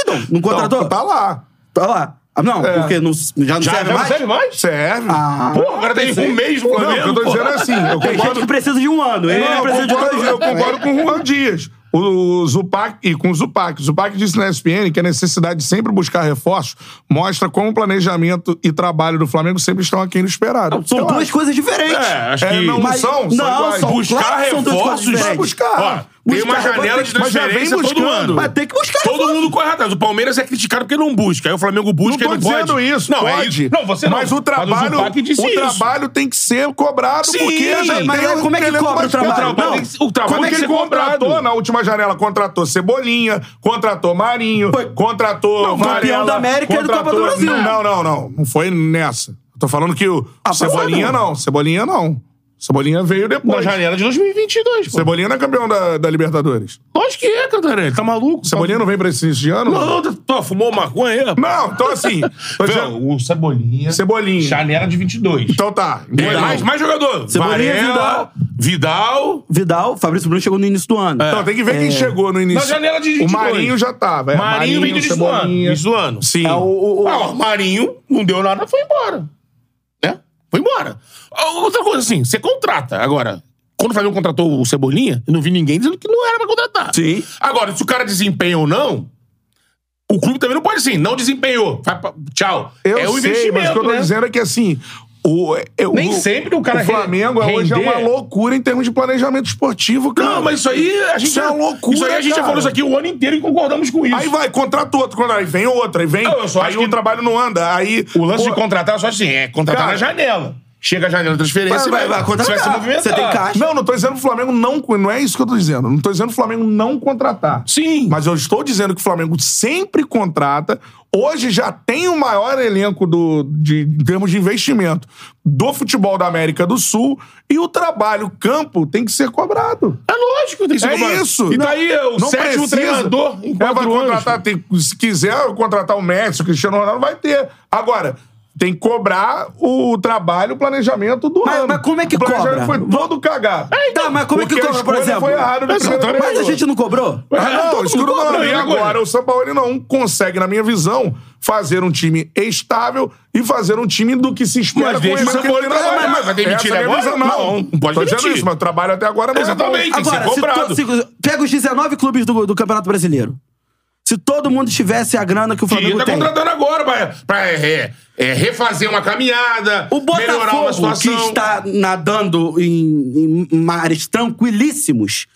então, não contratou? É Tá lá. Tá lá. Ah, Não, É. porque não, já não Já, serve já não mais. serve mais? Serve. Ah, Porra, o cara tem um mês no Não, o que Flamengo. eu tô pô. dizendo é assim, eu tem gente concordo, que precisa de um ano. Ele Não, não eu precisa de concordo, dois eu anos. concordo com o Juan Dias. O Zupac e com o Zupac. O Zupac disse na SPN que a necessidade de sempre buscar reforços mostra como o planejamento e trabalho do Flamengo sempre estão aquém do esperado. Então, São Eu duas acho. coisas diferentes. É, acho É, que. não, Mas- são, são não, iguais. são- buscar claro que são duas coisas reforços. diferentes. Ah, Buscar. Ó, tem Buscar, uma janela mas de tem- mas já vem transferência todo buscando. ano. Mas tem que buscar Todo mundo corre atrás. O Palmeiras é criticado porque não busca. Aí o Flamengo não busca e tô não dizendo pode. isso, não, pode. É isso. Não, você Mas não. o trabalho, Zupac disse o isso. trabalho tem que ser cobrado Sim, porque já mas tem aí um como é que elenco cobra o mais trabalho? pesado. Não. O Como trabalho tem é que que ele ser cobrado. contratou na última janela? Contratou Cebolinha, contratou Marinho, contratou Não, campeão Varela, da América e do contratou- Copa do Brasil. Não, não, não. Não foi nessa. Tô falando que o Ah, passou, Cebolinha não. não. Cebolinha não. Cebolinha veio Na depois. janela de 2022, pô. Cebolinha não é campeão da, da Libertadores. Lógico que é, Cantarelli. Tá maluco? Cebolinha não vem pra esse início de ano? Não, tá- não, tô- fumou maconha aí? Não, então assim. tô dizendo- Não, o Cebolinha. Cebolinha. Janela de 22. Então tá. Tem mais, mais jogador. Cebolinha, Varela, Vidal. Vidal, Fabrício Bruno chegou no início do É. ano. Não, tem que ver quem chegou no início. Na janela de O 22. Marinho já tava. É, Marinho vem do início do ano. Cebolinha. Início do ano. Sim. É, o, o- o- Ah, o Marinho não deu nada, foi embora. Né? Foi embora. Ah, Outra coisa assim, você contrata. Agora, quando o Flamengo contratou o Cebolinha, eu não vi ninguém dizendo que não era pra contratar. Sim. Agora, se o cara desempenha ou não, o clube também não pode assim, não desempenhou. vai pra- Tchau. Eu é o sei, investimento, mas o que eu tô né? dizendo é que assim. O, é, o- Nem sempre o cara O Flamengo re- hoje é uma render. loucura em termos de planejamento esportivo, cara. Não, mas isso aí a gente Isso é já- loucura, Isso aí a gente já cara. falou isso aqui o ano inteiro e concordamos com isso. Aí vai, contrata outro, quando- aí vem outro, aí vem. Não, eu só aí acho o que- trabalho não anda. Aí. O lance Pô, de contratar, eu só assim, é contratar Cara, na janela. Chega a janela de transferência, Vai- vai- vai você contratar. vai se tá. movimentar. Você tem caixa. Não, não tô dizendo que o Flamengo não. Não é isso que eu tô dizendo. Não tô dizendo que o Flamengo não contratar. Sim. Mas eu estou dizendo que o Flamengo sempre contrata. Hoje já tem o maior elenco do, de, em termos de investimento do futebol da América do Sul. E o trabalho, o campo, tem que ser cobrado. É lógico, tem que ser É cobrado. isso. E daí é o Não sétimo precisa. treinador em É, vai quatro anos. contratar, tem- se quiser contratar o Messi, o Cristiano Ronaldo, vai ter. Agora, tem que cobrar o trabalho, o planejamento do Mas- ano. mas como é que o planejamento cobra? foi todo cagado. Tá, mas como é que Porque a cobra, por escolha exemplo? foi errada do primeiro Mas a treinador. gente não cobrou? Ah, não, todo isso mundo tudo não. cobra, E né, agora agora? o Sampaoli não consegue, na minha visão, fazer um time estável e fazer um time do que se espera. Mas deixa com o Sampaoli elenco que ele trabalhar, trabalha. mas vai demitir Essa é a ele minha agora? visão, Não, Não, não pode Tô dizendo demitir. isso, mas o trabalho até agora não é bom. Exatamente. Tem que ser Agora, se cobrado. to- se- pega os 19 clubes do, do Campeonato Brasileiro. Se todo mundo tivesse a grana que o Queria Flamengo tá tem. contratando agora pra, pra é, é, refazer uma caminhada, O melhorar uma Botafogo, que situação. está nadando em, em mares tranquilíssimos,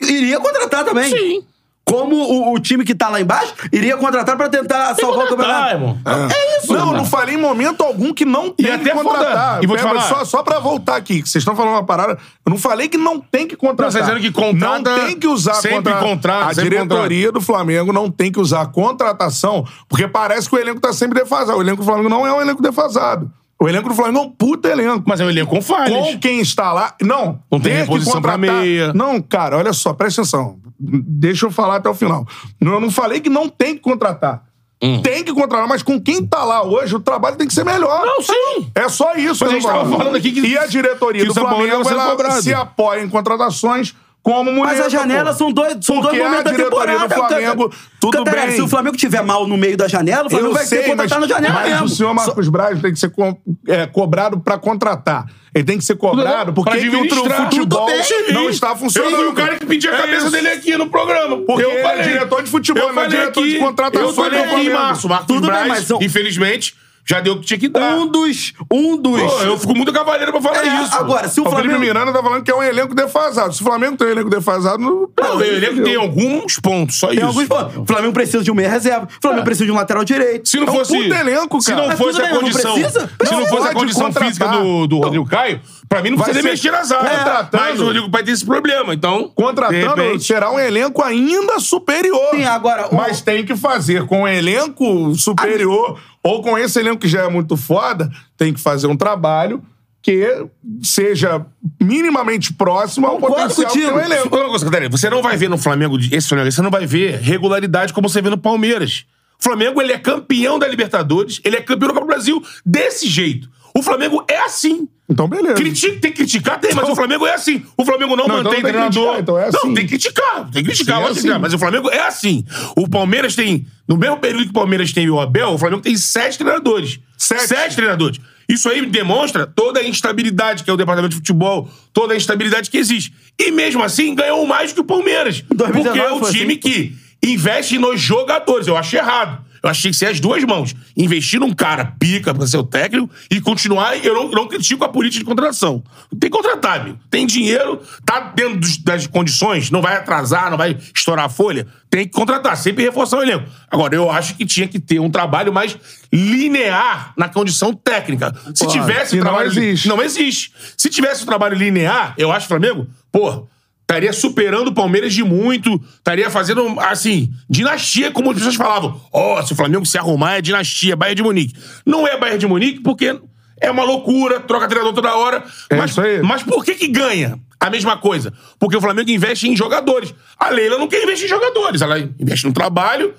iria contratar também. Sim. Como o, o time que tá lá embaixo iria contratar pra tentar salvar o Tá, campeonato. irmão. Ah. É isso, Não, mano. não falei em momento algum que não tem até que contratar. foda. E vou te Pera, falar. Só, só pra voltar aqui, que vocês estão falando uma parada. Eu não falei que não tem que contratar. Não, você tá dizendo que contrata, Não tem que usar sempre contra- contrata, A sempre diretoria do Flamengo não tem que usar a contratação, porque parece que o elenco tá sempre defasado. O elenco do Flamengo não é um elenco defasado. O elenco do Flamengo é um puta elenco. Mas é um elenco com falhas. Com quem está lá. Não. Não tem que reposição pra contratar. meia. Não, cara, olha só, presta atenção. Deixa eu falar até o final. Não, Eu não falei que não tem que contratar. Hum. Tem que contratar, mas com quem tá lá hoje, o trabalho tem que ser melhor. Não, sim. É só isso. Mas a eu gente falo. tava falando aqui que- E a diretoria que é do o São Paulo Flamengo, ia ser ela cobrado. se apoia em contratações como mulher. tá Mas a janela são dois, são Porque dois a momentos da diretoria do temporada. Flamengo, Canta- tudo Cantarelli, bem. Se o Flamengo tiver mal no meio da janela, o Flamengo Eu vai ter sei, que contratar mas, na janela mas mesmo. o senhor é Marcos Braz tem que ser co- é, cobrado pra contratar. Ele tem que ser cobrado porque Pra que o tru- administrar. futebol Tudo bem. não está funcionando. Eu fui o cara que pedi a É cabeça isso. dele aqui no programa. Porque eu ele é falei. diretor de futebol, eu não é falei diretor de aqui, contratações Eu falei do aqui em Flamengo. março. Marcos Tudo bem, Braz, mas eu- infelizmente, já deu o que tinha que dar. Um dos. Um dos. Pô, eu fico muito cavaleiro pra falar É, isso. Agora, se o O Felipe Flamengo. Miranda tá falando que é um elenco defasado. Se o Flamengo tem um elenco defasado, não. Não, o elenco tem alguns pontos, só Tem isso. alguns pontos. O Flamengo precisa de um meia reserva. O Flamengo precisa de um lateral direito. Se não É um fosse. puta elenco, se cara. não Mas fosse É tudo a bem, mas não condição. precisa? se Não não fosse a pode condição contratar. física do, do Rodrigo Caio, pra mim não Vai precisa ser- nem mexer na zaga. É, tratando. Mas o Rodrigo Caio tem esse problema, então. Contratando, de repente- será um elenco ainda superior. Sim, agora, o- Mas tem que fazer com o elenco superior ou com esse elenco que já é muito foda, tem que fazer um trabalho que seja minimamente próximo ao potencial que tem o elenco. Fala uma coisa, Catarina, Você não vai ver no Flamengo, de- esse Flamengo, você não vai ver regularidade como você vê no Palmeiras. O Flamengo, ele é campeão da Libertadores, ele é campeão da Copa do Brasil desse jeito. O Flamengo é assim. Então, beleza. Critica, tem que criticar, tem, mas o Flamengo é assim. O Flamengo não, Então- Não, então mantém não tem que treinador. criticar, então é assim. Não, tem que criticar. Tem que criticar, Sim, é pode criticar, assim. mas o Flamengo é assim. O Palmeiras tem. No mesmo período que o Palmeiras tem o Abel, o Flamengo tem sete treinadores. Sete. treinadores. Isso aí demonstra toda a instabilidade que é o departamento de futebol, toda a instabilidade que existe. E mesmo assim, ganhou mais que o Palmeiras. 2019 Porque é foi o assim. time que investe nos jogadores. Eu acho errado. Eu achei que ser as duas mãos. Investir num cara pica pra ser o técnico e continuar. Eu não, não critico a política de contratação. Tem que contratar, meu. Tem dinheiro, tá dentro dos- das condições, não vai atrasar, não vai estourar a folha. Tem que contratar, sempre reforçar o elenco. Agora, eu acho que tinha que ter um trabalho mais linear na condição técnica. Se Claro, tivesse um e não trabalho. li- existe. Não existe. Se tivesse um trabalho linear, eu acho que o Flamengo, pô, estaria superando o Palmeiras de muito, estaria fazendo, assim, dinastia, como as pessoas falavam. Ó, se o Flamengo se arrumar, é dinastia, Bayern de Munique. Não é Bayern de Munique porque é uma loucura, troca treinador toda hora. É mas, isso aí. mas por que que ganha? A mesma coisa. Porque o Flamengo investe em jogadores. A Leila não quer investir em jogadores, ela investe no trabalho,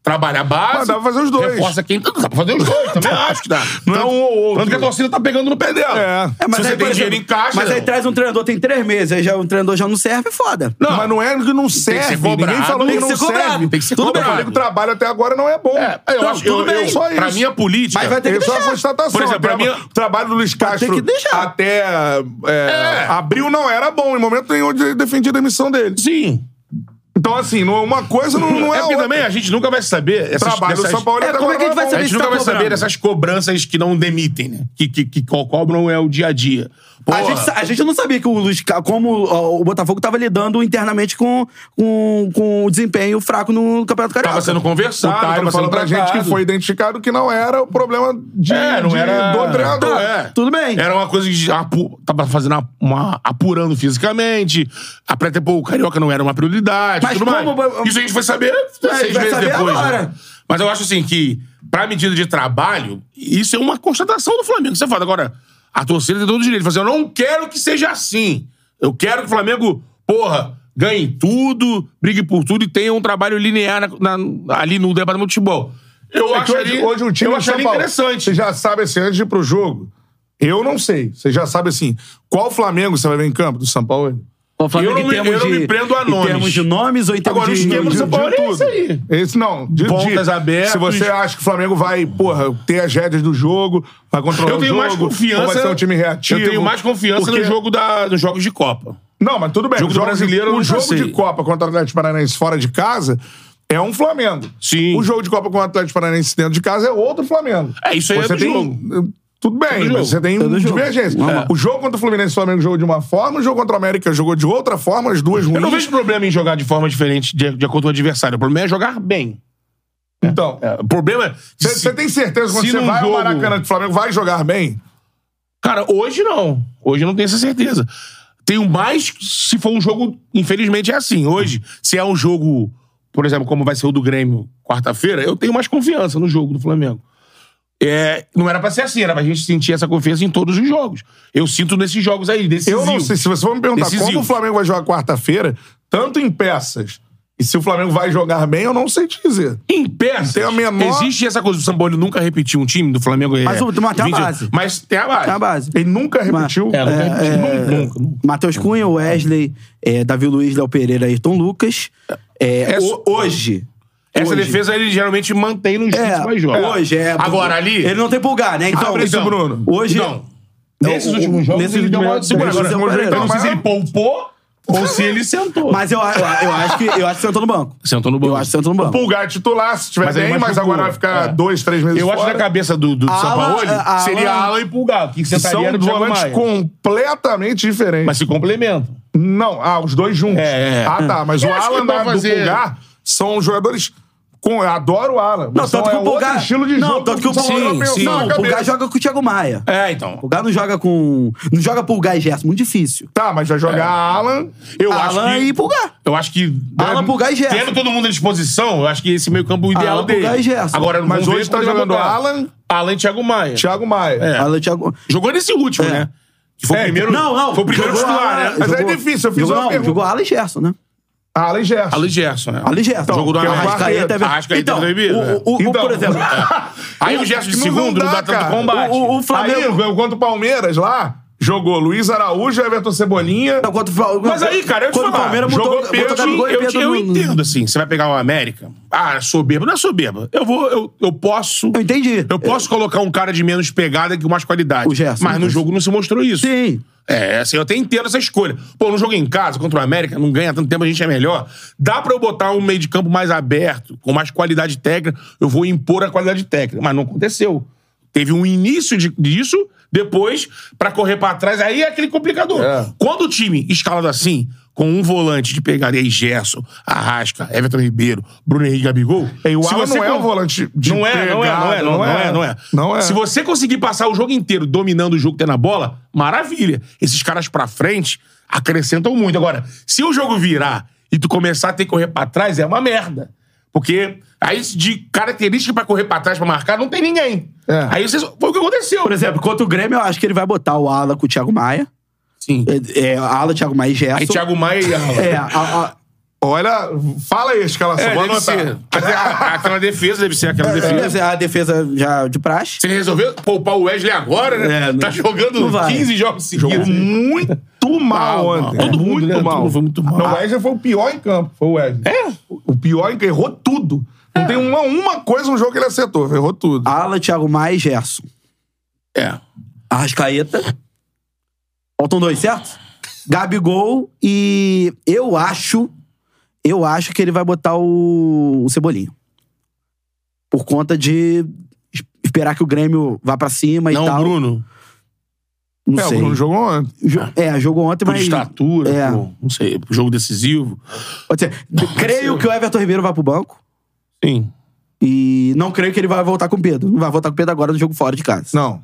trabalha a base. Mas dá pra fazer os dois. Reforça quem... tá- Dá pra fazer os dois, também acho que dá. Não é Tanto- um ou outro. Tanto que a torcida tá pegando no pé dela. É. É, Se você por tem dinheiro em exemplo, caixa. Mas aí não. traz um treinador, tem três meses, aí já um treinador já não serve, foda. Não, mas não é que não serve. Ninguém cobrado. falou Tem que, que não ser cobrado. serve. Tem que ser Tudo bem, Eu cobrado. falei que o trabalho até agora não é bom. É, eu Então, acho tudo eu, bem. eu, só isso. Pra mim, a política. Mas vai ter que Eu só deixar. a constatação. Por exemplo, pra até- mim- O trabalho do Luiz Castro que deixar. até é, É. abril não era bom. Em momento nenhum eu defendi a demissão dele. Sim. Então, assim, não, uma coisa não, não é, é a porque outra. também a gente nunca vai saber. Essas, Trabalho do dessas- São Paulo É, até como é agora que a gente vai não A saber se gente tá nunca vai cobrando? saber essas cobranças que não demitem, né? Que, que, que co- cobram é o dia a dia. A gente, sa- a gente não sabia que o Luiz, Ca- como ó, o Botafogo tava lidando internamente com, com, com o desempenho fraco no Campeonato Carioca. Tava sendo O conversado, Tário tava falou sendo Tá, pra gente que tratado. foi identificado que não era o problema de, É, não de- era do treinador. Tá, é. tudo bem. Era uma coisa que apu- tava fazendo uma, uma- apurando fisicamente. A pré o carioca não era uma prioridade. Mas tudo como- mais. Isso a gente foi saber a gente seis vai meses saber depois. agora. né? Mas eu acho assim que, pra medida de trabalho, isso é uma constatação do Flamengo. Você fala, agora, a torcida tem todo o direito. Fala assim, eu não quero que seja assim. Eu quero que o Flamengo, porra, ganhe tudo, brigue por tudo e tenha um trabalho linear na- na- ali no departamento de futebol. Eu É que acho hoje, hoje o time eu do São acharia Paulo, interessante. Você já sabe assim, antes de ir pro jogo, eu não sei. Você já sabe assim, qual Flamengo você vai ver em campo do São Paulo? O Flamengo, eu não em me- termos eu não me prendo a Em nomes. termos de nomes ou em termos Agora, o de... esquema do de- São Paulo de é esse tudo. aí. Esse não. De, Pontas de- abertas. Se você acha que o Flamengo vai, porra, ter as rédeas do jogo, vai controlar Eu tenho o jogo, mais ou vai confiança. ser um time reativo. Eu tenho mais confiança porque- no jogo da, nos jogos de Copa. Não, mas tudo bem. Jogo do Jogos brasileiro eu de, o nunca jogo sei. de Copa contra o Atlético Paranaense fora de casa é um Flamengo. Sim. O jogo de Copa contra o Atlético Paranaense dentro de casa é outro Flamengo. É, isso aí é você do tem, jogo. Tudo bem, jogo. mas você tem do jogo. divergência. Normal. O jogo contra o Fluminense, o Flamengo jogou de uma forma, o jogo contra o América jogou de outra forma, as duas ruins. Eu não vejo problema em jogar de forma diferente de, de acordo com o adversário. O problema é jogar bem. Então, É, o problema é. você se- você tem certeza quando se você num vai ao jogo- Maracanã que o Flamengo vai jogar bem? Cara, hoje não. Hoje eu não tenho essa certeza. Tenho mais se for um jogo. Infelizmente é assim. Hoje, se é um jogo, por exemplo, como vai ser o do Grêmio quarta-feira, eu tenho mais confiança no jogo do Flamengo. É, não era pra ser assim, era pra gente sentir essa confiança em todos os jogos. Eu sinto nesses jogos aí, Eu decisivos. não sei. Se você for me perguntar como Decisivo. o Flamengo vai jogar quarta-feira, tanto em peças, e se o Flamengo vai jogar bem, eu não sei te dizer. Em peças. Tem a menor- Existe essa coisa do São Paulo nunca repetir um time do Flamengo. é, Mas o- mas tem a 20 base. Mas tem a base. Tá a base. Ele nunca repetiu. É, nunca repetiu. É, Nunca, nunca. Matheus Cunha, Wesley, é, Davi Luiz, Léo Pereira, Ayrton Lucas. É, É, ho- hoje. Essa hoje. defesa ele geralmente mantém nos É, principais jogos. hoje é. Agora ali. Ele não tem pulgar, né? Então, Abre isso, Bruno. Hoje. é Não. Nesses o- últimos jogos, nesses ele deu uma últimos- é segurada. nesses Agora, últimos- Eu não sei se ele tá mas- poupou ou se ele sentou. Mas eu, eu, eu acho que eu acho que sentou no banco. Sentou no banco. Eu acho que sentou no O banco. Pulgar é titular, se tiver Mas ele bem, mas machucou. agora vai ficar É. dois, três meses Eu acho que fora. na cabeça do, do Ala- Sampaoli a- a- seria ala- ala e pulgar. O que Que sentaria são no Thiago volantes Maia. completamente diferentes. Mas se complementam. Não, ah, os dois juntos. É, é. Ah, tá, mas Eu o acho que Alan dá pra da- do fazer- Pulgar são jogadores... Com, eu adoro o Alan. mas Não, são- tanto que é o Pulgar. outro estilo de não, jogo. tanto que o São Pulgar. europeus sim. na Não, o cabeça. Pulgar joga com o Thiago Maia. É, O então. Pulgar não joga com. Não joga Pulgar e Gerson. Muito difícil. Tá, mas vai jogar Alan. Eu Alan acho que, e Pulgar. Eu acho que. Alan, deve- Pulgar e Gerson. Tendo todo mundo à disposição, eu acho que esse meio campo ideal Alan, dele. Pulgar e Gerson. Agora, Mas vamos ver hoje tá quando ele vai jogando botar. Alan- Alan e Thiago Maia. Thiago Maia. É. Alan, Thiago... Jogou nesse último, É. né? Que foi o primeiro. Não, não. Foi o primeiro jogou titular, Alan- né? Mas aí é difícil, eu fiz jogou, uma não, pergunta. Jogou Alan e Gerson, né? Alan e Gerson. Alan e Gerson, né? Ali Gerson. Jogo do Porque o Arrascaeta. Arrascaeta é ver- Arrascaeta Então, é proibido, o- né? o- o- Então, por *laughs* exemplo, Aí o Gerson de Não segundo não dá tanto cara. combate. O- o- Flamengo- Aí, contra o Palmeiras lá, jogou Luiz Araújo, Everton Cebolinha. não, quanto, Mas aí, cara, eu te quando o falar, Palmeiras jogou botou, botou pênalti, Gabigol e eu, Pedro eu no- entendo, assim. Você vai pegar o América. Ah, soberba. Não é soberba. Eu vou... Eu, eu posso... Eu entendi. É. Eu posso colocar um cara de menos pegada que mais qualidade. O Gerson. Mas no jogo não se mostrou isso. Sim. É, assim, eu até entendo essa escolha. Pô, no jogo em casa, contra o América, não ganha tanto tempo, a gente é melhor. Dá pra eu botar um meio de campo mais aberto, com mais qualidade técnica, eu vou impor a qualidade técnica. Mas não aconteceu. Teve um início de- disso, depois, pra correr pra trás, aí é aquele complicador. É. Quando o time escalado assim, com um volante de pegaria e Gerson, Arrasca, Everton Ribeiro, Bruno Henrique Gabigol... E o se Alan você não é con- um volante de não é, não é, não é, pegada, não, não é, não é. Não é. Se você conseguir passar o jogo inteiro dominando o jogo tendo a bola, maravilha. Esses caras pra frente acrescentam muito. Agora, se o jogo virar e tu começar a ter que correr pra trás, é uma merda. Porque aí de característica pra correr pra trás pra marcar não tem ninguém. É. Aí você, foi o que aconteceu. Por exemplo, contra o Grêmio, eu acho que ele vai botar o Ala com o Thiago Maia. Sim. É, é, Ala, Thiago Maia e Gerson. Aí Thiago Maia e *laughs* Alan. É, a- a- Olha, fala aí a escalação, É, vou deve anotar. ser. Aquela- Aquela defesa deve ser É. aquela *laughs* defesa. Mas a defesa já de praxe. Se ele resolveu poupar o Wesley agora, né? É, não- tá jogando não vai. 15 jogos seguidos. Jogou muito mal Mal, ontem. É mal. Todo muito mundo, né? Todo mal. mundo foi muito mal. Não, o Wesley foi o pior em campo, foi o Wesley. É? O pior em campo, errou tudo. Não tem uma, uma coisa no jogo que ele acertou, errou tudo. Ala, Thiago Maia e Gerson. É. Arrascaeta. Faltam dois, certo? Gabigol e eu acho, eu acho que ele vai botar o, o Cebolinha. Por conta de es- esperar que o Grêmio vá pra cima e Não, tal. Bruno. Não É, o sei. Bruno jogou ontem. Jo- É, jogou ontem, Por mas. estatura, É. por- não sei, por jogo decisivo. Pode ser. Creio que o Everton Ribeiro vai pro banco. Sim. E não creio que ele vai voltar com o Pedro. Não vai voltar com o Pedro agora no jogo fora de casa. Não.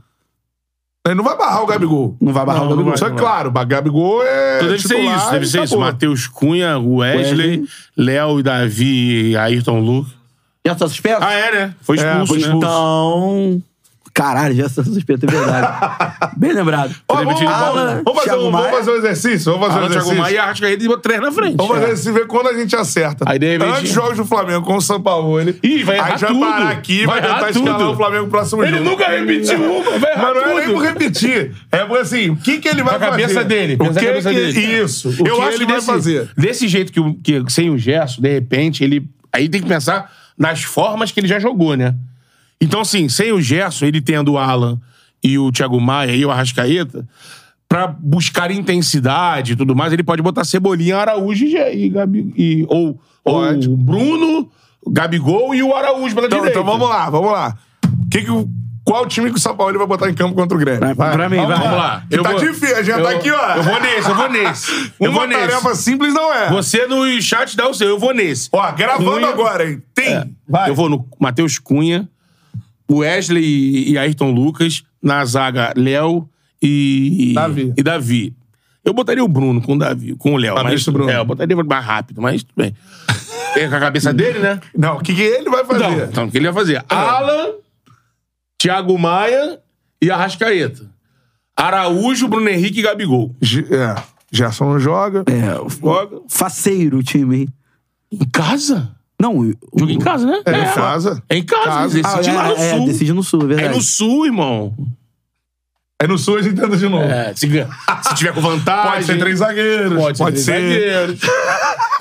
Ele não vai barrar o Gabigol. Não vai barrar Não, o Gabigol. vai, Só não que, é claro, o Gabigol é. Então deve ser titular isso, e deve ser isso. acabou. Matheus Cunha, Wesley, Wesley. Léo e Davi e Ayrton Lucas. Já tá suspenso? Ah, é, né? Foi É, expulso, foi né? expulso. Então. Caralho, já tá suspeito, é *laughs* verdade. Bem lembrado. Ó, Ele vamos, tira de bola, Alan, né? vamos fazer Thiago um, vamos Maia. fazer um exercício. Vamos fazer um Alan, Thiago exercício. Maia e Arrascaeta e botou três na frente. Vamos É. fazer esse ver quando a gente acerta. Aí, de repente- Antes dos jogos do Flamengo com o São Paulo, ele. Ih, vai a errar gente vai tudo. parar aqui, vai, Vai errar tentar escalar tudo. o Flamengo no próximo Ele jogo. nunca repetiu uma, vai errar Mas não é nem tudo. por repetir. É por assim, o que, que ele vai Na cabeça fazer? dele. O pensa que, na cabeça que- dele. Isso. O eu que acho que ele ele vai desse, fazer. Desse jeito que, o- que sem o Gerson, de repente, ele. Aí tem que pensar nas formas que ele já jogou, né? Então, assim, sem o Gerson, ele tendo o Alan e o Thiago Maia e o Arrascaeta, pra buscar intensidade e tudo mais, ele pode botar Cebolinha, Araújo e, Ge- e, Gabi, e ou, ou Pode. o Bruno, Gabigol e o Araújo pela Então, direita. então vamos lá, vamos lá. Que que o- qual time que o São Paulo vai botar em campo contra o Grêmio? Pra- pra mim, vai. Vamos lá. Tá difícil, a gente tá eu- aqui, ó. Eu vou nesse, eu vou *laughs* nesse. Eu Uma vou nesse. tarefa simples não é. Você no chat dá o seu, eu vou nesse. Ó, gravando Cunha- agora, hein? Tem. Vai. É. Eu vou no Matheus Cunha, Wesley e- e Ayrton Lucas, na zaga Léo e Davi. e Davi. Eu botaria o Bruno com o Davi, com o Léo. Tá, Mas deixa o Bruno. É, eu botaria mais rápido, mas *laughs* tudo bem. É com a cabeça dele, né? Não, o que, que ele vai fazer? Então, então, o que ele ia fazer? Alan, Thiago Maia e Arrascaeta. Araújo, Bruno Henrique e Gabigol. Ge- é, Gerson não joga. É, o- Joga. faceiro o time, hein? Em casa? Não, o- Jogo em casa, né? É, em casa. É em casa, Casa. decide Ah, lá no é, é, sul. decide no sul, é É verdade. no sul, irmão. Aí no Sul a gente tenta de novo. É, se, gan- se tiver com vantagem. Pode ser três zagueiros. Pode ser. Pode três ser. zagueiros.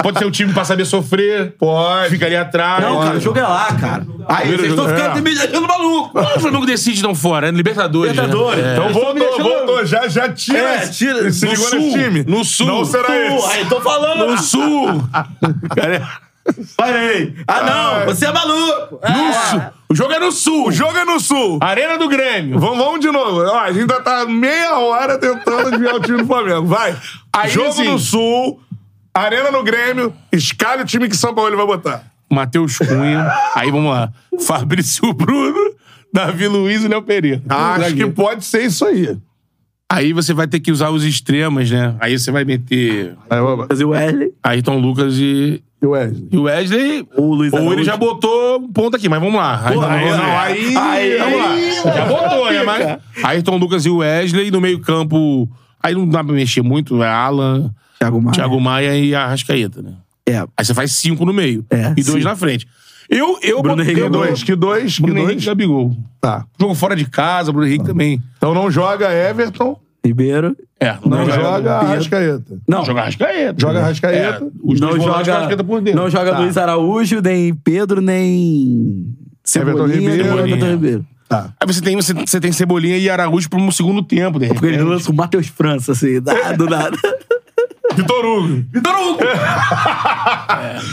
pode ser um time pra saber sofrer. Pode. Fica ali atrás. né? Não, cara, o jogo é lá, cara. Aí, Primeiro vocês estão jogo- ficando é. me deixando maluco. Quando o Flamengo decide não fora? É no Libertadores. Libertadores. Né? É. Então Eles tão me voltou, deixando- voltou. Já, já tira. É, tira. Se No ligou sul, nesse time. no sul. Não será Pô, esse. aí, tô falando. No sul. Cara, Parei. Ah, não, você é maluco. é- no sul. O jogo é no sul. O jogo é no Sul. Arena do Grêmio. Vamos, vamos de novo. Ó, a gente ainda tá meia hora tentando desviar o time do Flamengo. Vai. Aí, jogo assim- no Sul. Arena no Grêmio. Escalhe o time que São Paulo vai botar. Matheus Cunha. Aí vamos lá. Fabrício Bruno, Davi Luiz e Léo Pereira. Acho que Zagueiro. pode ser isso aí. Aí você vai ter que usar os extremos, né? Aí você vai meter Aí, vamos. Fazer o Wesley. Ayrton Lucas e, E o Wesley? E o Wesley. Ou o Luiz Ou ele Araújo. já botou um ponto aqui, mas vamos lá. Ayrton aí Lucas- não, aí- né? aí- vamos aí- lá. Já botou, né? Mas Ayrton Lucas e o Wesley no meio-campo. Aí não dá pra mexer muito, é Alan, Thiago Ah, Maia. é. Thiago Maia e Arrascaeta, né? É. Aí você faz cinco no meio É, e dois sim. na frente. Eu, eu Bruno botei- Henrique Que eu- dois, que dois, que Bruno Henrique e dois. Gabigol. Tá. Jogo fora de casa, Bruno Henrique também. Então não joga Everton, Ribeiro. É, não joga Arrascaeta. Não, Joga Arrascaeta. Joga Arrascaeta. É, os não dois volantes, joga, Arrascaeta por dentro. não joga Tá. Luiz Araújo, nem Pedro, nem... Everton Cebolinha, nem Ribeiro. Everton Ribeiro. Tá. Aí você tem, você, você tem Cebolinha e Araújo pra um segundo tempo, de Porque ele repente. lança o Matheus França, assim, *laughs* da- do nada. Vitor Hugo. Tá Vitor Hugo!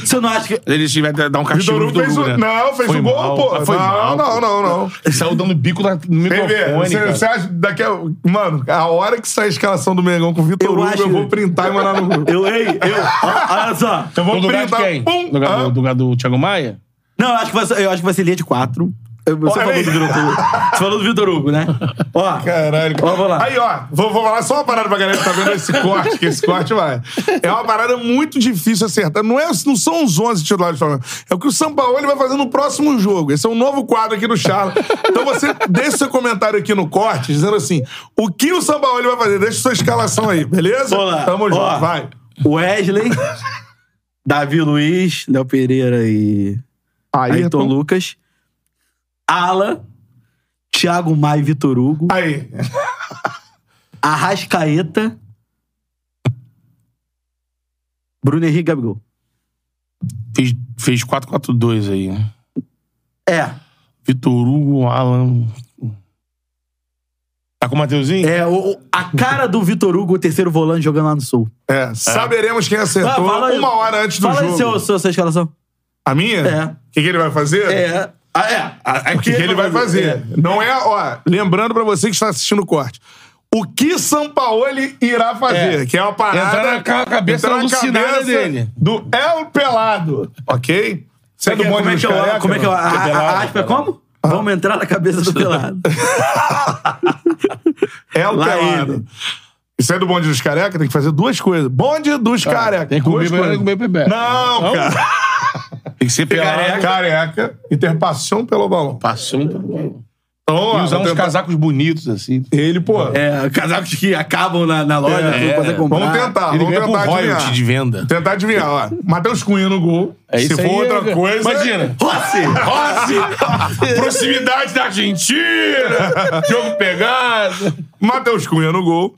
Você não acha que... Ele tiver dar um castigo Vitor Hugo no fez o. né? Não, fez Foi o gol, mal, pô. mas Foi não, mal, não, pô. não, não. Ele saiu dando bico na- no Bebê, microfone, cara. você acha daqui a. Mano, a hora que sair a escalação do Mengão com o Vitor Eu Hugo, acho- eu vou printar e mandar no grupo. Eu, ei, eu... ó, Olha só. Eu vou No lugar de printar. quem? Pum! No lugar Ah. do, do, lugar do Thiago Maia? Não, eu acho que vai ser, eu acho que vai ser linha de quatro. Eu- Você Olha falou aí. do Vitor Hugo. Você falou do Vitor Hugo, né? Ó, Caralho. Ó, vamos lá. Aí, ó, vou, vou falar só uma parada pra galera que tá vendo esse corte, que esse corte vai. É uma parada muito difícil acertar. Não, é, não são os 11 titulares do Flamengo. É o que o São Paulo ele vai fazer no próximo jogo. Esse é um novo quadro aqui no Charla. Então você deixa seu comentário aqui no corte, dizendo assim, o que o São Paulo ele vai fazer? Deixa sua escalação aí, beleza? vamos lá. Tamo junto, Ó, vai. Wesley, Davi Luiz, Léo Pereira e então? Ayrton Lucas. Ala, Thiago Maia e Vitor Hugo. Aí. Arrascaeta. Bruno Henrique e Gabigol. Fez, fez 4-4-2 aí, né? É, Vitor Hugo, Alan... Tá com o Mateuzinho? é o, o- a cara do Vitor Hugo, o terceiro volante jogando lá no Sul. É, saberemos quem Ah, acertou fala aí. uma hora antes do Fala aí jogo. seu, seu, sua escalação. A minha? É. O que, que ele vai fazer? É. Ah, é. é, O que, que ele vai fazer? Não é, ó, lembrando pra você que está assistindo o corte. o que Sampaoli irá fazer, É. que é uma parada... Entrar na ca- cabeça entrar na alucinada dele. Do El Pelado, ok? Você Como é bonde que dos eu- careca, Como é que é? A, mano? a, pelado, a aspa é como? Vamos entrar na cabeça do pelado. É o Lá pelado. ele. Isso aí do bonde dos careca, tem que fazer duas coisas. Bonde dos careca. Ah, tem que duas comer coisas. primeiro, tem que comer primeiro. Não, Não? cara. Tem que ser Careca. pelado. careca, interpassão pelo balão. Passou Então, ah, E usar vamos uns tentar- casacos bonitos, assim. Ele, pô. *laughs* É, casacos que acabam na, na loja, É, né? tu não é. consegue comprar. Vamos tentar, Ele vamos ganha por tentar royalty adivinhar. de venda. Tentar adivinhar, ó. Matheus Cunha no gol. É isso Se aí, for outra é- coisa. *laughs* assim, Imagina. Rossi! Rossi! Proximidade *laughs* da Argentina! Jogo pegado! Matheus Cunha no gol.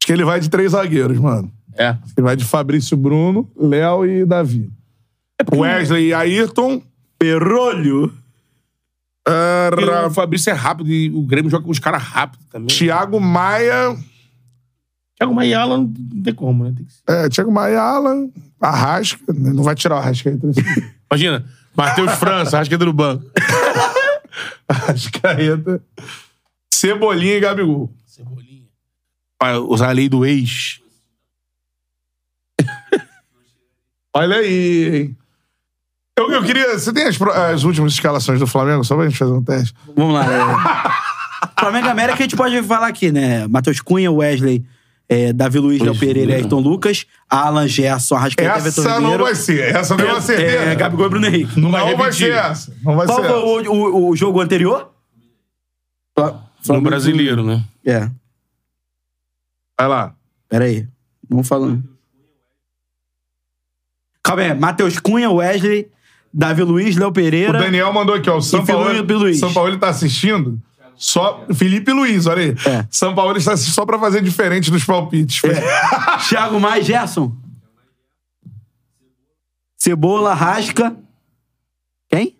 Acho que ele vai de três zagueiros, mano. É. Ele vai de Fabrício Bruno, Léo e Davi. É Wesley e Ayrton. Perolho! ah, O Ra- Fabrício é rápido e o Grêmio joga com os caras rápido também. Thiago Maia. Thiago Maiala não tem como, né? Tem que ser. É, Thiago Maia, Alan. Arrasca. né? Não vai tirar o *laughs* Arrascaeta. desse- Imagina, Matheus França, acho que entra no banco. Arrascaeta. Cebolinha e Gabigol. Cebolinha. Vai usar a lei do ex. Olha aí, hein? Eu, eu queria. Você tem as, pro- as últimas escalações do Flamengo? Só pra gente fazer um teste. Vamos lá, né? *laughs* Flamengo e América, a gente pode falar aqui, né? Matheus Cunha, Wesley, é, Davi Luiz, Léo Pereira e Ayrton Lucas, Alan Gerson, Arrascaeta e Vitor Essa não Ribeiro. vai ser. Essa eu tenho uma certeza. É, Gabigol e Bruno Henrique. Não, vai, repetir. ser essa. Não vai Qual ser foi essa. o, o- o jogo anterior? No brasileiro, né? É, Vai lá. peraí. Vamos falando. Calma aí, Matheus Cunha, Wesley, Davi Luiz, Léo O Pereira. Daniel mandou aqui, ó. O São Paulo, Felipe Luiz. São Paulo tá assistindo. Só Felipe Luiz, olha aí. É. São Paulo está assistindo só pra fazer diferente dos palpites. *laughs* Então, Thiago Maia, Gerson. Cebola, Rasca. Quem?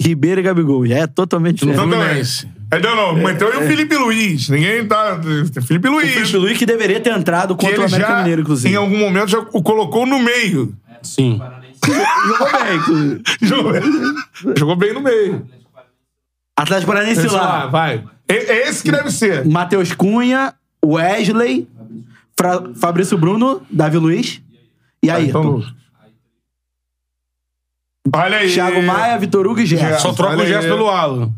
Ribeiro e Gabigol. Já é totalmente Então, também. diferente. Fluminense. É, não, não. Então e o Felipe Luiz? Ninguém tá. Felipe O Luiz. Felipe Luiz que deveria ter entrado que contra o ele América já, Mineiro, inclusive. em algum momento, já o colocou no meio. Sim. Jogou bem, inclusive. *laughs* Jogou, jogou bem no meio. Atlético Paranaense lá. vai. É, é esse que deve ser. Matheus Cunha, Wesley, Fra- Fabrício Bruno, Davi Luiz e Ayrton. Então, olha aí. É, Thiago Maia, Vitor Hugo e Gerson. Só troca Olha o gesto aí. pelo Alan.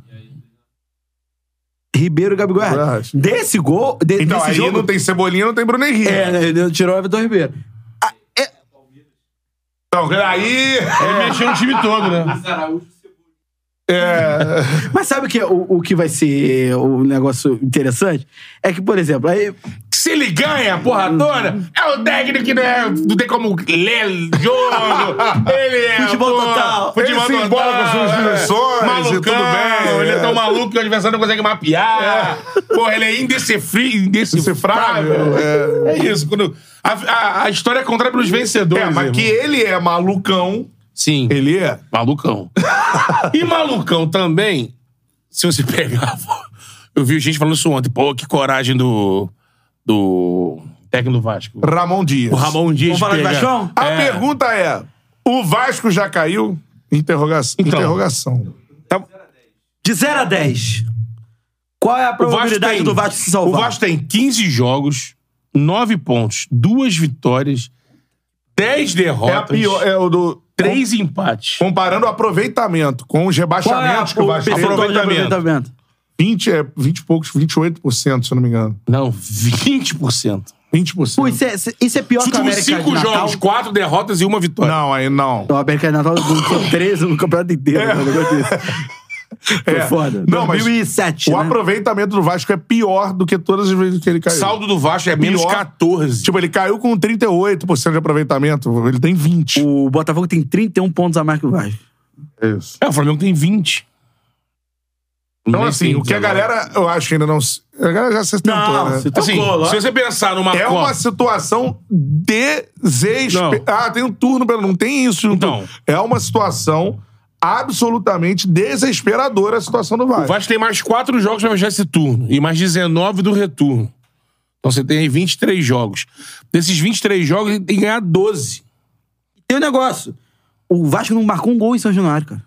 Ribeiro e Gabigol. e Rasca. Rasca. Desse gol, de- Então, desse aí jogo, não tem Cebolinha, não tem Bruno Henrique. É, né, ele tirou o Vitor Ribeiro. Então, aí. Ele mexeu no time todo, né? É. Mas sabe o que, o, o que vai ser o negócio interessante? É que, por exemplo, aí. Se ele ganha a porra toda, é o técnico que não, né? é, não tem como ler jogo. *laughs* Ele é. Futebol pô, total. Futebol Ele se total. embola com suas é. direções e Malucão, tudo bem, Ele é é. tão maluco que o adversário não consegue mapear. Porra, ele é indecifri- indecifrável. Indecifrável, É. isso. Quando, a, a- a história é contada pelos vencedores. É, mas irmão. que ele é malucão. Sim. Ele é. *laughs* Malucão. e malucão também, se você pegar. *laughs* Eu vi gente falando isso ontem. Pô, que coragem do. do. técnico do Vasco. Ramon Dias. O Ramon Dias. Vamos falar de pegar. Vascão? A É. pergunta é: o Vasco já caiu? Interroga... Então. Tá, Interrogação. De 0 a 10. Qual é a O Vasco, probabilidade tem, do Vasco se o salvar? Vasco tem 15 jogos, 9 pontos, 2 vitórias, 10 É a derrotas, pior. É o do. 3 empates. Comparando o aproveitamento com os Qual é a- rebaixamentos que o Vasco percentual de teve. aproveitamento? 20, é 20 e poucos, 28%, se eu não me engano. Não, 20%. 20%. Pô, isso é, isso é pior Os que o últimos América 5 de Natal. jogos, 4 derrotas e uma vitória. Não, aí não. O América de Natal são 13 no campeonato inteiro. É. Foi É. foda. Não, mas 2007, é, O né? aproveitamento do Vasco é pior do que todas as vezes que ele caiu. Saldo do Vasco é menos Pior. 14. Tipo, ele caiu com 38% de aproveitamento. Ele tem 20%. O Botafogo tem 31 pontos a mais que o Vasco. É isso. É, o Flamengo tem 20. Então, assim, o que a galera, eu acho que ainda não. se- A galera já se tentou, Não, né? se tá Assim, Tocou lá. se você pensar numa É Copa- uma situação desesperada. Não. Ah, tem um turno, pelo não tem isso. não Então. tem- É uma situação absolutamente desesperadora a situação do O Vasco. Vasco tem mais 4 jogos pra fechar esse turno. E mais 19 do retorno. Então você tem aí 23 jogos. Desses 23 jogos, ele tem que ganhar 12. Tem um negócio. O Vasco não marcou um gol em São Januário, cara.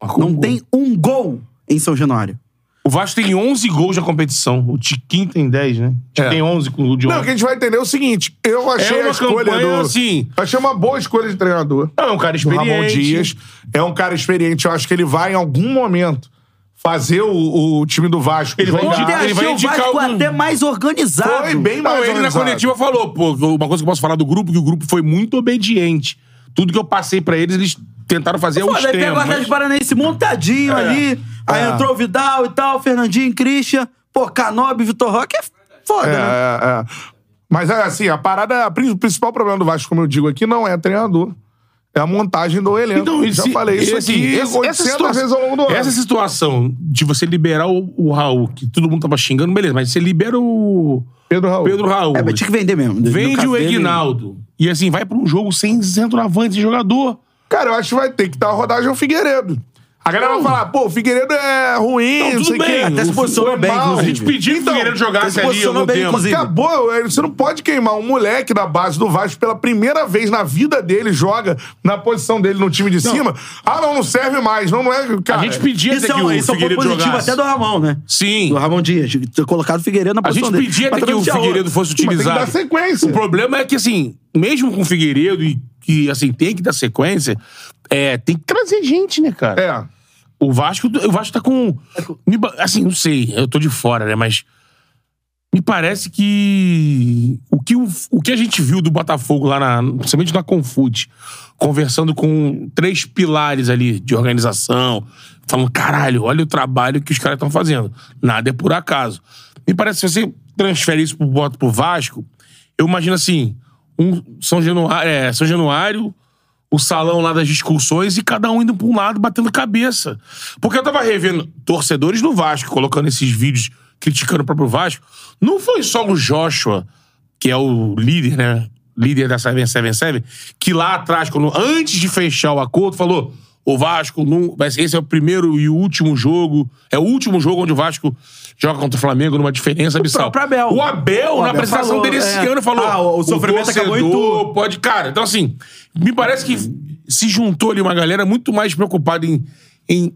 Marcou não um gol. tem um gol em São Januário. O O Vasco tem 11 gols na competição. O Tiquinho tem 10, né? O Tiquinho É. tem 11 com o de Não, o que a gente vai entender é o seguinte: eu achei É uma a escolha campanha, do. assim- Achei uma boa escolha de treinador. Não, é um cara do Ramon experiente. Dias. É um cara experiente. Eu acho que ele vai, em algum momento, fazer o, o time do Vasco. Ele vai jogar. Ontem indicar- ele vai achei o indicar Vasco algum- até mais organizado. Foi bem Não, mais ele na organizado. coletiva falou, pô, uma coisa que eu posso falar do grupo, que o grupo foi muito obediente. Tudo que eu passei pra eles, eles tentaram fazer Pô, os daí pega o temas. Atlético Paranaense montadinho ali. Aí É. entrou o Vidal e tal, Fernandinho, Christian. Pô, Canobi, Vitor Roque é foda, É, né? é, é. Mas é assim, a parada, a pri- o principal problema do Vasco, como eu digo aqui, não é treinador. É a montagem do elenco. Então, Já esse- falei isso esse- aqui esse- 800 vezes ao longo do ano. essa situação de você liberar o, o Raul, que todo mundo tava xingando, beleza, mas você libera o Pedro Raul. Pedro Raul. É, mas tinha que vender mesmo. No Vende caso o dele- Egnaldo. E assim, vai pra um jogo sem centroavante, sem jogador. Cara, eu acho que vai ter que dar uma rodagem ao Figueiredo. A galera vai falar, pô, o Figueiredo é ruim, Então- Não, não, tudo sei o bem, quê. até se O posicionou Fu é bem, mau. inclusive. A gente pediu Então, que o Figueiredo jogasse ele se ali posicionou algum bem, tempo. inclusive. Acabou, eh, você não pode queimar um moleque da base do Vasco pela primeira vez na vida dele, joga na posição dele no time de cima. Ah, não, não serve mais. Não, não é. Cara, a gente pedia Isso até é que um, o isso é um ponto Figueiredo positivo jogasse. até do Ramon, né? Sim. Do Ramon Dias. Ter colocado o Figueiredo na A posição gente dele. pedia Mas até que também o não tinha Figueiredo outro. fosse mas tem que utilizado. dar sequência. O problema é que, assim, mesmo com o Figueiredo e que, assim, tem que dar sequência, é, tem que trazer gente, né, cara? É. O Vasco, o Vasco tá com. É me pa- Assim, não sei, eu tô de fora, né? Mas. Me parece que. O que, o, o que a gente viu do Botafogo lá, na, principalmente na Confute, conversando com três pilares ali de organização, falando: caralho, olha o trabalho que os caras estão fazendo. Nada é por acaso. Me parece que se você transfere isso pro, Bota- pro Vasco, eu imagino assim: um São Januário, é, São Januário o salão lá das discussões e cada um indo pra um lado, batendo cabeça. Porque eu tava revendo torcedores do Vasco, colocando esses vídeos criticando o próprio Vasco. Não foi só o Joshua, que é o líder, né? Líder da 777, que lá atrás, quando, antes de fechar o acordo, falou: o Vasco, não, vai ser- esse é o primeiro e o último jogo. É o último jogo onde o Vasco joga contra o Flamengo numa diferença abissal. próprio Abel. O Abel, O na Abel apresentação falou, dele esse é. ano, falou: Ah, o sofrimento acabou em torcedor tu." pode. Cara, então assim, me parece que se juntou ali uma galera muito mais preocupada em, em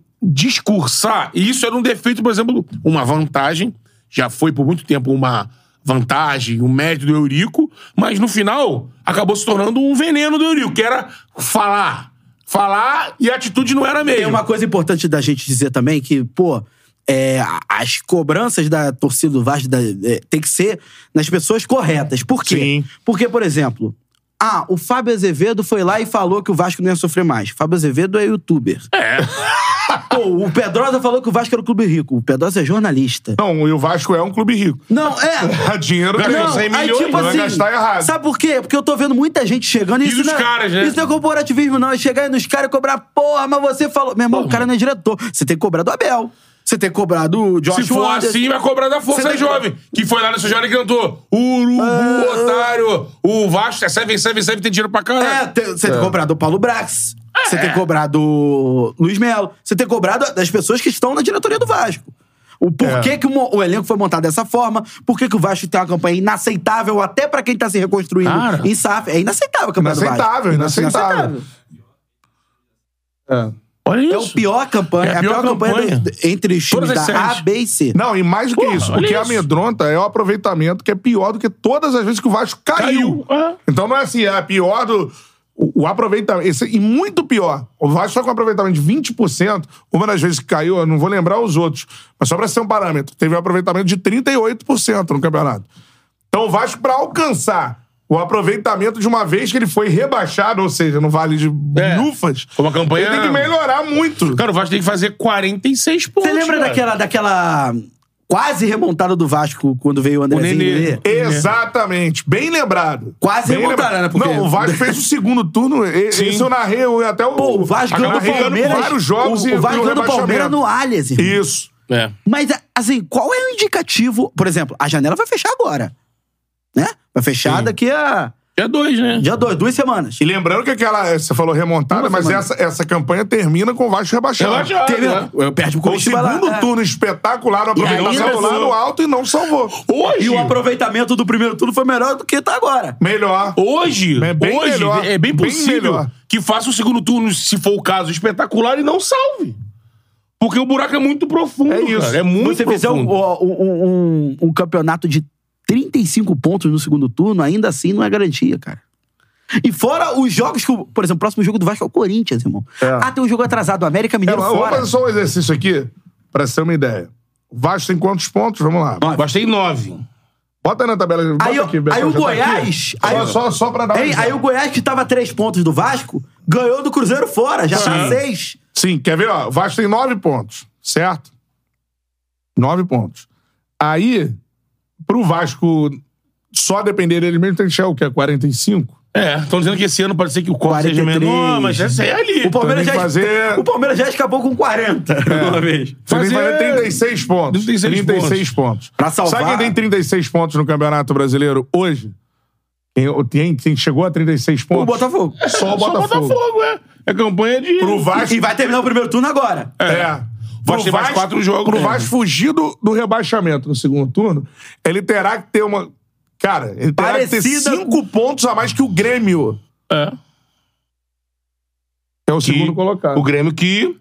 discursar. E isso era um defeito, por exemplo, uma vantagem. Já foi por muito tempo uma vantagem, um mérito do Eurico, mas no final acabou se tornando um veneno do Eurico, que era falar. Falar e a atitude não era a Tem mesma. uma coisa importante da gente dizer também que, pô, é, a- as cobranças da torcida do Vasco da- é, tem que ser nas pessoas corretas. Por quê? Sim. Porque, por exemplo, ah, o Fábio Azevedo foi lá e falou que o Vasco não ia sofrer mais. Fábio Azevedo é youtuber. É. Pô, o Pedrosa falou que o Vasco era o clube rico. O Pedrosa é jornalista. Não, e o Vasco é um clube rico. Não, é. Dá dinheiro Não, tem. Não, 100 aí, milhões, tipo é vai assim, gastar errado. Sabe por quê? Porque eu tô vendo muita gente chegando e E isso dos não, é- caras, né? Isso não é corporativismo, não. É chegar aí nos caras e cobrar, porra, mas você falou. Meu irmão, o cara não é diretor. Você tem que cobrar do Abel. Você tem que cobrar do Josh Se for Wonders. assim, vai cobrar da Você Força tem- Ah, Jovem, que foi lá no Sujana e cantou Urubu, otário, o Vasco é 777, tem dinheiro pra caralho. É, tem- você tem que cobrar do Paulo Brax. Você tem que cobrar do Luiz Melo. Você tem que cobrar da- das pessoas que estão na diretoria do Vasco. O porquê que o, mo- o elenco foi montado dessa forma, por que que o Vasco tem uma campanha inaceitável até pra quem tá se reconstruindo Cara. em SAF. É inaceitável a campanha Inaceitável, do Vasco. inaceitável. Olha isso. É o pior campanha, é a pior, campanha, do- entre os Todas times da as séries. A, B e C. Não, e mais do que Porra, isso, o olha que isso. amedronta é o aproveitamento que é pior do que todas as vezes que o Vasco caiu. Caiu, é. Então não é assim, é pior do. O, o aproveitamento. esse- e muito pior. O Vasco tá com um aproveitamento de 20%. Uma das vezes que caiu, eu não vou lembrar os outros. Mas só pra ser um parâmetro, teve um aproveitamento de 38% no campeonato. Então o Vasco, pra alcançar o aproveitamento de uma vez que ele foi rebaixado, ou seja, no Vale de É. Lufas, Foi uma campanha- ele tem que melhorar muito. Cara, o Vasco tem que fazer 46 pontos. Você lembra cara. daquela, daquela quase remontada do Vasco quando veio o Andrezinho? Nenê. Nenê? Exatamente, bem lembrado. É. Quase bem remontaram, né? Porque- Não, o Vasco fez o segundo turno. e- Sim. Esse eu narrei eu- até o. Pô, o Vasco ganhou acabou do narrando Palmeiras. vários jogos o, e o Vasco e ganhou do Palmeiras no rebaixamento. Allianz. irmão. Isso. É. Mas, a- assim, qual é o indicativo? Por exemplo, a janela vai fechar agora. Né? Vai fechar daqui a Dia 2, né? dia dois, duas semanas. E lembrando que aquela. eh, Você falou remontada, Uma mas semana. essa, essa campanha termina com o Vasco rebaixado. Rebaixado, Teve, né? eu perdi pro Com o Curitiba lá, segundo é. turno espetacular, o ainda aproveitamento lá assim- no alto e não salvou. E Hoje. o aproveitamento do primeiro turno foi melhor do que tá agora. Melhor. Hoje, É bem hoje melhor, é bem bem possível melhor. que faça o segundo turno, se for o caso, espetacular e não salve. Porque o buraco é muito profundo, É isso. cara. É muito Você fizer um, profundo. um- um- um campeonato de 35 pontos no segundo turno, ainda assim não é garantia, cara. E fora os jogos que. o- Por exemplo, o próximo jogo do Vasco é o Corinthians, irmão. Ah. É. Ah, tem um jogo atrasado, o América É, Mineiro mas vamos fora. fazer só um exercício aqui, pra ser uma ideia. O Vasco tem quantos pontos? Vamos lá. um- Gastei nove. Bota aí na tabela. Bota Aí, ó, aqui, Betão, aí o já tá aqui. Goiás- Só, aí- só, só pra dar Hein? um Aí o Goiás, que tava a três pontos do Vasco, ganhou do Cruzeiro fora, já tá Sim. seis. Sim, quer ver? Ó, o Vasco tem nove pontos, certo? Nove pontos. Aí, pro Vasco só depender dele mesmo, tem que chegar o quê? 45? É, estão dizendo que esse ano pode ser que o corte seja 43. menor, mas essa é ali. O Palmeiras, tem já, que fazer- É. o Palmeiras já escapou com 40 *laughs* uma vez. Você tem que Fazer- fazer 36 pontos. 36 pontos. Pra salvar- Sabe quem tem 36 pontos no Campeonato Brasileiro hoje? Quem, quem, quem chegou a 36 pontos? O Botafogo. Só o Só Botafogo. Botafogo, é. É campanha de. Pro Vasco. E vai terminar o primeiro turno agora. É. O Vasco tem mais quatro jogos, Pro né? Vasco fugir do, do rebaixamento no segundo turno, ele terá que ter uma. Cara, ele terá que ter Parecida- cinco pontos a mais que o Grêmio. É. Que é o Que- segundo colocado. O Grêmio que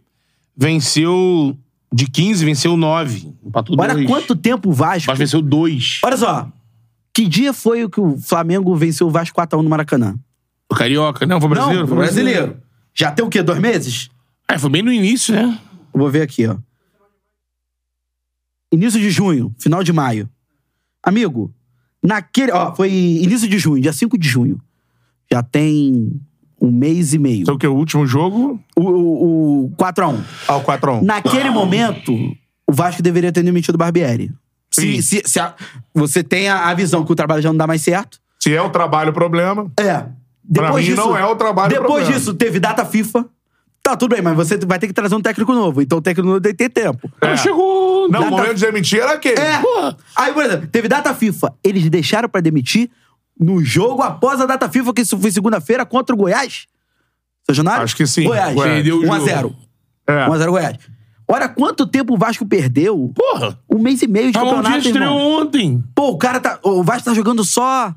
venceu de 15, venceu 9. Empatou Olha dois. quanto tempo o O Vasco. Vasco venceu 2. Olha só. Que dia foi o que o Flamengo venceu o Vasco 4x1 no Maracanã? O Carioca. Não, foi brasileiro. Não, foi brasileiro. Já tem o quê? Dois meses? É, foi bem no início, né? Eu vou ver aqui, ó. Início de junho, final de maio. Amigo, naquele. Ó, foi início de junho, dia 5 de junho. Já tem um mês e meio. Então, que é o último jogo? O, o, o 4x1. Ah, o 4x1. Naquele momento, o Vasco deveria ter demitido o Barbieri. Sim. Se, se, se a- você tem a, a visão que o trabalho já não dá mais certo. Se é o trabalho o problema. É. Pra mim, não é o trabalho Depois problema. disso, teve data FIFA. Tá, tudo bem, mas você vai ter que trazer um técnico novo. Então o técnico novo tem que ter tempo. É. Não chegou. É. Não, Data- o momento de demitir era aquele. É. Aí, por exemplo, teve data FIFA. Eles deixaram pra demitir no jogo após a data FIFA, que isso foi segunda-feira contra o Goiás. Sejanário? Acho que sim. Goiás. Goiás. Perdeu o 1x0. É. 1x0 Goiás. Olha quanto tempo o Vasco perdeu. Porra. Um mês e Tá meio de Ramon Dias campeonato, Tá estreou um. irmão. ontem. Pô, o cara tá... O Vasco tá jogando só...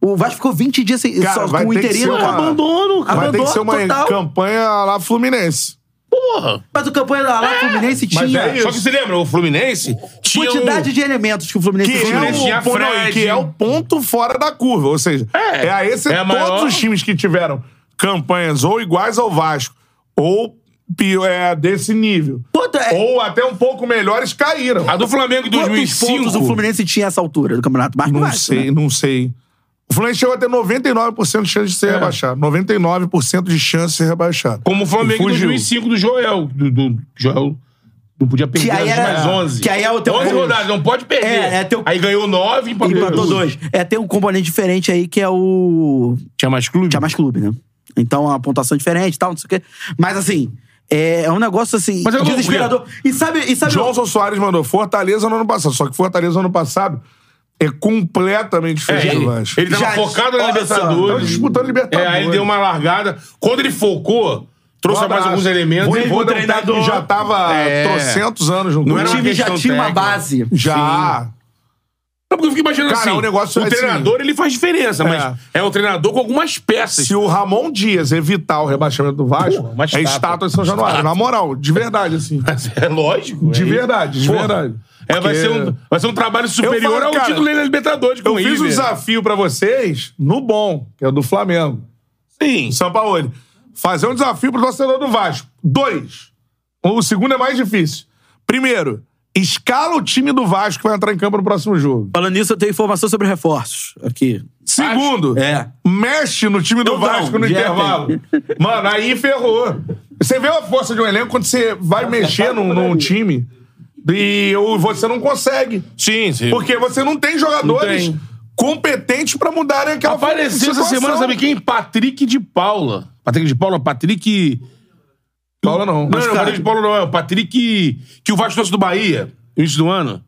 O Vasco ficou 20 dias sem, Cara, só vai com o ter que interino. ser uma- acabou. Tá Abandono, cara. Vai ter que Abandono ser uma total. campanha lá Fluminense. Porra. Mas o campeão lá, lá o Fluminense tinha... mas é isso. Só que você lembra, o Fluminense tinha Quantidade um... de elementos que o Fluminense Que tinha. é, Fluminense né? tinha o, pô, não, Fred. que é o ponto fora da curva. Ou seja, É. é, a esse É a todos maior- os times que tiveram campanhas ou iguais ao Vasco, ou pi- é, desse nível, Quanto é- ou até um pouco melhores, caíram. A do Flamengo em Quantos 2005. pontos o Fluminense tinha essa altura do campeonato? Marca Não o Vasco, né? sei, não sei. O Fluminense chegou a ter 99% de chance de ser rebaixado. 99% de chance de ser rebaixado. É. Como o Flamengo em E fugiu. 2005 do Joel. Do, do Joel não podia perder Que aí as era- mais 11. que aí é o teu 11 ponto. rodadas, não pode perder. É, é teu- Aí ganhou 9 e empatou, Empatou dois. dois. É, tem um componente diferente aí que é o. Tinha mais clube? Tinha mais clube, né? Então a pontuação é diferente e tal, não sei o quê. Mas assim, é, é um negócio assim. Mas é louco, desesperador. E sabe. E sabe Johnson Soares mandou Fortaleza no ano passado. Só que Fortaleza no ano passado é completamente É, diferente ele, do Vasco. ele tava Já- focado na olha só, Tava Libertadores. disputando É, Libertadores. aí ele deu uma largada. Quando ele focou, trouxe Um mais alguns elementos. um Vou, vou treinador. que já tava É. trocentos anos no Não o clube. era uma time já questão tinha uma técnica. base. Já. Não, porque eu fico imaginando Cara, assim. o negócio é assim. treinador, ele faz diferença, mas é um treinador com algumas peças. Se o Ramon Dias evitar o rebaixamento do Vasco, Porra, uma é estátua. estátua de São Januário. Na moral, de verdade, assim. Mas é lógico. De é- verdade, de verdade. É, vai, Porque- ser um, vai ser um trabalho superior falo, ao cara, título da Libertadores. com Eu fiz o um River. desafio pra vocês no bom, que é o do Flamengo. Sim. São Paulo. Fazer um desafio pro torcedor do Vasco. Dois. O segundo é mais difícil. Primeiro, escala o time do Vasco que vai entrar em campo no próximo jogo. Falando nisso, eu tenho informação sobre reforços aqui. Segundo, É. mexe no time do Eu não, Vasco no já intervalo. Mano, aí ferrou. Você vê a força de um elenco quando você vai mexer num, num time e o- você não consegue. Sim, sim. Porque você não tem jogadores tem. competentes pra mudarem aquela Apareceu essa situação. semana, sabe quem? Patrick de Paula. Patrick de Paula, Patrick. Paula não. Não, não, Mas, não, cara, Patrick de Paula não é. O Patrick. Que o Vasco trouxe do Bahia, no início do ano.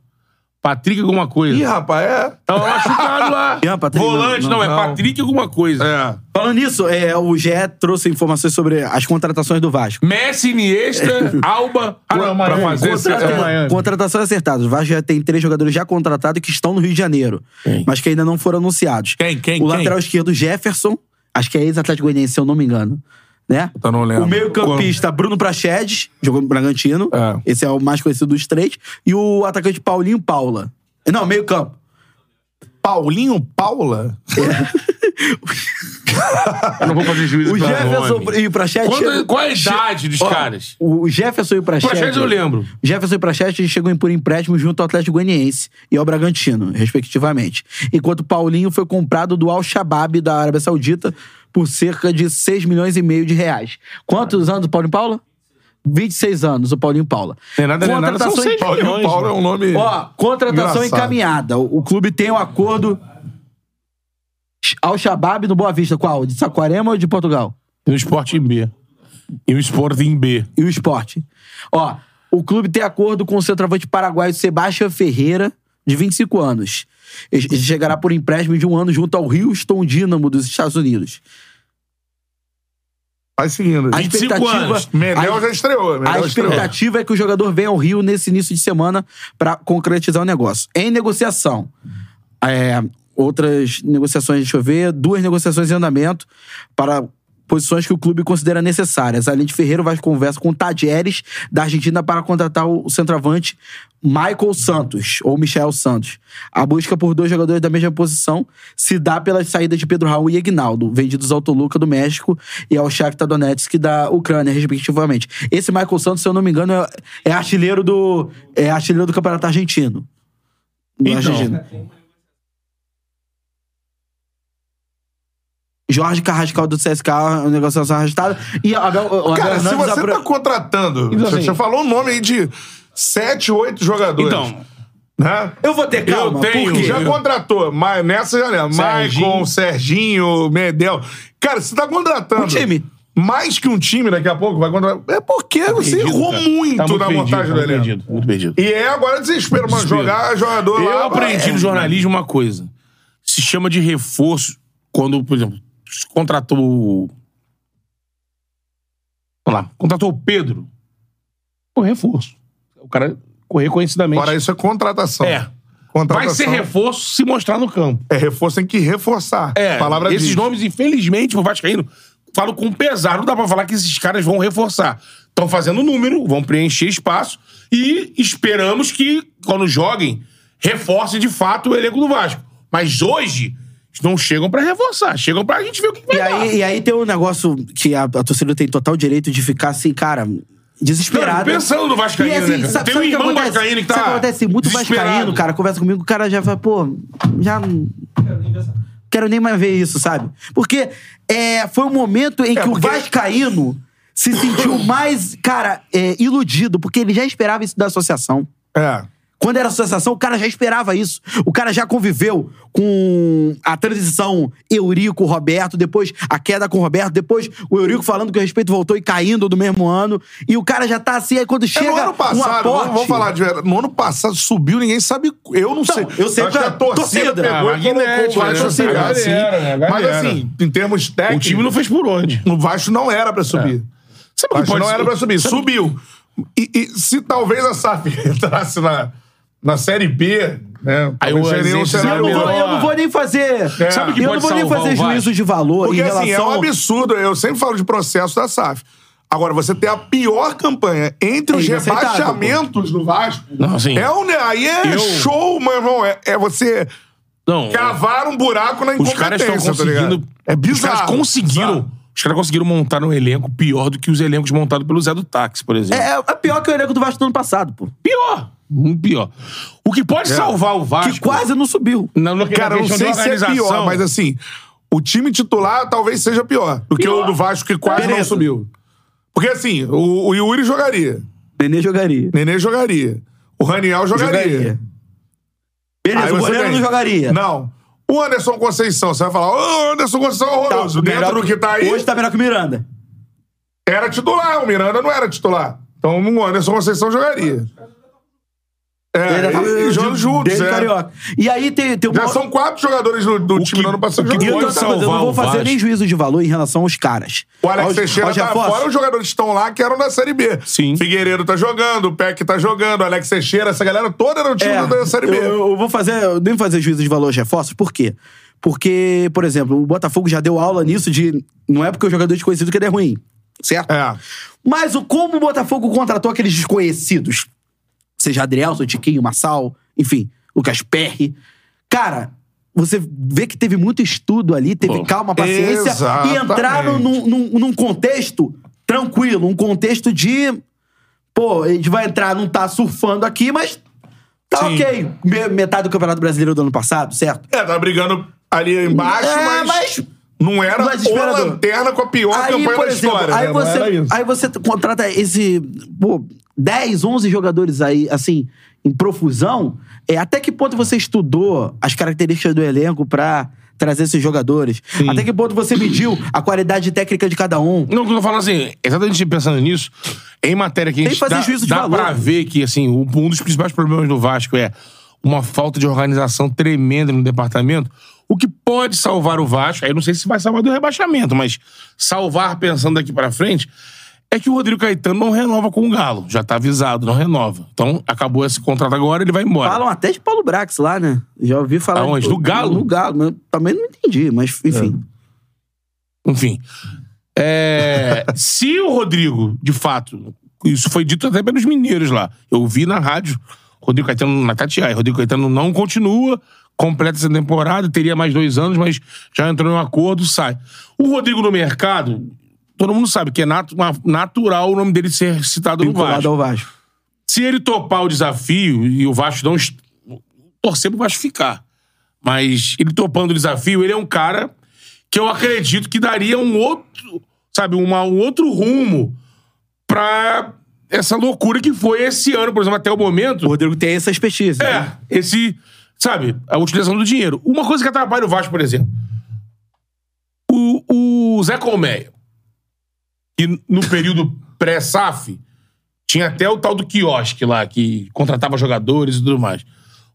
Patrick alguma coisa. Ih, rapaz, é. Tava machucado lá. Quem é Patrick? Volante, não, Não, é não. Patrick alguma coisa. É. Falando nisso, é, o GE trouxe informações sobre as contratações do Vasco. Messi, Iniesta, Alba. Ah, não, pra fazer esse- Contrata- é Miami. Contratações acertadas. O Vasco já tem três jogadores já contratados que estão no Rio de Janeiro, mas que ainda não foram anunciados. Quem? Quem? O Quem? lateral esquerdo, Jefferson, acho que é ex-Atlético Goianiense, se eu não me engano. né? Eu Tá, não lembro. O meio-campista Bruno Prachedes, jogou no Bragantino. É. Esse é o mais conhecido dos três. E o atacante Paulinho Paula. Não, meio-campo. Paulinho Paula? Eu não vou fazer juízo O pelo Jefferson nome. e o Prachedes. Quanto, chegam- qual é a idade dos Ó, caras? O Jefferson e o Prachedes. Praxedes eu lembro. Jefferson e Prachedes chegam em por empréstimo junto ao Atlético Goianiense e ao Bragantino, respectivamente. Enquanto Paulinho foi comprado do Al-Shabaab da Arábia Saudita por cerca de 6 milhões e meio de reais. Quantos anos o Paulinho Paula? 26 anos, o Paulinho Paula. Tem é nada, nem nada, são Contratação seis em- Paulinho milhões. Paula mano. é um nome. Ó, contratação Engraçado. encaminhada. O, o clube tem um acordo Al-Shabaab no Boa Vista. Qual? De Saquarema ou de Portugal? E o Sporting um B. E o Sporting B. e o esporte. Ó, o clube tem acordo com o centroavante paraguaio Sebastião Ferreira, de 25 anos. Ele ele chegará por empréstimo de um ano junto ao Houston Dynamo dos Estados Unidos. Vai seguindo. A 25 expectativa, anos. Medel a- já estreou. Medel a já estreou. expectativa é que o jogador venha ao Rio nesse início de semana para concretizar o negócio. Em negociação, é, outras negociações, deixa eu ver, duas negociações em andamento para posições que o clube considera necessárias. Além de Ferreira, o Vasco conversa com o Tadieres, da Argentina, para contratar o centroavante Michael Santos, ou Michel Santos. A busca por dois jogadores da mesma posição se dá pelas saídas de Pedro Raul e Aguinaldo, vendidos ao Toluca do México e ao Shakhtar Donetsk da Ucrânia, respectivamente. Esse Michael Santos, se eu não me engano, é, é artilheiro do é artilheiro do Campeonato Argentino. Do Então. Argentino. Jorge Carrascal do CSK, uma negociação arrastada. é E Abel, o Abel Cara, se Hernandes você apro- tá contratando. Então, você, assim- você falou o nome aí de sete, oito jogadores. Então, Né? Eu vou ter calma, Eu tenho- por quê? Já contratou, mas nessa janela. Serginho. Maicon, Serginho, Medel. Cara, você tá contratando. Um time. Mais que um time daqui a pouco vai contratar. É porque você Tá perdido, errou cara. muito, Tá na perdido, montagem tá do muito elenco. perdido, Muito perdido. E é agora desespero, mano. Desespero. Jogar jogador lá. Eu aprendi é, no jornalismo uma coisa. Se chama de reforço quando, por exemplo, se contratou. o- Vamos lá, contratou o Pedro. Pô, reforço. O cara correr conhecidamente. Agora isso é contratação. É. Vai Contratação. ser reforço se mostrar no campo. É reforço, tem que reforçar. É, Palavra esses diz. nomes, infelizmente, o Vascaíno, falo com pesar. Não dá pra falar que esses caras vão reforçar. Estão fazendo número, vão preencher espaço e esperamos que, quando joguem, reforce de fato o elenco do Vasco. Mas hoje, eles não chegam pra reforçar. Chegam pra gente ver o que vai E dar. aí, e aí tem um negócio que a, a torcida tem total direito de ficar assim, cara, desesperada. Não, pensando no vascaíno, E assim, né, cara? Tem um o que irmão acontece? vascaíno que tá Sabe o acontece? Muito desesperado. vascaíno, cara, conversa comigo, o cara já fala, pô, já... não- Quero nem mais ver isso, sabe? Porque é, foi um momento em que porque- o vascaíno se sentiu *coughs* mais, cara, é, iludido, porque ele já esperava isso da associação. É. Quando era associação, o cara já esperava isso. O cara já conviveu com a transição Eurico, Roberto, depois a queda com o Roberto, depois o Eurico falando que o respeito voltou e caindo do mesmo ano. E o cara já tá assim, aí quando É, chega. no ano um passado, aporte, vamos, vamos falar de verdade. No ano passado subiu, ninguém sabe. Eu não sei. eu sei acho que que a a torcida, torcida- pegou Ah, e colocou Magnético, o Vasco né? assim, A galera, assim. né? A Mas galera. assim, em termos O técnicos, time não fez por onde. É. o Vasco não era pra subir. Sabe O o que Vasco pode não ser? era pra subir. Subiu. E, e se talvez a SAF *laughs* entrasse na, na Série B, né? Aí talvez o seria um Azevedo Eu cenário não, vou, melhor. eu não vou nem fazer. É. Sabe o que eu pode não vou nem salvar fazer o Vasco? juízo de valor Porque em relação assim, é um absurdo. Eu sempre falo de processo da SAF. Agora, você ter a pior campanha entre É os inaceitável, rebaixamentos do Vasco. Não, assim, É um, né? Aí é Eu- show, meu irmão. É, é você não, cavar um buraco na Os incompetência, caras estão tá conseguindo. ligado? é bizarro. Os caras conseguiram. Bizarro. Os caras conseguiram montar um elenco pior do que os elencos montados pelo Zé do Táxi, por exemplo. É, é pior que o elenco do Vasco do ano passado, pô. Pior. Muito pior. O que É. pode salvar o Vasco. Que quase não subiu. Na, na Cara, eu não questão sei de se é organização, pior, mas assim, o time titular talvez seja pior do que Pior. o do Vasco, que quase não Beleza. subiu. Porque assim, o, o Yuri jogaria, Nenê jogaria. Nenê jogaria, o Raniel jogaria. Beleza, Aí o você goleiro tem- não jogaria. Não. O Anderson Conceição, você vai falar, ô, Anderson Conceição é Tá, horroroso. melhor Dentro do que tá aí, Hoje tá melhor que o Miranda. era titular. O Miranda não era titular. Então o Anderson Conceição jogaria. É, e, e jogando juntos, tá desde é. Carioca. E aí tem, tem uma- Já são quatro jogadores do, do O time que- no ano passado o que E eu, jogando. pode tô- tá, mas eu salvar não o vou fazer Vasco. nem juízo de valor em relação aos caras. O Alex Aos- Teixeira aos tá reforços. fora, os jogadores que estão lá que eram da Série B. Sim. Figueiredo tá jogando, o Peck tá jogando, o Alex Teixeira, essa galera toda era o time É, da Série eu, B. eu vou fazer, eu devo fazer juízo de valor aos reforços, por quê? Porque, por exemplo, o Botafogo já deu aula nisso de não é porque o jogador é desconhecido que ele é ruim. certo? É. Mas o como o Botafogo contratou aqueles desconhecidos, seja Adrielson, Tiquinho, Massal, enfim, Lucas Perry. Cara, você vê que teve muito estudo ali, teve Bom, calma, paciência e exatamente. entraram num, num- num contexto tranquilo, um contexto de. Pô, a gente vai entrar, não tá surfando aqui, mas tá Sim. ok. Me- Metade do Campeonato Brasileiro do ano passado, certo? É, tá brigando ali embaixo, É, mas, mas- não era mas o esperador. lanterna com a pior campanha da história. aí, né? Não era você, isso. aí você contrata esse, pô, 10, 11 jogadores aí, assim, em profusão. É, até que ponto você estudou as características do elenco pra trazer esses jogadores? Até que ponto você mediu a qualidade técnica de cada um? Não, o que eu tô falando assim, exatamente pensando nisso, em matéria que a Tem gente que fazer dá, juízo de dá valor. pra ver que, assim, um um dos principais problemas do Vasco é uma falta de organização tremenda no departamento. O que pode salvar o Vasco, aí eu não sei se vai salvar do rebaixamento, mas salvar pensando daqui pra frente, é que o Rodrigo Caetano não renova com o Galo. Já tá avisado, não renova. Então, acabou esse contrato agora, ele vai embora. Falam até de Paulo Brax lá, né? Já ouvi falar. Aonde? de- Do Galo? Do Galo. mas eu também não entendi, mas enfim. Enfim. É, se o Rodrigo, de fato, isso foi dito até pelos mineiros lá. Eu vi na rádio, Rodrigo Caetano na Tatiai, Rodrigo Caetano não continua, completa essa temporada, teria mais dois anos, mas já entrou em um acordo, sai. O Rodrigo no mercado, todo mundo sabe que é natu- natural o nome dele ser É. citado no vinculado Vasco. ao Vasco. Se ele topar o desafio e o Vasco não. est- Torcer pro Vasco ficar. Mas ele topando o desafio, ele é um cara que eu acredito que daria um outro. Sabe, uma, um outro rumo pra essa loucura que foi esse ano, por exemplo, até o momento. O Rodrigo tem essa expertise. né? É, esse. Sabe, a utilização do dinheiro. Uma coisa que atrapalha o Vasco, por exemplo. O, o Zé Colmeia, que no período pré-SAF, tinha até o tal do quiosque lá, que contratava jogadores e tudo mais.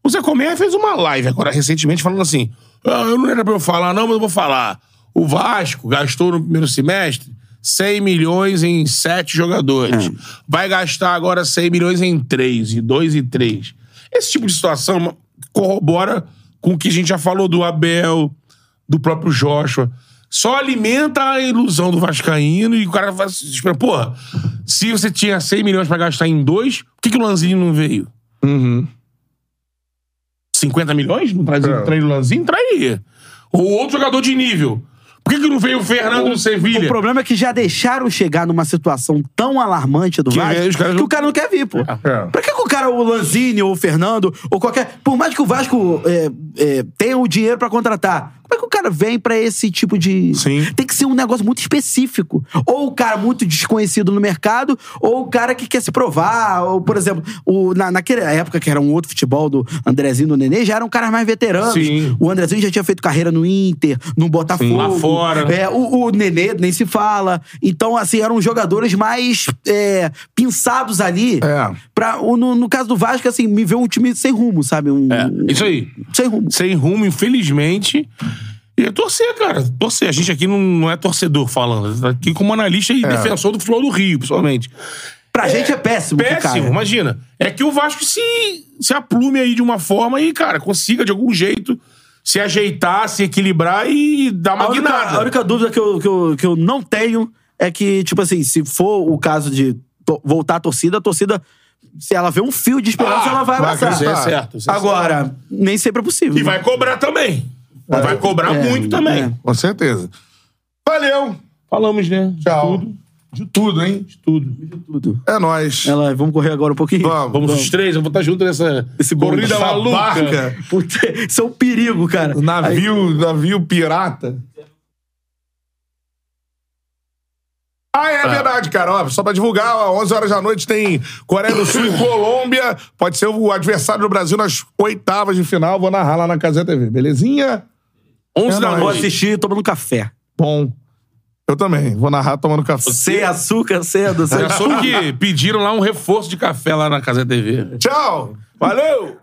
O Zé Colmeia fez uma live agora recentemente falando assim: "Ah, eu não era pra eu falar, não, mas eu vou falar. O Vasco gastou no primeiro semestre 100 milhões em sete jogadores. Vai gastar agora 100 milhões em três, e dois e três. Esse tipo de situação corrobora com o que a gente já falou do Abel, do próprio Joshua. Só alimenta a ilusão do Vascaíno e o cara vai se espera, porra, se você tinha 100 milhões pra gastar em dois, por que, que o Lanzinho não veio? 50 milhões? Não trazia É. o treino do Lanzinho? Traria. Ou outro jogador de nível. Por que, que não veio o Fernando no O Sevilha? problema é que já deixaram chegar numa situação tão alarmante do Que Vasco os caras que não- o cara não quer vir, pô. é. Pra que, que o cara, o Lanzini ou o Fernando, ou qualquer. Por mais que o Vasco é, é, tenha o dinheiro pra contratar, como é que o cara vem pra esse tipo de. Sim. Tem que ser um negócio muito específico. Ou o cara muito desconhecido no mercado, ou o cara que quer se provar. Ou, por exemplo, o, na, naquela época que era um outro futebol do Andrezinho e do Nenê, já eram caras mais veteranos. Sim. O Andrezinho já tinha feito carreira no Inter, no Botafogo. lá fora. É, o, o Nenê nem se fala. Então, assim, eram jogadores mais é, pinçados ali. É. Pra, o- no, no caso do Vasco, assim, me veio um time sem rumo, sabe? Um, É, isso aí. Sem rumo. Sem rumo, infelizmente. E é torcer, cara. Torcer. A gente aqui não, não é torcedor falando. Tá Aqui como analista e defensor do futebol do Rio, principalmente. Pra gente é péssimo, pro Péssimo, cara. imagina. É que o Vasco se, se aplume aí de uma forma e, cara, consiga de algum jeito se ajeitar, se equilibrar e dar uma A única, guinada. a única dúvida que eu, que, eu, que eu não tenho é que, tipo assim, se for o caso de to- voltar a torcida, a torcida, se ela vê um fio de esperança, Ah, ela vai vai abraçar. acreditar. Isso é certo, isso é Agora, nem sempre é possível. E vai cobrar também. Vai cobrar É, muito também. é. Com certeza. Valeu. Falamos, né? De Tchau. tudo. De tudo, hein? De tudo. Tudo. É nóis. Ela, vamos correr agora um pouquinho? Vamos. Vamos os três, eu vou estar junto nessa Esse corrida Essa maluca. barca, Puta, isso é um perigo, cara. Aí- navio, navio pirata. Ah, é verdade, cara. Ó, só pra divulgar, ó, 11 horas da noite tem Coreia do Sul *coughs* e Colômbia. Pode ser o adversário do Brasil nas oitavas de final. Vou narrar lá na Casa TV, belezinha? 11 É da nóis. Vou noite. assistir tomando café. Bom. Eu também. Vou narrar tomando café. Sem açúcar, sem adoçante. Eu soube que pediram lá um reforço de café lá na Casa TV. Tchau! Valeu!